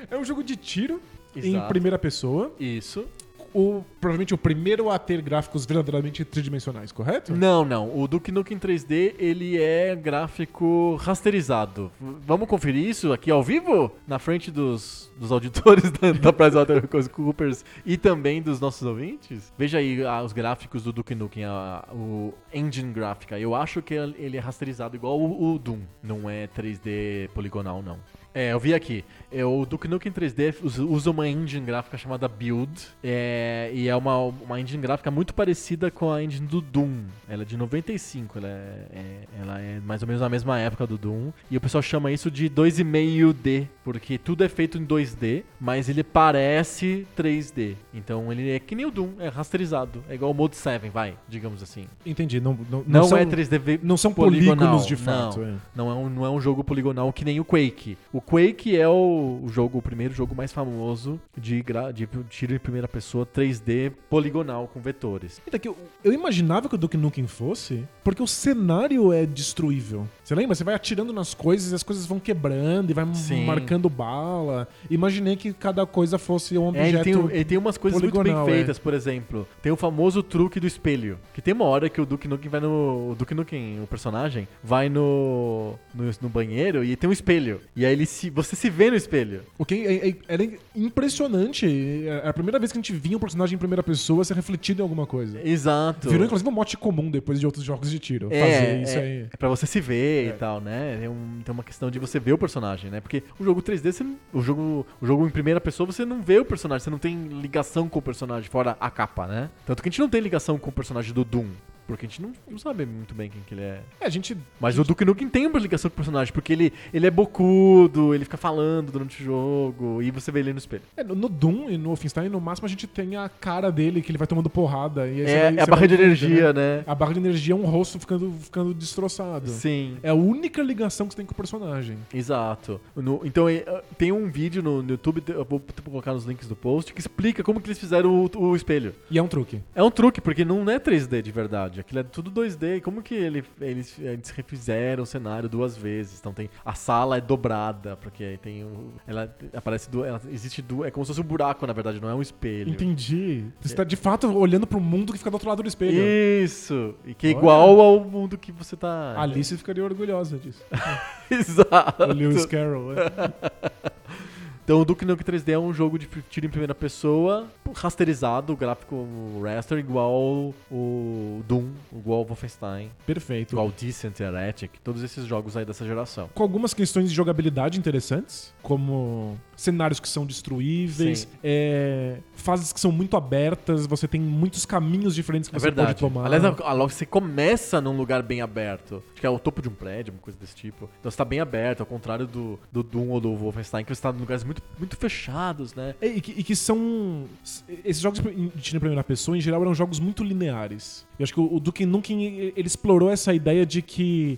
Speaker 2: É um jogo de tiro em
Speaker 1: Exato.
Speaker 2: primeira pessoa.
Speaker 1: Isso.
Speaker 2: o, provavelmente o primeiro a ter gráficos verdadeiramente tridimensionais, correto?
Speaker 1: Não, não. O Duke Nukem 3D, ele é gráfico rasterizado. V- Vamos conferir isso aqui ao vivo? Na frente dos, dos auditores da, da PricewaterhouseCoopers e também dos nossos ouvintes? Veja aí ah, os gráficos do Duke Nukem, a- o engine gráfica. Eu acho que ele é rasterizado igual o, o Doom. Não é 3D poligonal, não. É, eu vi aqui. É, o Duke Nukem 3D usa- usa uma engine gráfica chamada Build. é, e é uma, uma engine gráfica muito parecida com a engine do Doom. Ela é de 95. Ela é, é- ela é mais ou menos na mesma época do Doom. E o pessoal chama isso de 2,5D. Porque tudo é feito em 2D, mas ele parece 3D. Então ele é que nem o Doom, é rasterizado. É igual o Mode 7, vai, digamos assim.
Speaker 2: Entendi. Não, não,
Speaker 1: Não,
Speaker 2: são,
Speaker 1: é 3D ve-
Speaker 2: não são
Speaker 1: poligonal,
Speaker 2: polígonos de fato.
Speaker 1: não.
Speaker 2: é.
Speaker 1: Não é, um, não é um jogo poligonal que nem o Quake. O Quake é o, o jogo, o primeiro jogo mais famoso de, gra- de tiro em primeira pessoa 3D poligonal com vetores.
Speaker 2: Eita, Então, que eu, eu imaginava que o Duke Nukem fosse, porque o cenário é destruível. Você lembra? Você vai atirando nas coisas e as coisas vão quebrando e vai m-
Speaker 1: Sim.
Speaker 2: marcando bala. Imaginei que cada coisa fosse um
Speaker 1: É,
Speaker 2: objeto.
Speaker 1: ele, tem, ele tem umas coisas muito bem
Speaker 2: poligonal, é.
Speaker 1: feitas, por exemplo. Tem o famoso truque do espelho. Que tem uma hora que o Duke Nukem vai no. O Duke Nukem, o personagem, vai no. no, no banheiro e tem um espelho. E aí ele se, você se vê no espelho.
Speaker 2: O que é- é- era impressionante. Era a primeira vez que a gente via um personagem em primeira pessoa ser refletido em alguma coisa.
Speaker 1: Exato.
Speaker 2: Virou, inclusive, um mote comum depois de outros jogos de tiro.
Speaker 1: É,
Speaker 2: fazer
Speaker 1: é,
Speaker 2: isso aí.
Speaker 1: é pra você se ver e tal, né? Tem, um- tem uma questão de você ver o personagem, né? Porque o jogo 3D, você não- o, jogo, o jogo em primeira pessoa, você não vê o personagem, você não tem ligação com o personagem, fora a capa, né? Tanto que a gente não tem ligação com o personagem do Doom. Porque a gente não, não sabe muito bem quem que ele é.
Speaker 2: É, a gente
Speaker 1: Mas o Duke Nukem tem uma ligação com o personagem, porque ele, ele é bocudo, ele fica falando durante o jogo, e você vê ele no espelho.
Speaker 2: É, no- no Doom e no Wolfenstein, no máximo a gente tem a cara dele que ele vai tomando porrada. E aí você
Speaker 1: É,
Speaker 2: vai-
Speaker 1: é
Speaker 2: você
Speaker 1: a barra
Speaker 2: vai
Speaker 1: de
Speaker 2: vendo,
Speaker 1: energia, né?
Speaker 2: A barra de energia é um rosto ficando, ficando destroçado.
Speaker 1: Sim.
Speaker 2: É a única ligação que você tem com o personagem.
Speaker 1: Exato. No- então eh, tem um vídeo no, no YouTube, eu vou t- colocar nos links do post, que explica como que eles fizeram o, o espelho.
Speaker 2: E é um truque.
Speaker 1: É um truque, porque não é 3D de verdade. Aquilo é tudo 2D. Como que ele- eles, eles refizeram o cenário duas vezes? Então tem. A sala é dobrada, porque aí tem um. Ela aparece du- Ela existe du- É como se fosse um buraco, na verdade, não é um espelho.
Speaker 2: Entendi. Você
Speaker 1: É.
Speaker 2: está de fato olhando pro mundo que fica do outro lado do espelho.
Speaker 1: Isso! E que é
Speaker 2: Olha.
Speaker 1: igual ao mundo que você tá.
Speaker 2: A Alice ficaria orgulhosa disso.
Speaker 1: Exato.
Speaker 2: O Lewis Carroll. é.
Speaker 1: Então, o Duke Nukem 3D é um jogo de tiro em primeira pessoa, rasterizado, gráfico raster, igual o Doom, igual o Wolfenstein,
Speaker 2: Perfeito.
Speaker 1: igual o Decent, Heretic, todos esses jogos aí dessa geração.
Speaker 2: com algumas questões de jogabilidade interessantes, como cenários que são destruíveis,
Speaker 1: Sim.
Speaker 2: é, fases que são muito abertas, você tem muitos caminhos diferentes que
Speaker 1: É
Speaker 2: você
Speaker 1: verdade.
Speaker 2: pode tomar.
Speaker 1: Aliás, a- a- logo você começa num lugar bem aberto. Acho que é o topo de um prédio, uma coisa desse tipo. Então você tá bem aberto, ao contrário do, do Doom ou do Wolfenstein, que você tá em lugares muito, muito fechados, né?
Speaker 2: É, E que, e que são. Esses jogos em- de tiro em primeira pessoa, em geral, eram jogos muito lineares. Eu acho que o, o Duke Nukem ele explorou essa ideia de que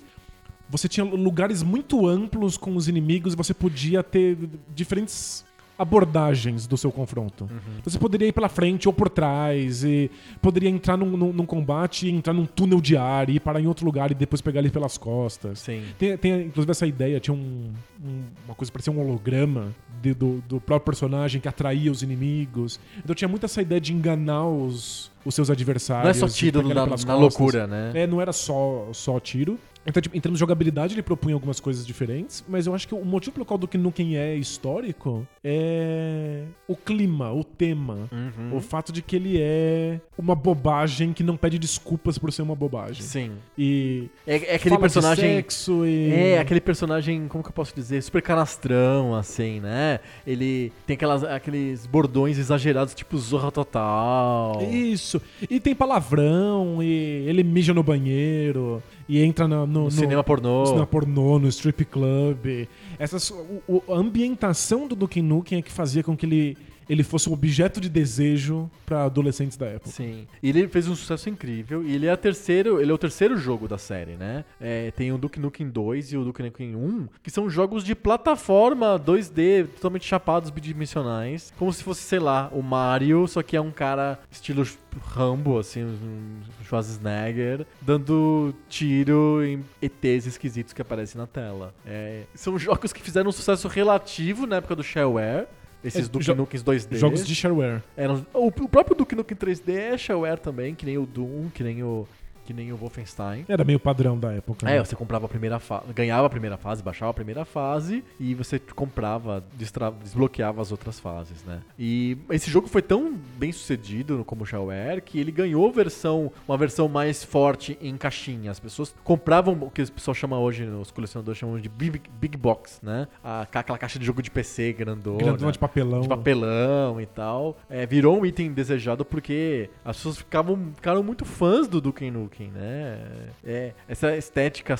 Speaker 2: você tinha lugares muito amplos com os inimigos e você podia ter diferentes abordagens do seu confronto. Então Você poderia ir pela frente ou por trás, e poderia entrar num, num- num combate, entrar num túnel de ar, e ir parar em outro lugar e depois pegar ele pelas costas.
Speaker 1: Sim.
Speaker 2: Tem, tem, inclusive essa ideia, tinha um, um- uma coisa que parecia um holograma de- do, do próprio personagem que atraía os inimigos. Então tinha muito essa ideia de enganar os, os seus adversários.
Speaker 1: Não é só
Speaker 2: de
Speaker 1: tiro
Speaker 2: pegar ele
Speaker 1: na,
Speaker 2: pelas
Speaker 1: na
Speaker 2: costas.
Speaker 1: loucura, né?
Speaker 2: É, não era só, só tiro. Então, tipo, em termos de jogabilidade, ele propunha algumas coisas diferentes, mas eu acho que o motivo pelo qual do que Nukem é histórico é o clima, o tema.
Speaker 1: Uhum.
Speaker 2: O fato de que ele é uma bobagem que não pede desculpas por ser uma bobagem.
Speaker 1: Sim.
Speaker 2: E
Speaker 1: É, é aquele
Speaker 2: fala de
Speaker 1: personagem.
Speaker 2: sexo e...
Speaker 1: É, aquele personagem, como que eu posso dizer? Super canastrão, assim, né? Ele tem aquelas, aqueles bordões exagerados, tipo Zorra Total.
Speaker 2: Isso. E tem palavrão, e ele mija no banheiro, e entra no, no-
Speaker 1: No
Speaker 2: no-
Speaker 1: cinema pornô.
Speaker 2: no cinema pornô, no strip club. Essas, o- o- a ambientação do Duke Nukem é que fazia com que ele, ele fosse um objeto de desejo pra adolescentes da época.
Speaker 1: Sim. E ele fez um sucesso incrível. E ele é, a terceiro, ele é o terceiro jogo da série, né? É, tem o Duke Nukem 2 e o Duke Nukem 1, que são jogos de plataforma 2D, totalmente chapados, bidimensionais. Como se fosse, sei lá, o Mario, só que é um cara estilo Rambo, assim, um Schwarzenegger, dando tiro em ETs esquisitos que aparecem na tela. É, são jogos que fizeram um sucesso relativo na época do Shareware. Esses
Speaker 2: É,
Speaker 1: Duke
Speaker 2: jo-
Speaker 1: Nukes 2D.
Speaker 2: Jogos de shareware.
Speaker 1: Eram- o, o próprio Duke Nukem 3D é shareware também, que nem o Doom, que nem o, que nem o Wolfenstein.
Speaker 2: Era meio padrão da época.
Speaker 1: É,
Speaker 2: né?
Speaker 1: você comprava a primeira fase, ganhava a primeira fase, baixava a primeira fase e você comprava, destra- desbloqueava as outras fases, né? E esse jogo foi tão bem sucedido como Shaware que ele ganhou versão, uma versão mais forte em caixinha. As pessoas compravam o que o pessoal chama hoje, os colecionadores chamam de big, big box, né? A, ca- aquela caixa de jogo de PC grandona.
Speaker 2: Grandona de papelão.
Speaker 1: né? De papelão e tal. É, virou um item desejado porque as pessoas ficavam, ficaram muito fãs do Duke Nukem, né? É, essa estética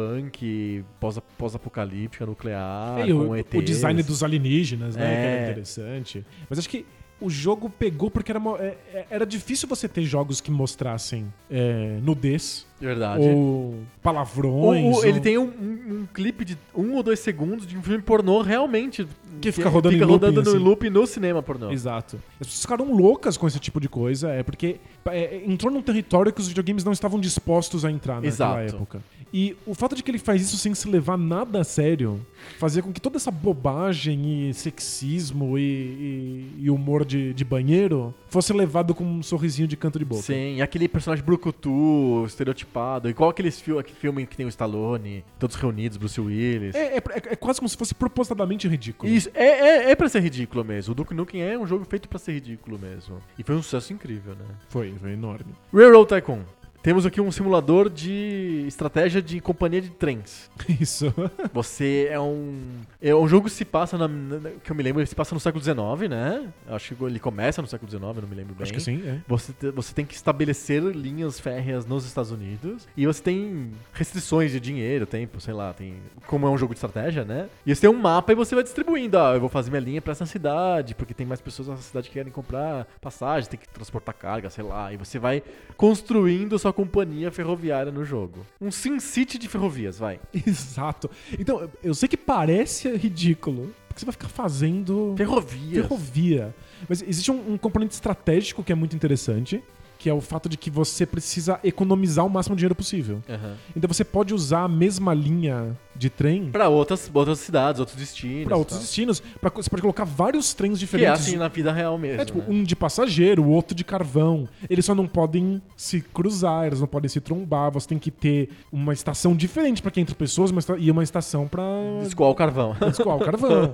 Speaker 1: cyberpunk, pós- pós-apocalíptica, nuclear,
Speaker 2: É, e o,
Speaker 1: com ETs.
Speaker 2: o design dos alienígenas, né? Que
Speaker 1: É.
Speaker 2: era interessante. Mas acho que o jogo pegou porque era, mo- é- é- era difícil você ter jogos que mostrassem é, nudez
Speaker 1: Verdade.
Speaker 2: ou
Speaker 1: Ou-
Speaker 2: palavrões.
Speaker 1: ou ele
Speaker 2: ou-
Speaker 1: tem um, um- um clipe de um ou dois segundos de um filme pornô realmente.
Speaker 2: Que fica rodando em looping,
Speaker 1: rodando
Speaker 2: assim.
Speaker 1: no loop no cinema pornô.
Speaker 2: Exato. As pessoas ficaram loucas com esse tipo de coisa, é porque é, é, entrou num território que os videogames não estavam dispostos a entrar naquela
Speaker 1: Exato.
Speaker 2: época. E o fato de que ele faz isso sem se levar nada a sério fazia com que toda essa bobagem e sexismo e, e- e humor de, de banheiro fosse levado com um sorrisinho de canto de boca.
Speaker 1: Sim, e aquele personagem brucutu, estereotipado, igual aqueles fil aquele filme que tem o Stallone, todos reunidos, Bruce Willis.
Speaker 2: É, é, é- é quase como se fosse propositadamente ridículo.
Speaker 1: Isso, é, é, é pra ser ridículo mesmo. O Duke Nukem é um jogo feito pra ser ridículo mesmo. E foi um sucesso incrível, né?
Speaker 2: Foi, foi enorme.
Speaker 1: Railroad Tycoon. Temos aqui um simulador de estratégia de companhia de trens.
Speaker 2: Isso.
Speaker 1: Você é um. É um jogo que se passa, na, na- que eu me lembro, ele se passa no século XIX, né? Eu Acho que ele começa no século XIX, eu não me lembro bem.
Speaker 2: Acho que sim, é.
Speaker 1: Você, te- você tem que estabelecer linhas férreas nos Estados Unidos e você tem restrições de dinheiro, tempo, sei lá, tem. Como é um jogo de estratégia, né? E você tem um mapa e você vai distribuindo. Ah, eu vou fazer minha linha pra essa cidade, porque tem mais pessoas nessa cidade que querem comprar passagem, tem que transportar carga, sei lá. E você vai construindo sua companhia ferroviária no jogo. Um Sin City de ferrovias, vai.
Speaker 2: Exato. Então, eu- eu sei que parece ridículo, porque você vai ficar fazendo.
Speaker 1: Ferrovias.
Speaker 2: ferrovia. Mas existe um, um componente estratégico que é muito interessante, que é o fato de que você precisa economizar o máximo de dinheiro possível.
Speaker 1: Aham.
Speaker 2: Então você pode usar a mesma linha de trem
Speaker 1: Pra outras, outras cidades, outros destinos.
Speaker 2: para outros
Speaker 1: e tal.
Speaker 2: destinos. Pra, co- você pode colocar vários trens
Speaker 1: Que é
Speaker 2: diferentes.
Speaker 1: assim na vida real mesmo.
Speaker 2: É, tipo,
Speaker 1: né?
Speaker 2: um de passageiro, o outro de carvão. Eles só não podem se cruzar, eles não podem se trombar. Você tem que ter uma estação diferente pra quem entra pessoas uma esta- e uma estação pra
Speaker 1: Escoar o carvão.
Speaker 2: Escoar o carvão.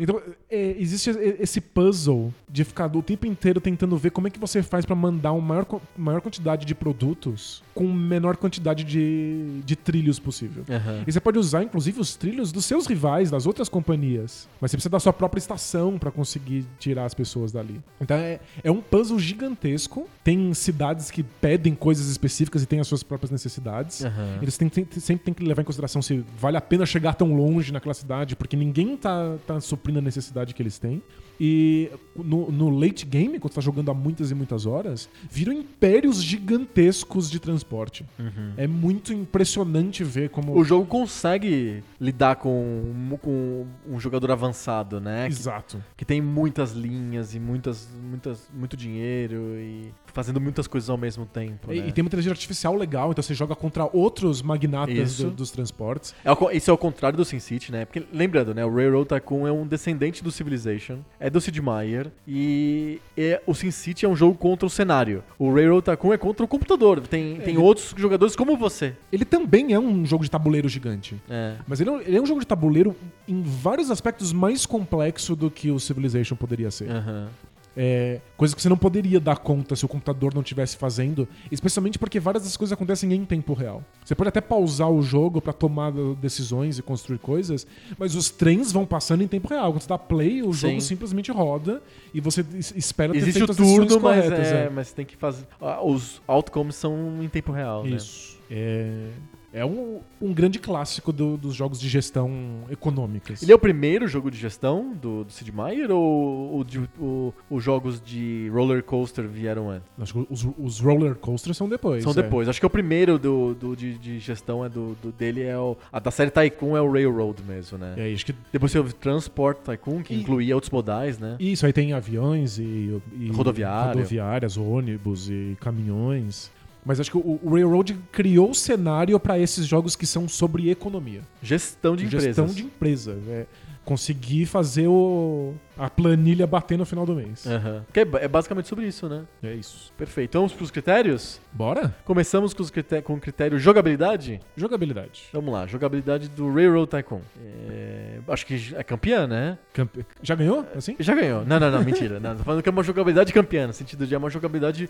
Speaker 2: Então, é, existe e- esse puzzle de ficar o tempo inteiro tentando ver como é que você faz pra mandar uma maior, co- maior quantidade de produtos com menor quantidade de, de trilhos possível.
Speaker 1: Aham.
Speaker 2: E você pode usar, inclusive, os trilhos dos seus rivais, das outras companhias. Mas você precisa da sua própria estação pra conseguir tirar as pessoas dali. Então é, é um puzzle gigantesco. Tem cidades que pedem coisas específicas e têm as suas próprias necessidades.
Speaker 1: Aham.
Speaker 2: Eles têm- têm- sempre têm que levar em consideração se vale a pena chegar tão longe naquela cidade, porque ninguém tá, tá suprindo a necessidade que eles têm. E no, no late game, quando você tá jogando há muitas e muitas horas, viram impérios gigantescos de transporte.
Speaker 1: Uhum.
Speaker 2: É muito impressionante ver como.
Speaker 1: O jogo consegue lidar com, um- com um jogador avançado, né? Que,
Speaker 2: Exato.
Speaker 1: que tem muitas linhas e muitas, muitas, muito dinheiro e fazendo muitas coisas ao mesmo tempo.
Speaker 2: E,
Speaker 1: né?
Speaker 2: e tem uma inteligência artificial legal, então você joga contra outros magnatas
Speaker 1: Isso.
Speaker 2: do- dos transportes.
Speaker 1: É o co- isso é o contrário do Sin City, né? Porque, lembrando, né? O Railroad Tycoon é um descendente do Civilization, é do Sid Meier, e é- o Sin City é um jogo contra o cenário. O Railroad Tycoon é contra o computador. Tem, tem
Speaker 2: É.
Speaker 1: outros jogadores como você.
Speaker 2: Ele também é um jogo de tabuleiro gigante.
Speaker 1: É.
Speaker 2: Mas ele é, um, ele é um jogo de tabuleiro em vários aspectos mais complexo do que o Civilization poderia ser.
Speaker 1: Aham.
Speaker 2: É, coisa que você não poderia dar conta se o computador não estivesse fazendo, especialmente porque várias das coisas acontecem em tempo real. Você pode até pausar o jogo pra tomar decisões e construir coisas, mas os trens vão passando em tempo real. Quando você dá play, o
Speaker 1: Sim.
Speaker 2: jogo simplesmente roda e você es- espera ter
Speaker 1: Existe o
Speaker 2: feito as decisões
Speaker 1: turno, mas,
Speaker 2: corretas.
Speaker 1: é,
Speaker 2: é.
Speaker 1: mas tem que fazer. ah, Os outcomes são em tempo real, né?
Speaker 2: Isso. É, é um, um grande clássico do- dos jogos de gestão econômicas.
Speaker 1: Ele é o primeiro jogo de gestão do, do Sid Meier ou ou de- o- os jogos de roller coaster vieram antes?
Speaker 2: Acho que os, os roller coasters são depois.
Speaker 1: São
Speaker 2: é.
Speaker 1: depois. Acho que é o primeiro do, do- de, de gestão é do, do- dele é o. A da série Tycoon é o Railroad mesmo, né?
Speaker 2: É, acho que
Speaker 1: Depois teve Transport Tycoon, que
Speaker 2: E-
Speaker 1: incluía outros modais, né?
Speaker 2: Isso, aí tem aviões e, e
Speaker 1: Rodoviário.
Speaker 2: rodoviárias, ônibus e caminhões. Mas acho que o, o Railroad criou o cenário para esses jogos que são sobre economia.
Speaker 1: Gestão de
Speaker 2: Gestão
Speaker 1: empresas.
Speaker 2: de empresa. é. conseguir fazer o, a planilha bater no final do mês.
Speaker 1: Aham. Que é ba- é basicamente sobre isso, né?
Speaker 2: É isso.
Speaker 1: Perfeito. Vamos pros critérios?
Speaker 2: Bora?
Speaker 1: Começamos com, os critério, com o critério jogabilidade?
Speaker 2: Jogabilidade.
Speaker 1: Vamos lá, jogabilidade do Railroad Tycoon. É, acho que é campeã, né?
Speaker 2: Campe- Já ganhou? Assim?
Speaker 1: Já ganhou. Não, não, não, mentira. Não, tô falando que é uma jogabilidade campeã, no sentido de é uma jogabilidade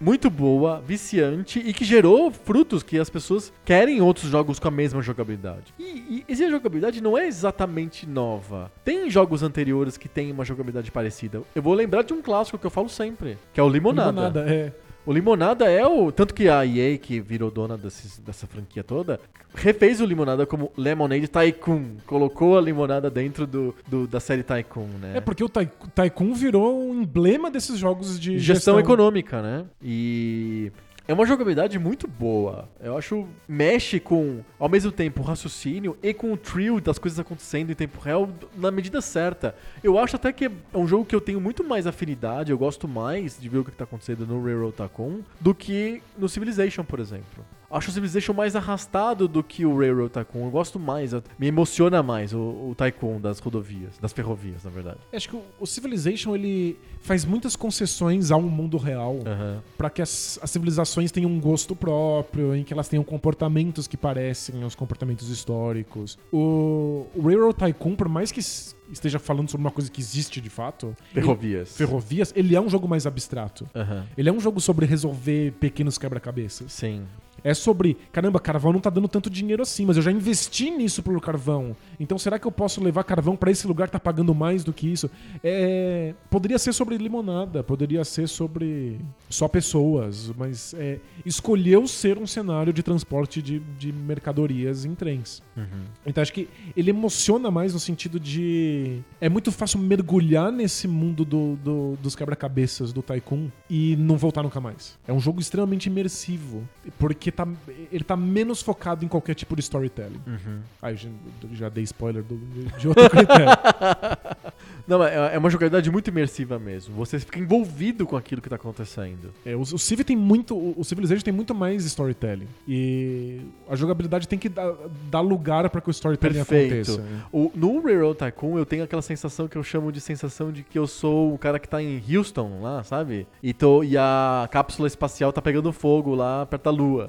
Speaker 1: muito boa, viciante e que gerou frutos que as pessoas querem outros jogos com a mesma jogabilidade. E, e essa jogabilidade não é exatamente nova. Tem jogos anteriores que têm uma jogabilidade parecida. Eu vou lembrar de um clássico que eu falo sempre, que é o Limonada.
Speaker 2: Limonada, é.
Speaker 1: O Limonada é o. Tanto que a EA, que virou dona desses- dessa franquia toda, refez o Limonada como Lemonade Tycoon. Colocou a limonada dentro do, do- da série Tycoon, né?
Speaker 2: É porque o tai- Tycoon virou um emblema desses jogos de
Speaker 1: gestão econômica, né? E é uma jogabilidade muito boa. Eu acho mexe com ao mesmo tempo o raciocínio e com o thrill das coisas acontecendo em tempo real na medida certa. Eu acho até que é um jogo que eu tenho muito mais afinidade, eu gosto mais de ver o que tá acontecendo no Railroad Tycoon do que no Civilization, por exemplo. Acho o Civilization mais arrastado do que o Railroad Tycoon. Eu gosto mais, eu- me emociona mais o, o Tycoon das rodovias, das ferrovias, na verdade.
Speaker 2: Acho que o- o Civilization ele faz muitas concessões ao mundo real pra que as, as civilizações tenham um gosto próprio, em que elas tenham comportamentos que parecem os comportamentos históricos. O, o Railroad Tycoon, por mais que s- esteja falando sobre uma coisa que existe de fato,
Speaker 1: Ferrovias.
Speaker 2: ferrovias, ele é um jogo mais abstrato.
Speaker 1: Aham.
Speaker 2: Ele é um jogo sobre resolver pequenos quebra-cabeças.
Speaker 1: Sim.
Speaker 2: É sobre, caramba, carvão não tá dando tanto dinheiro assim, mas eu já investi nisso pelo carvão. Então será que eu posso levar carvão pra esse lugar que tá pagando mais do que isso? É, poderia ser sobre limonada, poderia ser sobre só pessoas, mas é, escolheu ser um cenário de transporte de, de mercadorias em trens. Então acho que ele emociona mais no sentido de. É muito fácil mergulhar nesse mundo do- do- dos quebra-cabeças do Tycoon e não voltar nunca mais. É um jogo extremamente imersivo. Porque tá, ele tá menos focado em qualquer tipo de storytelling. Ah, eu já, eu já dei spoiler do- de, de outro critério.
Speaker 1: Não, mas é é uma jogabilidade muito imersiva mesmo. Você fica envolvido com aquilo que tá acontecendo.
Speaker 2: É, o, o Civ tem muito. O o Civilization tem muito mais storytelling. E a jogabilidade tem que dar, dar lugar pra que o storytelling
Speaker 1: Perfeito.
Speaker 2: aconteça. né?
Speaker 1: O- no Railroad Tycoon, eu tenho aquela sensação que eu chamo de sensação de que eu sou o cara que tá em Houston lá, sabe? E, tô- e a cápsula espacial tá pegando fogo lá perto da lua.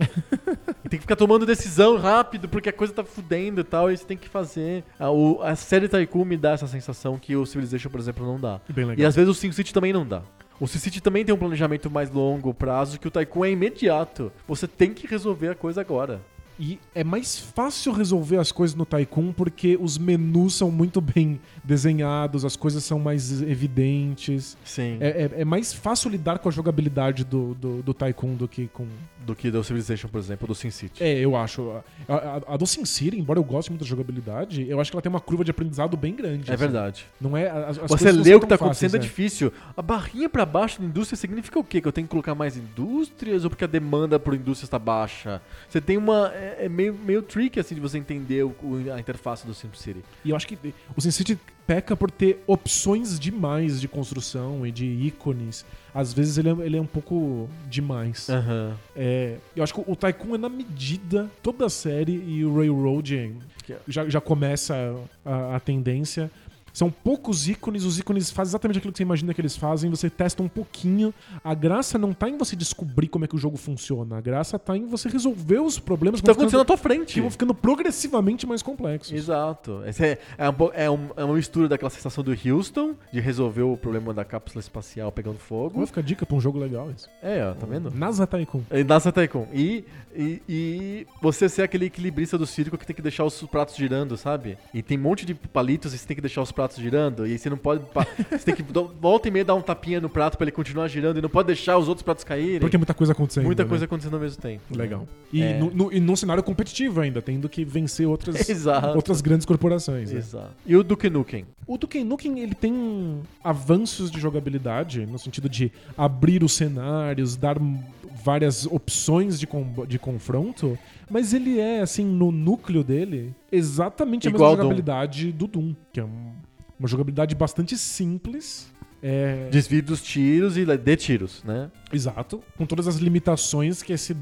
Speaker 1: e tem que ficar tomando decisão rápido, porque a coisa tá fudendo e tal, e você tem que fazer. A, o- a série Tycoon me dá essa sensação que o Civilization, por exemplo, não dá.
Speaker 2: Bem legal.
Speaker 1: E às vezes o SimCity também não dá. O SimCity também tem um planejamento mais longo prazo que o Tycoon é imediato. Você tem que resolver a coisa agora.
Speaker 2: E é mais fácil resolver as coisas no Tycoon porque os menus são muito bem desenhados, as coisas são mais evidentes.
Speaker 1: Sim.
Speaker 2: É, é- é mais fácil lidar com a jogabilidade do, do, do Tycoon do que com.
Speaker 1: Do que do Civilization, por exemplo, do SimCity.
Speaker 2: É, eu acho. A, a, a do Sin City, embora eu goste muito da jogabilidade, eu acho que ela tem uma curva de aprendizado bem grande.
Speaker 1: É
Speaker 2: assim.
Speaker 1: verdade.
Speaker 2: Não é, as, as
Speaker 1: Você
Speaker 2: coisas não
Speaker 1: lê
Speaker 2: são
Speaker 1: o que tá
Speaker 2: tão fáceis,
Speaker 1: acontecendo é
Speaker 2: né?
Speaker 1: difícil. A barrinha pra baixo da indústria significa o quê? Que eu tenho que colocar mais indústrias ou porque a demanda por indústria está baixa? Você tem uma. É, é meio, meio tricky assim de você entender o- o- a interface do SimCity.
Speaker 2: E eu acho que o SimCity peca por ter opções demais de construção e de ícones. Às vezes ele é, ele é um pouco demais.
Speaker 1: Aham.
Speaker 2: É, eu acho que o Tycoon é na medida toda a série e o Railroad
Speaker 1: Que é-
Speaker 2: já, já começa a, a tendência. São poucos ícones, os ícones fazem exatamente aquilo que você imagina que eles fazem, você testa um pouquinho. A graça não tá em você descobrir como é que o jogo funciona, a graça tá em você resolver os problemas
Speaker 1: Tá
Speaker 2: vão ficando-
Speaker 1: acontecendo na tua
Speaker 2: que
Speaker 1: frente.
Speaker 2: vão um ficando progressivamente mais complexos.
Speaker 1: Exato. Esse é, é, um po- é um- é uma mistura daquela sensação do Houston, de resolver o problema da cápsula espacial pegando
Speaker 2: Vai
Speaker 1: fogo.
Speaker 2: ficar dica pra um jogo legal isso.
Speaker 1: É, ó, tá vendo?
Speaker 2: NASA Tycoon.
Speaker 1: E Nasa Tycoon. E, e, e você ser aquele equilibrista do circo que tem que deixar os pratos girando, sabe? E tem um monte de palitos e você tem que deixar os pratos girando. E você não pode. pa- você tem que do- volta e meia dar um tapinha no prato pra ele continuar girando e não pode deixar os outros pratos caírem.
Speaker 2: Porque é muita coisa acontecendo.
Speaker 1: Muita
Speaker 2: né?
Speaker 1: coisa acontecendo ao mesmo tempo.
Speaker 2: Legal. E,
Speaker 1: É.
Speaker 2: no, no- e num cenário competitivo ainda, tendo que vencer outras,
Speaker 1: Exato.
Speaker 2: outras grandes corporações. Um né?
Speaker 1: Exato. E o Duke Nukem?
Speaker 2: Ah. O Duke Nukem ele tem avanços de jogabilidade, no sentido de abrir os cenários, dar m- várias opções de, com- de confronto, mas ele é, assim, no núcleo dele, exatamente a
Speaker 1: Igual ao
Speaker 2: mesma
Speaker 1: Doom.
Speaker 2: jogabilidade do Doom, que é um- uma jogabilidade bastante simples, É,
Speaker 1: Desvio dos tiros e de tiros, né?
Speaker 2: Exato. Com todas as limitações que esse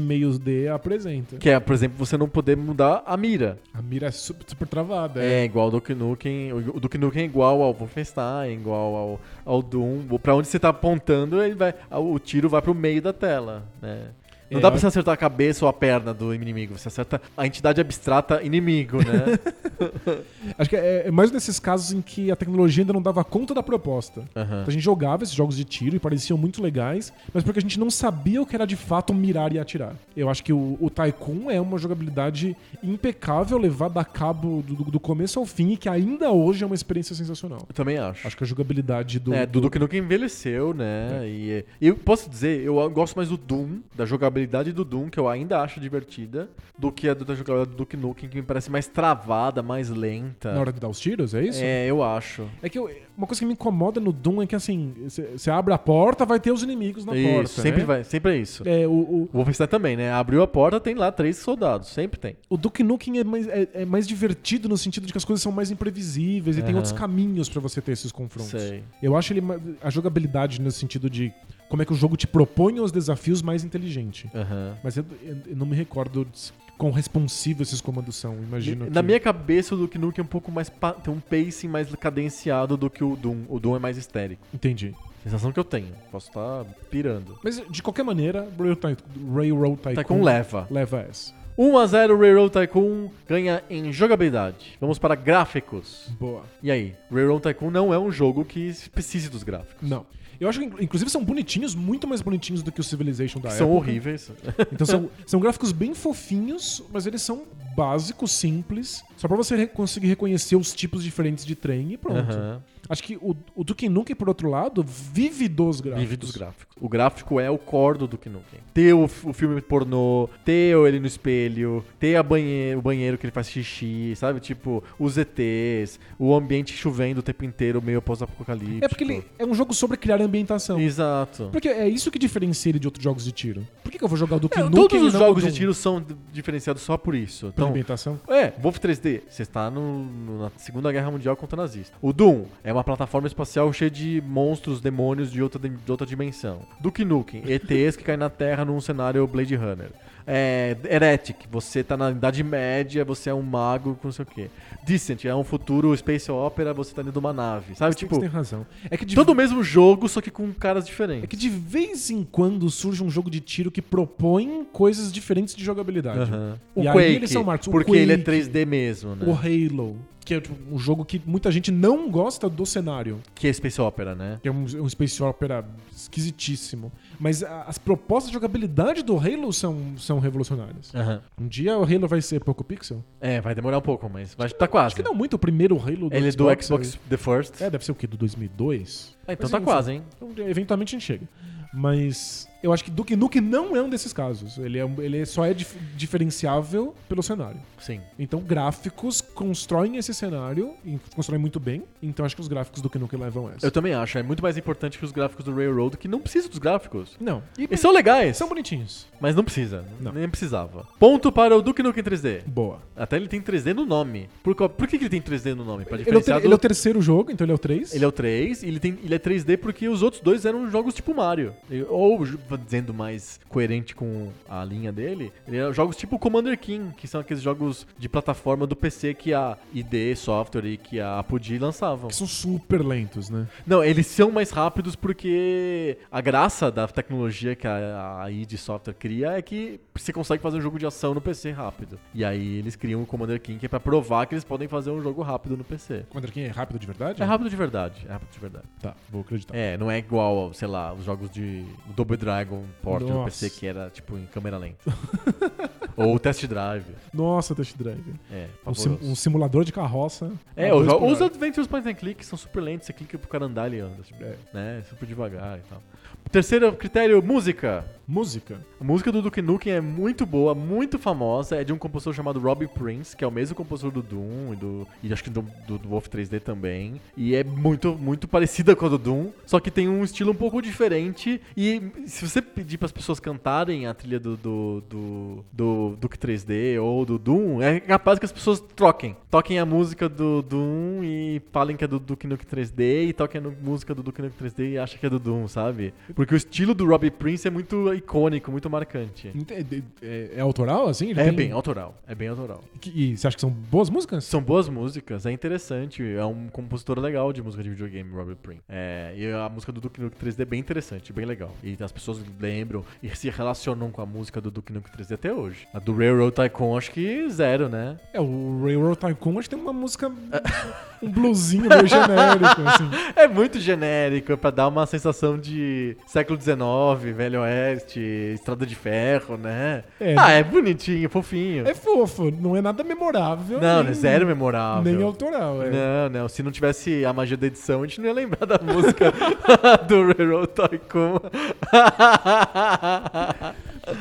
Speaker 2: 2,5D apresenta.
Speaker 1: Que é, por exemplo, você não poder mudar a mira.
Speaker 2: A mira é super, super travada.
Speaker 1: É, igual ao Duke Nukem. O Duke Nukem é igual ao Wolfenstein, igual ao, ao Doom. Pra onde você tá apontando, ele vai, o tiro vai pro meio da tela, né? Não
Speaker 2: É,
Speaker 1: dá pra
Speaker 2: eu-
Speaker 1: você acertar a cabeça ou a perna do inimigo, você acerta a entidade abstrata inimigo, né?
Speaker 2: Acho que é, é mais um desses casos em que a tecnologia ainda não dava conta da proposta.
Speaker 1: Aham.
Speaker 2: Então a gente jogava esses jogos de tiro e pareciam muito legais, mas porque a gente não sabia o que era de fato mirar e atirar. Eu acho que o, o Tycoon é uma jogabilidade impecável, levada a cabo do, do- do começo ao fim e que ainda hoje é uma experiência sensacional.
Speaker 1: Eu também acho.
Speaker 2: Acho que a jogabilidade do. É.
Speaker 1: É, do Duke Nukem envelheceu, né? E e eu posso dizer, eu gosto mais do Doom, da jogabilidade do Doom, que eu ainda acho divertida, do que a do- da jogabilidade do Duke Nukem, que me parece mais travada, mais lenta.
Speaker 2: Na hora de dar os tiros, é isso?
Speaker 1: É, eu acho.
Speaker 2: É que eu- uma coisa que me incomoda no Doom é que assim, você abre a porta, vai ter os inimigos na
Speaker 1: isso,
Speaker 2: porta.
Speaker 1: sempre,
Speaker 2: né?
Speaker 1: vai, sempre é isso.
Speaker 2: É, o, o,
Speaker 1: O Wolfenstein também, né? Abriu a porta, tem lá três soldados, sempre tem.
Speaker 2: o Duke Nukem é mais, é- é mais divertido no sentido de que as coisas são mais imprevisíveis e tem
Speaker 1: Aham.
Speaker 2: outros caminhos pra você ter esses confrontos.
Speaker 1: Sei.
Speaker 2: Eu acho ele ma- a jogabilidade no sentido de como é que o jogo te propõe os desafios mais inteligente.
Speaker 1: Aham.
Speaker 2: Mas eu, eu- eu não me recordo de quão responsivo esses comandos são, imagino.
Speaker 1: Na
Speaker 2: que-
Speaker 1: minha cabeça, o Duke Nukem é um pouco mais. pa- tem um pacing mais cadenciado do que o Doom. O Doom é mais histérico.
Speaker 2: Entendi.
Speaker 1: Sensação que eu tenho. Posso estar pirando.
Speaker 2: Mas de qualquer maneira, Rail Ty- Railroad Tycoon,
Speaker 1: Tá com leva.
Speaker 2: leva essa.
Speaker 1: 1x0 Railroad Tycoon ganha em jogabilidade. Vamos para gráficos.
Speaker 2: Boa.
Speaker 1: E aí, Railroad Tycoon não é um jogo que precise dos gráficos.
Speaker 2: Não. Eu acho que, inclu- inclusive, são bonitinhos, muito mais bonitinhos do que o Civilization da
Speaker 1: São
Speaker 2: época.
Speaker 1: horríveis.
Speaker 2: Então são, são gráficos bem fofinhos, mas eles são básicos, simples, só pra você re- conseguir reconhecer os tipos diferentes de trem e pronto.
Speaker 1: Aham.
Speaker 2: Acho que o, o Duke Nukem, por outro lado, vive dos gráficos.
Speaker 1: Vive dos gráficos. O gráfico é o core do Duke Nukem. Ter o, f- o filme pornô, ter ele no espelho, ter a banhe- o banheiro que ele faz xixi, sabe? Tipo, os ETs, o ambiente chovendo o tempo inteiro, meio pós-apocalíptico.
Speaker 2: É porque ele
Speaker 1: tipo.
Speaker 2: é um jogo sobre criar ambientação.
Speaker 1: Exato.
Speaker 2: Porque é isso que diferencia ele de outros jogos de tiro. Por que, que eu vou jogar o Duke
Speaker 1: É,
Speaker 2: Nukem
Speaker 1: todos
Speaker 2: e
Speaker 1: os
Speaker 2: não
Speaker 1: jogos
Speaker 2: o
Speaker 1: de
Speaker 2: Doom?
Speaker 1: tiro são d- diferenciados só por isso.
Speaker 2: Pela
Speaker 1: Então,
Speaker 2: ambientação?
Speaker 1: É, Wolf 3D, você está no- no- na Segunda Guerra Mundial contra nazista. O Doom é uma plataforma espacial cheia de monstros, demônios de outra, de outra dimensão. Duke Nukem, ETs que caem na Terra num cenário Blade Runner. É, Heretic, você tá na Idade Média, você é um mago com não sei o quê. Decent, é um futuro space opera, você tá dentro de uma nave. Sabe,
Speaker 2: você
Speaker 1: tipo,
Speaker 2: tem razão. É que de
Speaker 1: todo o mesmo jogo, só que com caras
Speaker 2: É que
Speaker 1: diferentes.
Speaker 2: de vez em quando surge um jogo de tiro que propõe coisas diferentes de jogabilidade.
Speaker 1: Aham.
Speaker 2: E
Speaker 1: O
Speaker 2: aí
Speaker 1: Quake,
Speaker 2: eles são marcos. O
Speaker 1: porque ele é
Speaker 2: Quake,
Speaker 1: 3D mesmo, né?
Speaker 2: O Halo, que é tipo, um jogo que muita gente não gosta do cenário.
Speaker 1: Que é space opera, né?
Speaker 2: Que é um, um space opera esquisitíssimo. Mas a- as propostas de jogabilidade do Halo são, são revolucionárias.
Speaker 1: Aham.
Speaker 2: Um dia o Halo vai ser pouco pixel?
Speaker 1: É, vai demorar um pouco, mas vai, tá quase.
Speaker 2: Acho que não muito. O primeiro Halo do
Speaker 1: Ele é do
Speaker 2: Xbox.
Speaker 1: Xbox The First.
Speaker 2: É, deve ser o quê? Do 2002?
Speaker 1: Ah, então
Speaker 2: Mas
Speaker 1: tá
Speaker 2: enfim.
Speaker 1: quase, hein?
Speaker 2: Então, eventualmente a gente chega. Mas eu acho que Duke Nukem não é um desses casos. Ele, é um- ele só é dif- diferenciável pelo cenário.
Speaker 1: Sim.
Speaker 2: Então, gráficos constroem esse cenário e constroem muito bem. Então, acho que os gráficos do Duke Nukem levam essa.
Speaker 1: Eu também acho. É muito mais importante que os gráficos do Railroad, que não precisa dos gráficos.
Speaker 2: Não. E
Speaker 1: Eles são legais,
Speaker 2: são bonitinhos.
Speaker 1: mas não precisa.
Speaker 2: Não.
Speaker 1: Nem precisava. Ponto para o Duke Nukem 3D.
Speaker 2: Boa.
Speaker 1: Até ele tem 3D no nome. Por, co- por que, que ele tem 3D no nome? Pra
Speaker 2: Ele é, o ter-
Speaker 1: diferenciar do...
Speaker 2: ele é o terceiro jogo, então ele é o 3.
Speaker 1: Ele é o 3 e ele, tem, ele é 3D porque os outros dois eram jogos tipo Mario. E- Ou, ju- dizendo mais coerente com a linha dele, ele era jogos tipo Commander King, que são aqueles jogos de plataforma do PC que a ID Software e que a Apogee lançavam.
Speaker 2: Que são super lentos, né?
Speaker 1: Não, eles são mais rápidos porque a graça da tecnologia que a, a id Software cria é que você consegue fazer um jogo de ação no PC rápido. E aí eles criam o Commander King que é pra provar que eles podem fazer um jogo rápido no PC.
Speaker 2: Commander King é rápido de verdade?
Speaker 1: É rápido de verdade, é rápido de verdade.
Speaker 2: Tá, vou acreditar.
Speaker 1: É, não é igual, ao, sei lá, os jogos de Double Dragon Port no
Speaker 2: Nossa.
Speaker 1: PC que era tipo em câmera lenta. Ou o Test Drive.
Speaker 2: Nossa, Test Drive.
Speaker 1: É,
Speaker 2: Um, sim-
Speaker 1: pavoroso.
Speaker 2: um simulador de carroça.
Speaker 1: É,
Speaker 2: A
Speaker 1: os,
Speaker 2: dois por
Speaker 1: os
Speaker 2: hora.
Speaker 1: Adventures Point and Click são super lentos, você clica pro cara andar e anda, tipo,
Speaker 2: É.
Speaker 1: né? Super devagar e tal. Terceiro critério, música.
Speaker 2: Música.
Speaker 1: A música do Duke Nukem é muito boa, muito famosa. É de um compositor chamado Robbie Prince, que é o mesmo compositor do Doom e do. E acho que do, do, do Wolf 3D também. E é muito, muito parecida com a do Doom. Só que tem um estilo um pouco diferente. E se você pedir para as pessoas cantarem a trilha do, do, do, do Duke 3D ou do Doom, é capaz que as pessoas troquem. Toquem a música do Doom e falem que é do Duke Nukem 3D e toquem a música do Duke Nukem 3D e achem que é do Doom, sabe? Porque o estilo do Robbie Prince é muito icônico, muito marcante.
Speaker 2: Ente- É, é autoral, assim? Ele
Speaker 1: É
Speaker 2: tem-
Speaker 1: bem autoral, é bem autoral.
Speaker 2: E e você acha que são boas músicas?
Speaker 1: São boas músicas, é interessante, é um compositor legal de música de videogame, Robert Prince. É, e a música do Duke Nukem 3D é bem interessante, bem legal. E as pessoas lembram e se relacionam com a música do Duke Nukem 3D até hoje. A do Railroad Tycoon acho que zero, né?
Speaker 2: É, o Railroad Tycoon acho que tem uma música. um bluesinho meio genérico, assim.
Speaker 1: É muito genérico, é pra dar uma sensação de século XIX, Velho Oeste, Estrada de Ferro, né?
Speaker 2: É.
Speaker 1: ah, é bonitinho, fofinho.
Speaker 2: É fofo, não é nada memorável.
Speaker 1: não,
Speaker 2: nem,
Speaker 1: é zero memorável.
Speaker 2: Nem autoral, é.
Speaker 1: Não, não. Se não tivesse a magia da edição, a gente não ia lembrar da música do Railroad Tycoon.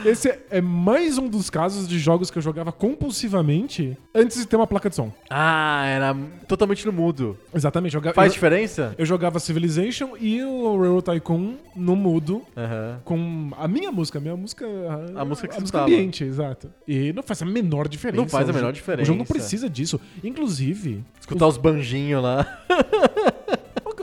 Speaker 2: Esse é- é mais um dos casos de jogos que eu jogava compulsivamente antes de ter uma placa de som.
Speaker 1: ah, era totalmente no mudo.
Speaker 2: Exatamente. Joga...
Speaker 1: Faz
Speaker 2: eu...
Speaker 1: diferença?
Speaker 2: eu jogava Civilization e o Railroad Tycoon no mudo
Speaker 1: Aham.
Speaker 2: com a minha música, a minha música.
Speaker 1: A música que
Speaker 2: a
Speaker 1: você
Speaker 2: música
Speaker 1: escutava.
Speaker 2: ambiente, exato. E não faz a menor diferença.
Speaker 1: Não faz a
Speaker 2: O
Speaker 1: menor
Speaker 2: jogo-
Speaker 1: diferença.
Speaker 2: O jogo não precisa disso. Inclusive,
Speaker 1: Escutar os banjinhos lá.
Speaker 2: o-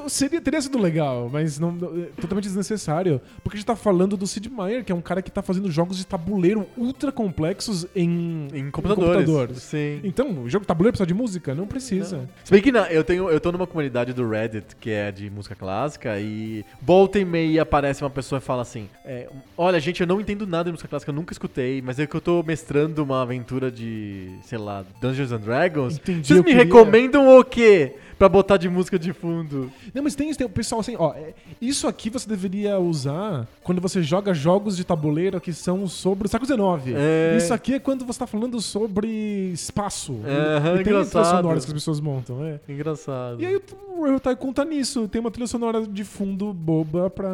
Speaker 2: seria, teria sido legal, mas não, não- é totalmente desnecessário. Porque a gente tá falando do Sid Meier, que é um cara que tá fazendo jogos de tabuleiro ultra complexos em,
Speaker 1: Em computadores.
Speaker 2: computadores.
Speaker 1: Sim.
Speaker 2: Então, o jogo de tabuleiro precisa de música? Não precisa.
Speaker 1: Se bem que não, eu, tenho, eu tô numa comunidade do Reddit que é de música clássica e volta e meia aparece uma pessoa e fala assim: é, Olha, gente, eu não entendo nada de música clássica, eu nunca escutei, mas é que eu tô mestrando uma aventura de, sei lá, Dungeons and Dragons.
Speaker 2: Entendi,
Speaker 1: Vocês
Speaker 2: eu
Speaker 1: me
Speaker 2: queria."
Speaker 1: recomendam o quê pra botar de música de fundo?
Speaker 2: Não, mas tem, isso, tem o pessoal assim, ó, é- isso aqui você deveria usar quando você joga jogos de tabuleiro que são sobre o século XIX.
Speaker 1: É.
Speaker 2: Isso aqui é quando você tá falando sobre espaço.
Speaker 1: Aham,
Speaker 2: e tem as
Speaker 1: engraçado.
Speaker 2: trilhas sonoras que as pessoas montam, é.
Speaker 1: Engraçado.
Speaker 2: E aí o Rail Tycoon tá nisso, tem uma trilha sonora de fundo boba pra...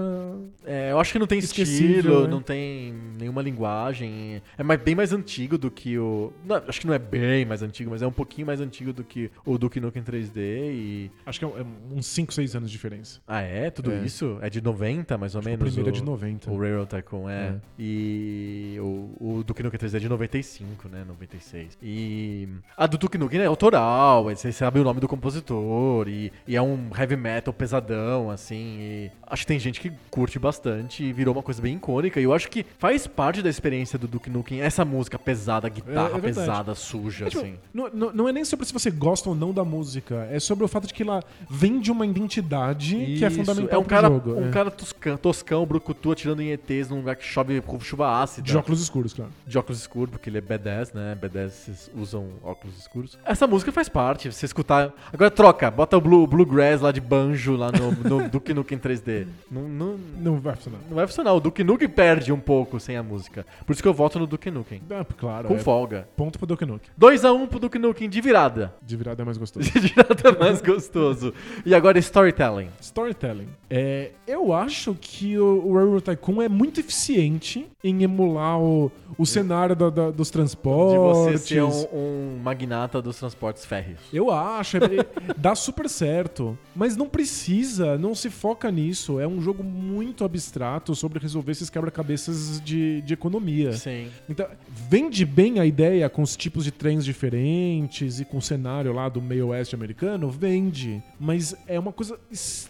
Speaker 1: É, eu acho que não tem
Speaker 2: Esquecível,
Speaker 1: estilo,
Speaker 2: né?
Speaker 1: não tem nenhuma linguagem. É mais- bem mais antigo do que o. não, acho que não é bem mais antigo, mas é um pouquinho mais antigo do que o Duke Nukem 3D e.
Speaker 2: Acho que é um- uns 5, 6 anos de diferença.
Speaker 1: Ah, é? Tudo
Speaker 2: É.
Speaker 1: isso? É de 90, mais ou
Speaker 2: Acho que o
Speaker 1: menos?
Speaker 2: primeiro é de 90.
Speaker 1: O Railroad Tycoon, é.
Speaker 2: É.
Speaker 1: E o, o Duke Nukem 3D é de 95, né? 96. E a do Duke Nukem é autoral, você sabe o nome do compositor, e, e é um heavy metal pesadão, assim. e acho que tem gente que curte bastante e virou uma coisa bem icônica. E eu acho que faz parte da experiência do Duke Nukem essa música pesada, guitarra
Speaker 2: É, verdade.
Speaker 1: pesada, suja,
Speaker 2: É, tipo,
Speaker 1: assim.
Speaker 2: não, não- não é nem sobre se você gosta ou não da música, é sobre o fato de que ela vem de uma identidade que é
Speaker 1: Isso,
Speaker 2: fundamental
Speaker 1: é um
Speaker 2: pro
Speaker 1: cara,
Speaker 2: jogo.
Speaker 1: Um
Speaker 2: é.
Speaker 1: cara toscão, toscão, brucutu, atirando em ETs num lugar que chove com chuva ácida.
Speaker 2: De óculos escuros, claro.
Speaker 1: de óculos escuros, porque ele é B10, né? B10 usam óculos escuros. Essa música faz parte, você escutar. Agora troca, bota o Blue, Bluegrass lá de banjo lá no, no Duke Nukem 3D. Não, não,
Speaker 2: Não vai funcionar.
Speaker 1: não vai funcionar, o Duke Nukem perde um pouco sem a música. Por isso que eu voto no Duke Nukem.
Speaker 2: Ah, claro.
Speaker 1: Com
Speaker 2: é
Speaker 1: folga.
Speaker 2: Ponto pro Duke Nukem.
Speaker 1: 2x1 pro Duke Nukem de virada.
Speaker 2: De virada é mais gostoso.
Speaker 1: De virada mais gostoso. E agora storytelling.
Speaker 2: Storytelling. É, eu acho que o, o Railroad Tycoon é muito eficiente em emular o, o cenário da- da- dos
Speaker 1: De
Speaker 2: transportes.
Speaker 1: você ser um, um magnata dos transportes férreos.
Speaker 2: Eu acho, é- é- dá super certo. Mas não precisa, não se foca nisso. É um jogo muito abstrato sobre resolver esses quebra-cabeças de, de economia.
Speaker 1: Sim.
Speaker 2: Então, vende bem a ideia com os tipos de trens diferentes e com o cenário lá do meio oeste americano? Vende. Mas é uma coisa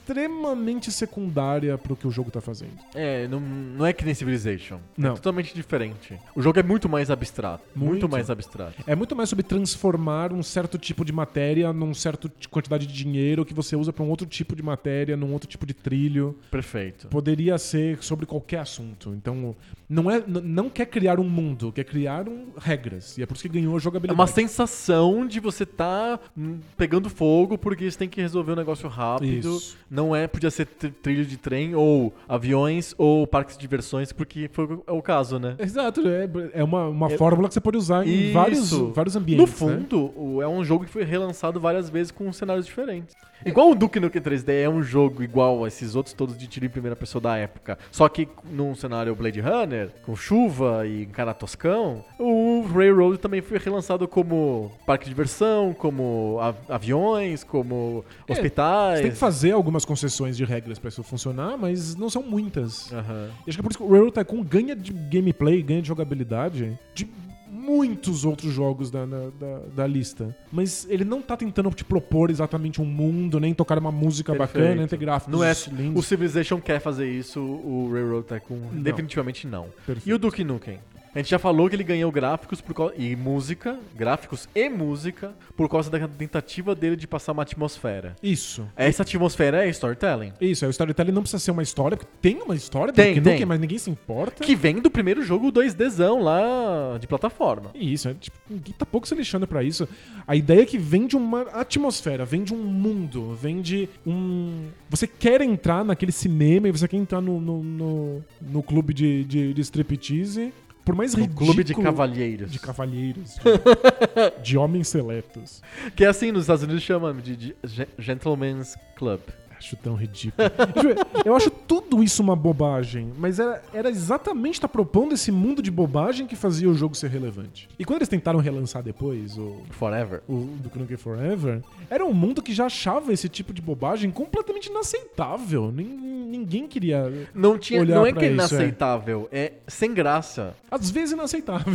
Speaker 2: extremamente secundária pro que o jogo tá fazendo.
Speaker 1: É, não, não é que nem Civilization. É
Speaker 2: Não.
Speaker 1: totalmente diferente. O jogo é muito mais abstrato. Muito,
Speaker 2: Muito.
Speaker 1: mais abstrato.
Speaker 2: É muito mais sobre transformar um certo tipo de matéria num certo t- quantidade de dinheiro que você usa pra um outro tipo de matéria, num outro tipo de trilho.
Speaker 1: Perfeito.
Speaker 2: Poderia ser sobre qualquer assunto. Então, não, é, n- não quer criar um mundo, quer criar um- regras. E é por isso que ganhou a
Speaker 1: É
Speaker 2: jogabilidade.
Speaker 1: uma sensação de você tá hum, pegando fogo, porque eles têm que resolver um negócio rápido.
Speaker 2: Isso.
Speaker 1: Não é, podia ser tr- trilho de trem, ou aviões, ou parques de diversões, porque foi o- é o caso, né?
Speaker 2: Exato, é, é uma, uma fórmula que você pode usar em vários,
Speaker 1: Isso.
Speaker 2: vários ambientes.
Speaker 1: No
Speaker 2: né?
Speaker 1: fundo, o- é um jogo que foi relançado várias vezes com cenários diferentes. Igual o Duke Nukem 3D é um jogo igual a esses outros todos de tiro em primeira pessoa da época. Só que num cenário Blade Runner, com chuva e cara toscão, o Railroad também foi relançado como parque de diversão, como a- aviões, como
Speaker 2: É,
Speaker 1: hospitais.
Speaker 2: Você tem que fazer algumas concessões de regras pra isso funcionar, mas não são muitas.
Speaker 1: Aham.
Speaker 2: E acho que é por isso que o Railroad Tycoon ganha de gameplay, ganha de jogabilidade de muitos outros jogos da, na- da, da lista. Mas ele não tá tentando te propor exatamente um mundo, nem tocar uma música bacana, nem ter
Speaker 1: Perfeito.
Speaker 2: gráficos
Speaker 1: Não é, o
Speaker 2: lindos.
Speaker 1: Civilization quer fazer isso, o Railroad Tycoon
Speaker 2: Não.
Speaker 1: definitivamente não.
Speaker 2: Perfeito.
Speaker 1: E o Duke Nukem? A gente já falou que ele ganhou gráficos por causa, e música, gráficos e música, por causa da tentativa dele de passar uma atmosfera.
Speaker 2: Isso.
Speaker 1: Essa atmosfera é storytelling.
Speaker 2: Isso, é, o storytelling não precisa ser uma história, porque tem uma história
Speaker 1: Tem,
Speaker 2: Duke
Speaker 1: tem.
Speaker 2: Nukem, mas ninguém se importa.
Speaker 1: Que vem do primeiro jogo 2Dzão lá de plataforma.
Speaker 2: E Isso, é, tipo, ninguém tá pouco se lixando pra isso. A ideia é que vem de uma atmosfera, vem de um mundo, vem de um. Você quer entrar naquele cinema e você quer entrar no, no, no, no clube de, de, de striptease. Por mais
Speaker 1: No
Speaker 2: é ridículo.
Speaker 1: Clube de Cavalheiros.
Speaker 2: De cavalheiros. de- de homens seletos.
Speaker 1: Que é assim, nos Estados Unidos chama de, de gen- Gentleman's Club.
Speaker 2: Acho tão ridículo. Tipo, Eu acho tudo isso uma bobagem, mas era, era exatamente estar propondo esse mundo de bobagem que fazia o jogo ser relevante. E quando eles tentaram relançar depois, o,
Speaker 1: Forever.
Speaker 2: o Duke Nukem Forever, era um mundo que já achava esse tipo de bobagem completamente inaceitável. Nin- Ninguém queria.
Speaker 1: Não, tinha,
Speaker 2: Olhar
Speaker 1: não é
Speaker 2: pra
Speaker 1: que é
Speaker 2: isso, é.
Speaker 1: inaceitável, é sem graça.
Speaker 2: Às vezes inaceitável.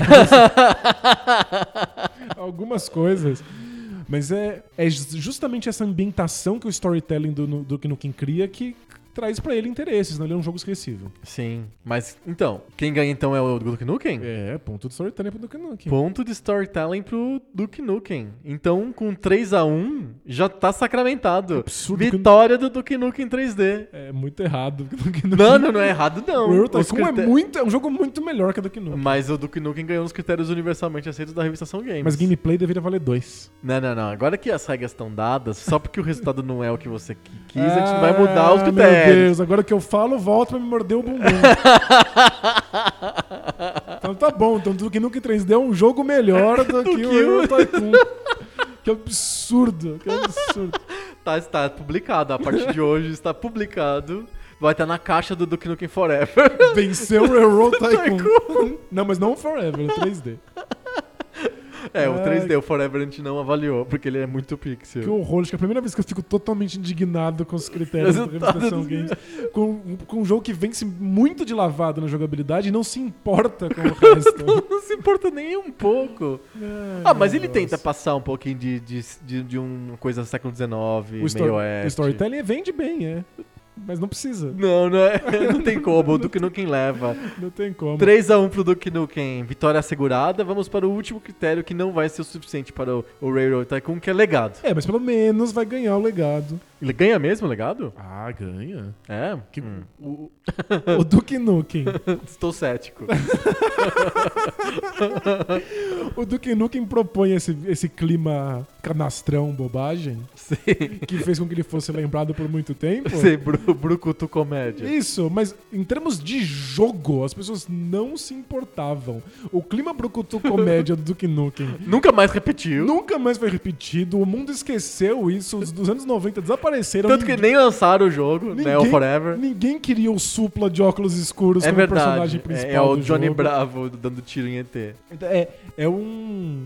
Speaker 2: Algumas coisas. Mas é, é justamente essa ambientação que o storytelling do Nu- Duke Nukem cria que traz pra ele interesses, não ele é um jogo esquecível.
Speaker 1: Sim, mas então, quem ganha então é o Duke Nukem?
Speaker 2: É, ponto de storytelling pro Duke Nukem.
Speaker 1: Ponto de storytelling pro Duke Nukem. Então, com 3x1, já tá sacramentado.
Speaker 2: Absurdo que-
Speaker 1: Vitória do Duke Nukem 3D.
Speaker 2: É muito errado. que o Duke Nukem-
Speaker 1: Não, não, não é errado, não.
Speaker 2: O Euro
Speaker 1: Os
Speaker 2: Tycoon é,
Speaker 1: crite-
Speaker 2: muito, é um jogo muito melhor que o Duke Nukem.
Speaker 1: Mas o Duke Nukem ganhou os critérios universalmente aceitos da revistação Games.
Speaker 2: Mas gameplay deveria valer dois.
Speaker 1: Não, não, não. Agora que as regras estão dadas, só porque o resultado não é o que você qui- quis, a gente
Speaker 2: Ah,
Speaker 1: vai mudar os
Speaker 2: Meu
Speaker 1: critérios.
Speaker 2: Deus, agora que eu falo, volta pra me morder o bumbum. então tá bom, então Duke Nukem 3D é um jogo melhor do, que,
Speaker 1: que
Speaker 2: o
Speaker 1: o-
Speaker 2: Tycoon. que absurdo, que absurdo.
Speaker 1: Tá, está publicado. A partir de hoje está publicado. Vai estar na caixa do Duke Nukem Forever.
Speaker 2: Venceu o Railroad Tycoon. não, mas não Forever, 3D.
Speaker 1: É, o
Speaker 2: Ai.
Speaker 1: 3D, o Forever a gente não avaliou, porque ele é muito pixel.
Speaker 2: Que horror, acho que é a primeira vez que eu fico totalmente indignado com os critérios da
Speaker 1: Resultado
Speaker 2: representação
Speaker 1: dos-
Speaker 2: games. Com, com um jogo que vence muito de lavado na jogabilidade e não se importa com o resto.
Speaker 1: Não se importa nem um pouco. Ah, mas ele tenta passar um pouquinho de, de, de, de uma coisa do século XIX,
Speaker 2: O,
Speaker 1: meio
Speaker 2: story,
Speaker 1: oeste.
Speaker 2: o storytelling vende bem, é. Mas não precisa.
Speaker 1: Não, não, é, não tem como. O Duke Nukem leva.
Speaker 2: Não tem como.
Speaker 1: 3x1 pro Duke Nukem, vitória assegurada. Vamos para o último critério que não vai ser o suficiente para o, o Railroad Tycoon, que é legado.
Speaker 2: É, mas pelo menos vai ganhar o legado.
Speaker 1: Ele ganha mesmo o legado?
Speaker 2: Ah, ganha.
Speaker 1: É?
Speaker 2: Que-
Speaker 1: Hum,
Speaker 2: o, o Duke Nukem.
Speaker 1: estou cético.
Speaker 2: O Duke Nukem propõe esse, esse clima canastrão, bobagem,
Speaker 1: Sim,
Speaker 2: que fez com que ele fosse lembrado por muito tempo.
Speaker 1: Sim, bru, brucutu comédia.
Speaker 2: Isso, mas em termos de jogo, as pessoas não se importavam. O clima brucutu comédia do Duke Nukem
Speaker 1: Nunca mais repetiu.
Speaker 2: nunca mais foi repetido, o mundo esqueceu isso, os 290 desapareceram.
Speaker 1: Tanto que
Speaker 2: Então ninguém-
Speaker 1: nem lançaram o jogo, né? O
Speaker 2: ninguém-
Speaker 1: Forever.
Speaker 2: Ninguém queria o supla de óculos escuros
Speaker 1: É
Speaker 2: como
Speaker 1: verdade.
Speaker 2: personagem principal.
Speaker 1: É, é o
Speaker 2: do
Speaker 1: Johnny
Speaker 2: jogo.
Speaker 1: Bravo dando tiro em ET.
Speaker 2: É, é um.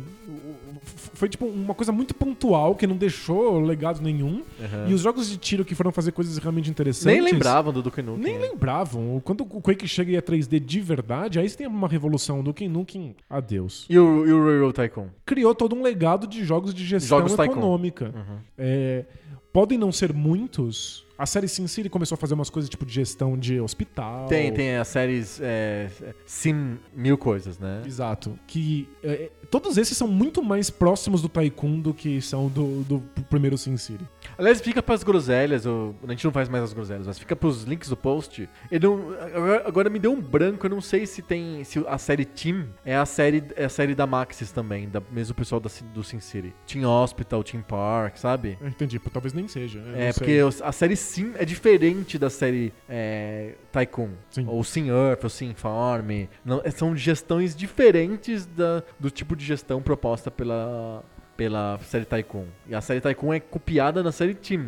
Speaker 2: Foi tipo uma coisa muito pontual que não deixou legado nenhum. E os jogos de tiro que foram fazer coisas realmente interessantes.
Speaker 1: Nem lembravam do Duke Nukem.
Speaker 2: Nem
Speaker 1: né?
Speaker 2: lembravam. Quando o Quake chega e é 3D de verdade, aí você tem uma revolução do Ken Nukem. Adeus.
Speaker 1: E o, e o Railroad Tycoon?
Speaker 2: Criou todo um legado de jogos de gestão
Speaker 1: Jogos Uhum. Tycoon.
Speaker 2: econômica. É, podem não ser muitos. A série Sin City começou a fazer umas coisas tipo de gestão de hospital.
Speaker 1: Tem, tem as séries é, Sim Mil Coisas, né?
Speaker 2: Exato. Que é, é, todos esses são muito mais próximos do Tycoon do que são do, do primeiro Sin City.
Speaker 1: Aliás, fica pras groselhas, ou- a gente não faz mais as groselhas, mas fica pros links do post. Eu não- agora, agora me deu um branco, eu não sei se tem. Se a série Team é a série, é a série da Maxis também, da, mesmo pessoal da, do Sin City. Team Hospital, Team Park, sabe?
Speaker 2: Eu entendi, pô, talvez nem seja. eu
Speaker 1: É,
Speaker 2: não sei.
Speaker 1: porque os- a série Sim é diferente da série é, Tycoon.
Speaker 2: Sim.
Speaker 1: Ou Sim Earth, ou Sim Farm. Não, é- são gestões diferentes da- do tipo de gestão proposta pela, pela série Tycoon. E a série Tycoon é copiada na série Team,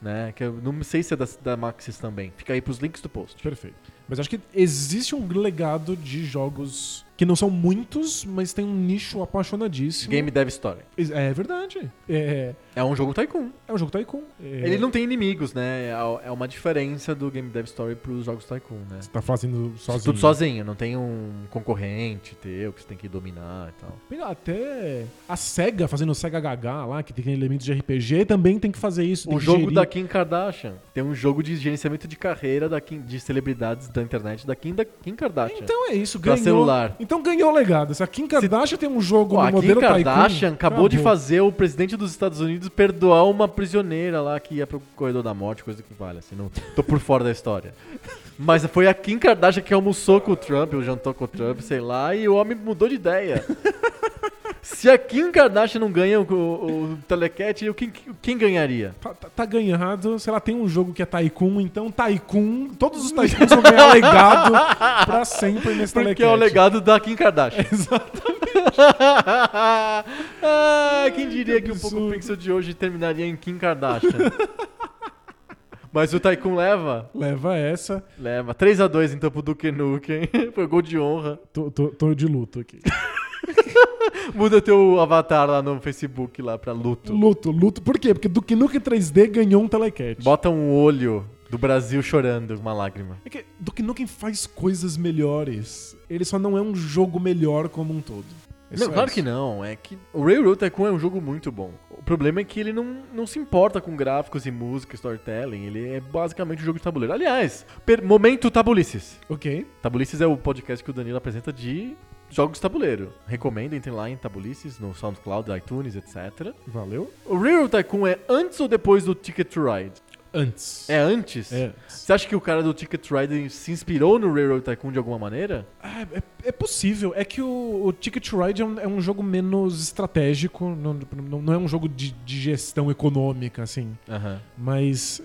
Speaker 1: né? Que eu não sei se é da, da Maxis também. Fica aí pros links do post.
Speaker 2: Perfeito. Mas acho que existe um legado de jogos que não são muitos, mas tem um nicho apaixonadíssimo.
Speaker 1: Game Dev Story.
Speaker 2: É verdade. É,
Speaker 1: É um jogo Tycoon.
Speaker 2: é um jogo Tycoon. É,
Speaker 1: Ele não tem inimigos, né? É a- É uma diferença do Game Dev Story pros jogos Tycoon, né?
Speaker 2: Você tá fazendo sozinho.
Speaker 1: Tudo sozinho, não tem um concorrente teu que você tem que dominar e tal.
Speaker 2: Pega Até a SEGA fazendo o SEGA HH lá, que tem elementos de RPG, também tem que fazer isso. tem
Speaker 1: O
Speaker 2: que
Speaker 1: Um jogo
Speaker 2: gerir.
Speaker 1: da Kim Kardashian. Tem um jogo de gerenciamento de carreira da Kim- de celebridades da internet da Kim, da Kim Kardashian.
Speaker 2: Então é isso,
Speaker 1: Pra
Speaker 2: ganhou.
Speaker 1: celular.
Speaker 2: Então ganhou o legado. Se a Kim Kardashian tem um jogo
Speaker 1: Pô,
Speaker 2: no
Speaker 1: a Kim
Speaker 2: modelo Tycoon,
Speaker 1: Kardashian acabou de fazer o presidente dos Estados Unidos perdoar uma prisioneira lá que ia pro corredor da morte, coisa que vale, assim, não tô por fora da história. Mas foi a Kim Kardashian que almoçou com o Trump, ou jantou com o Trump, sei lá, e o homem mudou de ideia. Se a Kim Kardashian não ganha o, o, o telecat, eu- quem, quem ganharia?
Speaker 2: Tá, tá- tá ganhado, sei lá, tem um jogo que é Tycoon, então Tycoon, todos os Tycoons vão ganhar legado pra sempre nesse
Speaker 1: Porque é o
Speaker 2: telecat.
Speaker 1: legado da Kim Kardashian.
Speaker 2: Exato.
Speaker 1: ah, quem diria
Speaker 2: que
Speaker 1: que um pouco
Speaker 2: absurdo.
Speaker 1: pixel de hoje terminaria em Kim Kardashian? Mas o Tycoon leva?
Speaker 2: Leva essa.
Speaker 1: Leva. 3x2 então pro Duke Nukem. Foi gol de honra.
Speaker 2: Tô, tô- tô de luto aqui.
Speaker 1: Muda teu avatar lá no Facebook lá pra luto.
Speaker 2: Luto, luto. Por quê? Porque Duke Nukem 3D ganhou um telecat.
Speaker 1: Bota um olho do Brasil chorando, uma lágrima.
Speaker 2: É que Duke Nukem faz coisas melhores. Ele só não é um jogo melhor como um todo. É
Speaker 1: Não,
Speaker 2: só
Speaker 1: claro
Speaker 2: isso.
Speaker 1: que não. É que o Railroad Tycoon é um jogo muito bom. O problema é que ele não, não se importa com gráficos e música, storytelling. Ele é basicamente um jogo de tabuleiro. Aliás, per- momento tabulices.
Speaker 2: Ok.
Speaker 1: Tabulices é o podcast que o Danilo apresenta de jogos de tabuleiro. Recomendo, entrem lá em Tabulices, no SoundCloud, iTunes, etc.
Speaker 2: Valeu.
Speaker 1: O Real Tycoon é antes ou depois do Ticket to Ride?
Speaker 2: Antes.
Speaker 1: É antes?
Speaker 2: É.
Speaker 1: Você acha que o cara do Ticket to Ride se inspirou no Railroad Tycoon de alguma maneira?
Speaker 2: Ah, é, é possível. É que o, o Ticket to Ride é um, é um jogo menos estratégico. Não, não- não é um jogo de, de gestão econômica, assim.
Speaker 1: Aham.
Speaker 2: Mas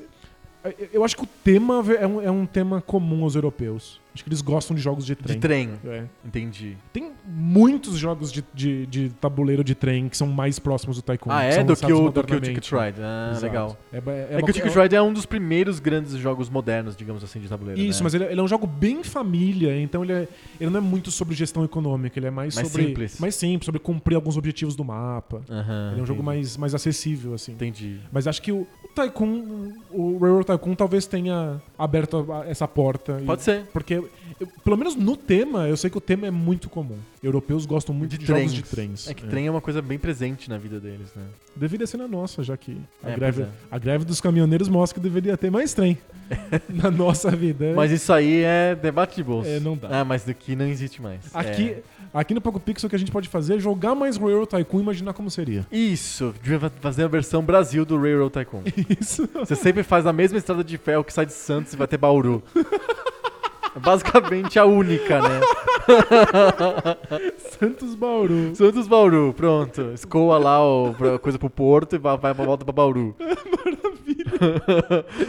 Speaker 2: é, eu acho que o tema é um, é um tema comum aos europeus. Acho que eles gostam de jogos de trem.
Speaker 1: De trem.
Speaker 2: É.
Speaker 1: Entendi.
Speaker 2: Tem muitos jogos de, de- de tabuleiro de trem que são mais próximos do Tycoon.
Speaker 1: ah,
Speaker 2: que
Speaker 1: é?
Speaker 2: são
Speaker 1: Do que,
Speaker 2: lançados
Speaker 1: o, do que o
Speaker 2: modernamente. né?
Speaker 1: Ticket to Ride. Ah,
Speaker 2: Exato.
Speaker 1: legal.
Speaker 2: É, ba- é
Speaker 1: É, que
Speaker 2: uma
Speaker 1: o
Speaker 2: co-
Speaker 1: Ticket to Ride é um dos primeiros grandes jogos modernos, digamos assim, de tabuleiro.
Speaker 2: Isso,
Speaker 1: né?
Speaker 2: mas ele, ele é um jogo bem família, então ele, é- ele não é muito sobre gestão econômica, ele é mais,
Speaker 1: Mais
Speaker 2: sobre.
Speaker 1: simples.
Speaker 2: Mais simples, sobre cumprir alguns objetivos do mapa.
Speaker 1: Aham,
Speaker 2: ele é um jogo
Speaker 1: entendi.
Speaker 2: mais, mais acessível, assim.
Speaker 1: Entendi.
Speaker 2: Mas acho que o, o Tycoon, o Railroad Tycoon, talvez tenha aberto a- essa porta. e-
Speaker 1: Pode ser.
Speaker 2: Porque, eu- pelo menos no tema, eu sei que o tema é muito comum. Europeus gostam muito de, jogos de trens.
Speaker 1: É que trem é uma coisa bem presente na vida deles, né?
Speaker 2: Deveria ser na nossa, já que a,
Speaker 1: É,
Speaker 2: greve,
Speaker 1: pois é.
Speaker 2: a greve dos caminhoneiros mostra que deveria ter mais trem na nossa vida.
Speaker 1: Mas isso aí é debate de bolso.
Speaker 2: É, não dá.
Speaker 1: Ah, mas daqui não existe mais.
Speaker 2: Aqui,
Speaker 1: É.
Speaker 2: aqui no Poco Pixel o que a gente pode fazer é jogar mais Railroad Tycoon e imaginar como seria.
Speaker 1: Isso, devia fa- fazer a versão Brasil do Railroad Tycoon.
Speaker 2: Isso.
Speaker 1: Você sempre faz a mesma estrada de ferro que sai de Santos e vai até Bauru. É Basicamente a única, né?
Speaker 2: Santos Bauru.
Speaker 1: Santos Bauru, pronto. Escoa lá o, pra- coisa pro Porto e vai, vai volta pra Bauru.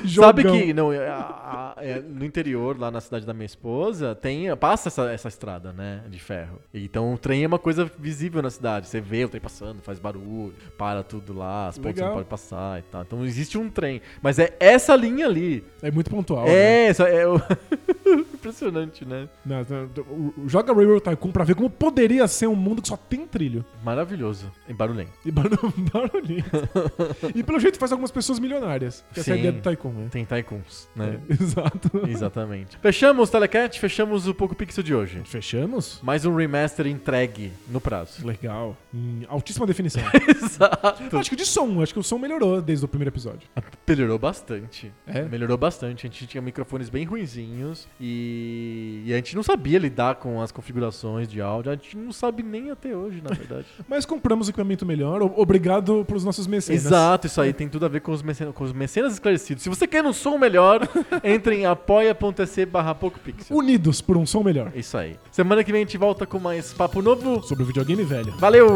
Speaker 1: Sabe
Speaker 2: Jogão.
Speaker 1: que não, é- a- a- é, no interior, lá na cidade da minha esposa, tem, passa essa, essa estrada, né? De ferro. Então o trem é uma coisa visível na cidade. Você vê o trem passando, faz barulho, para tudo lá, as pontes
Speaker 2: Legal.
Speaker 1: não podem passar e tal. Então existe um trem. Mas é essa linha ali.
Speaker 2: É muito pontual. né?
Speaker 1: é, essa- é o- impressionante, né?
Speaker 2: Não, não, o- Joga Railroad Tycoon pra ver como poderia ser um mundo que só tem trilho.
Speaker 1: Maravilhoso. E barulhento.
Speaker 2: E barul- barulhento. e pelo jeito faz algumas pessoas milionárias. Que essa é a
Speaker 1: Sim.
Speaker 2: ideia do Tycoon, né?
Speaker 1: Tem tycoons, né?
Speaker 2: É, Exato.
Speaker 1: Exatamente. Fechamos, Telecat, fechamos o Poco Pixel de hoje.
Speaker 2: Fechamos?
Speaker 1: Mais um remaster entregue no prazo.
Speaker 2: Legal. Em altíssima definição.
Speaker 1: Exato.
Speaker 2: acho que de som, acho que o som melhorou desde o primeiro episódio.
Speaker 1: Melhorou bastante.
Speaker 2: É?
Speaker 1: Melhorou bastante. A gente tinha microfones bem ruinzinhos e E, e a gente não sabia lidar com as configurações de áudio. A gente não sabe nem até hoje, na verdade.
Speaker 2: Mas compramos equipamento melhor. o- Obrigado pros nossos mecenas.
Speaker 1: Exato, isso aí tem tudo a ver com os mecenas, com os mecenas esclarecidos. Se você quer um som melhor, entre em apoia.se barra PocoPixel.
Speaker 2: Unidos por um som melhor.
Speaker 1: Isso aí. Semana que vem a gente volta com mais papo novo.
Speaker 2: Sobre o videogame velho.
Speaker 1: Valeu!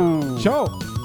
Speaker 2: Tchau!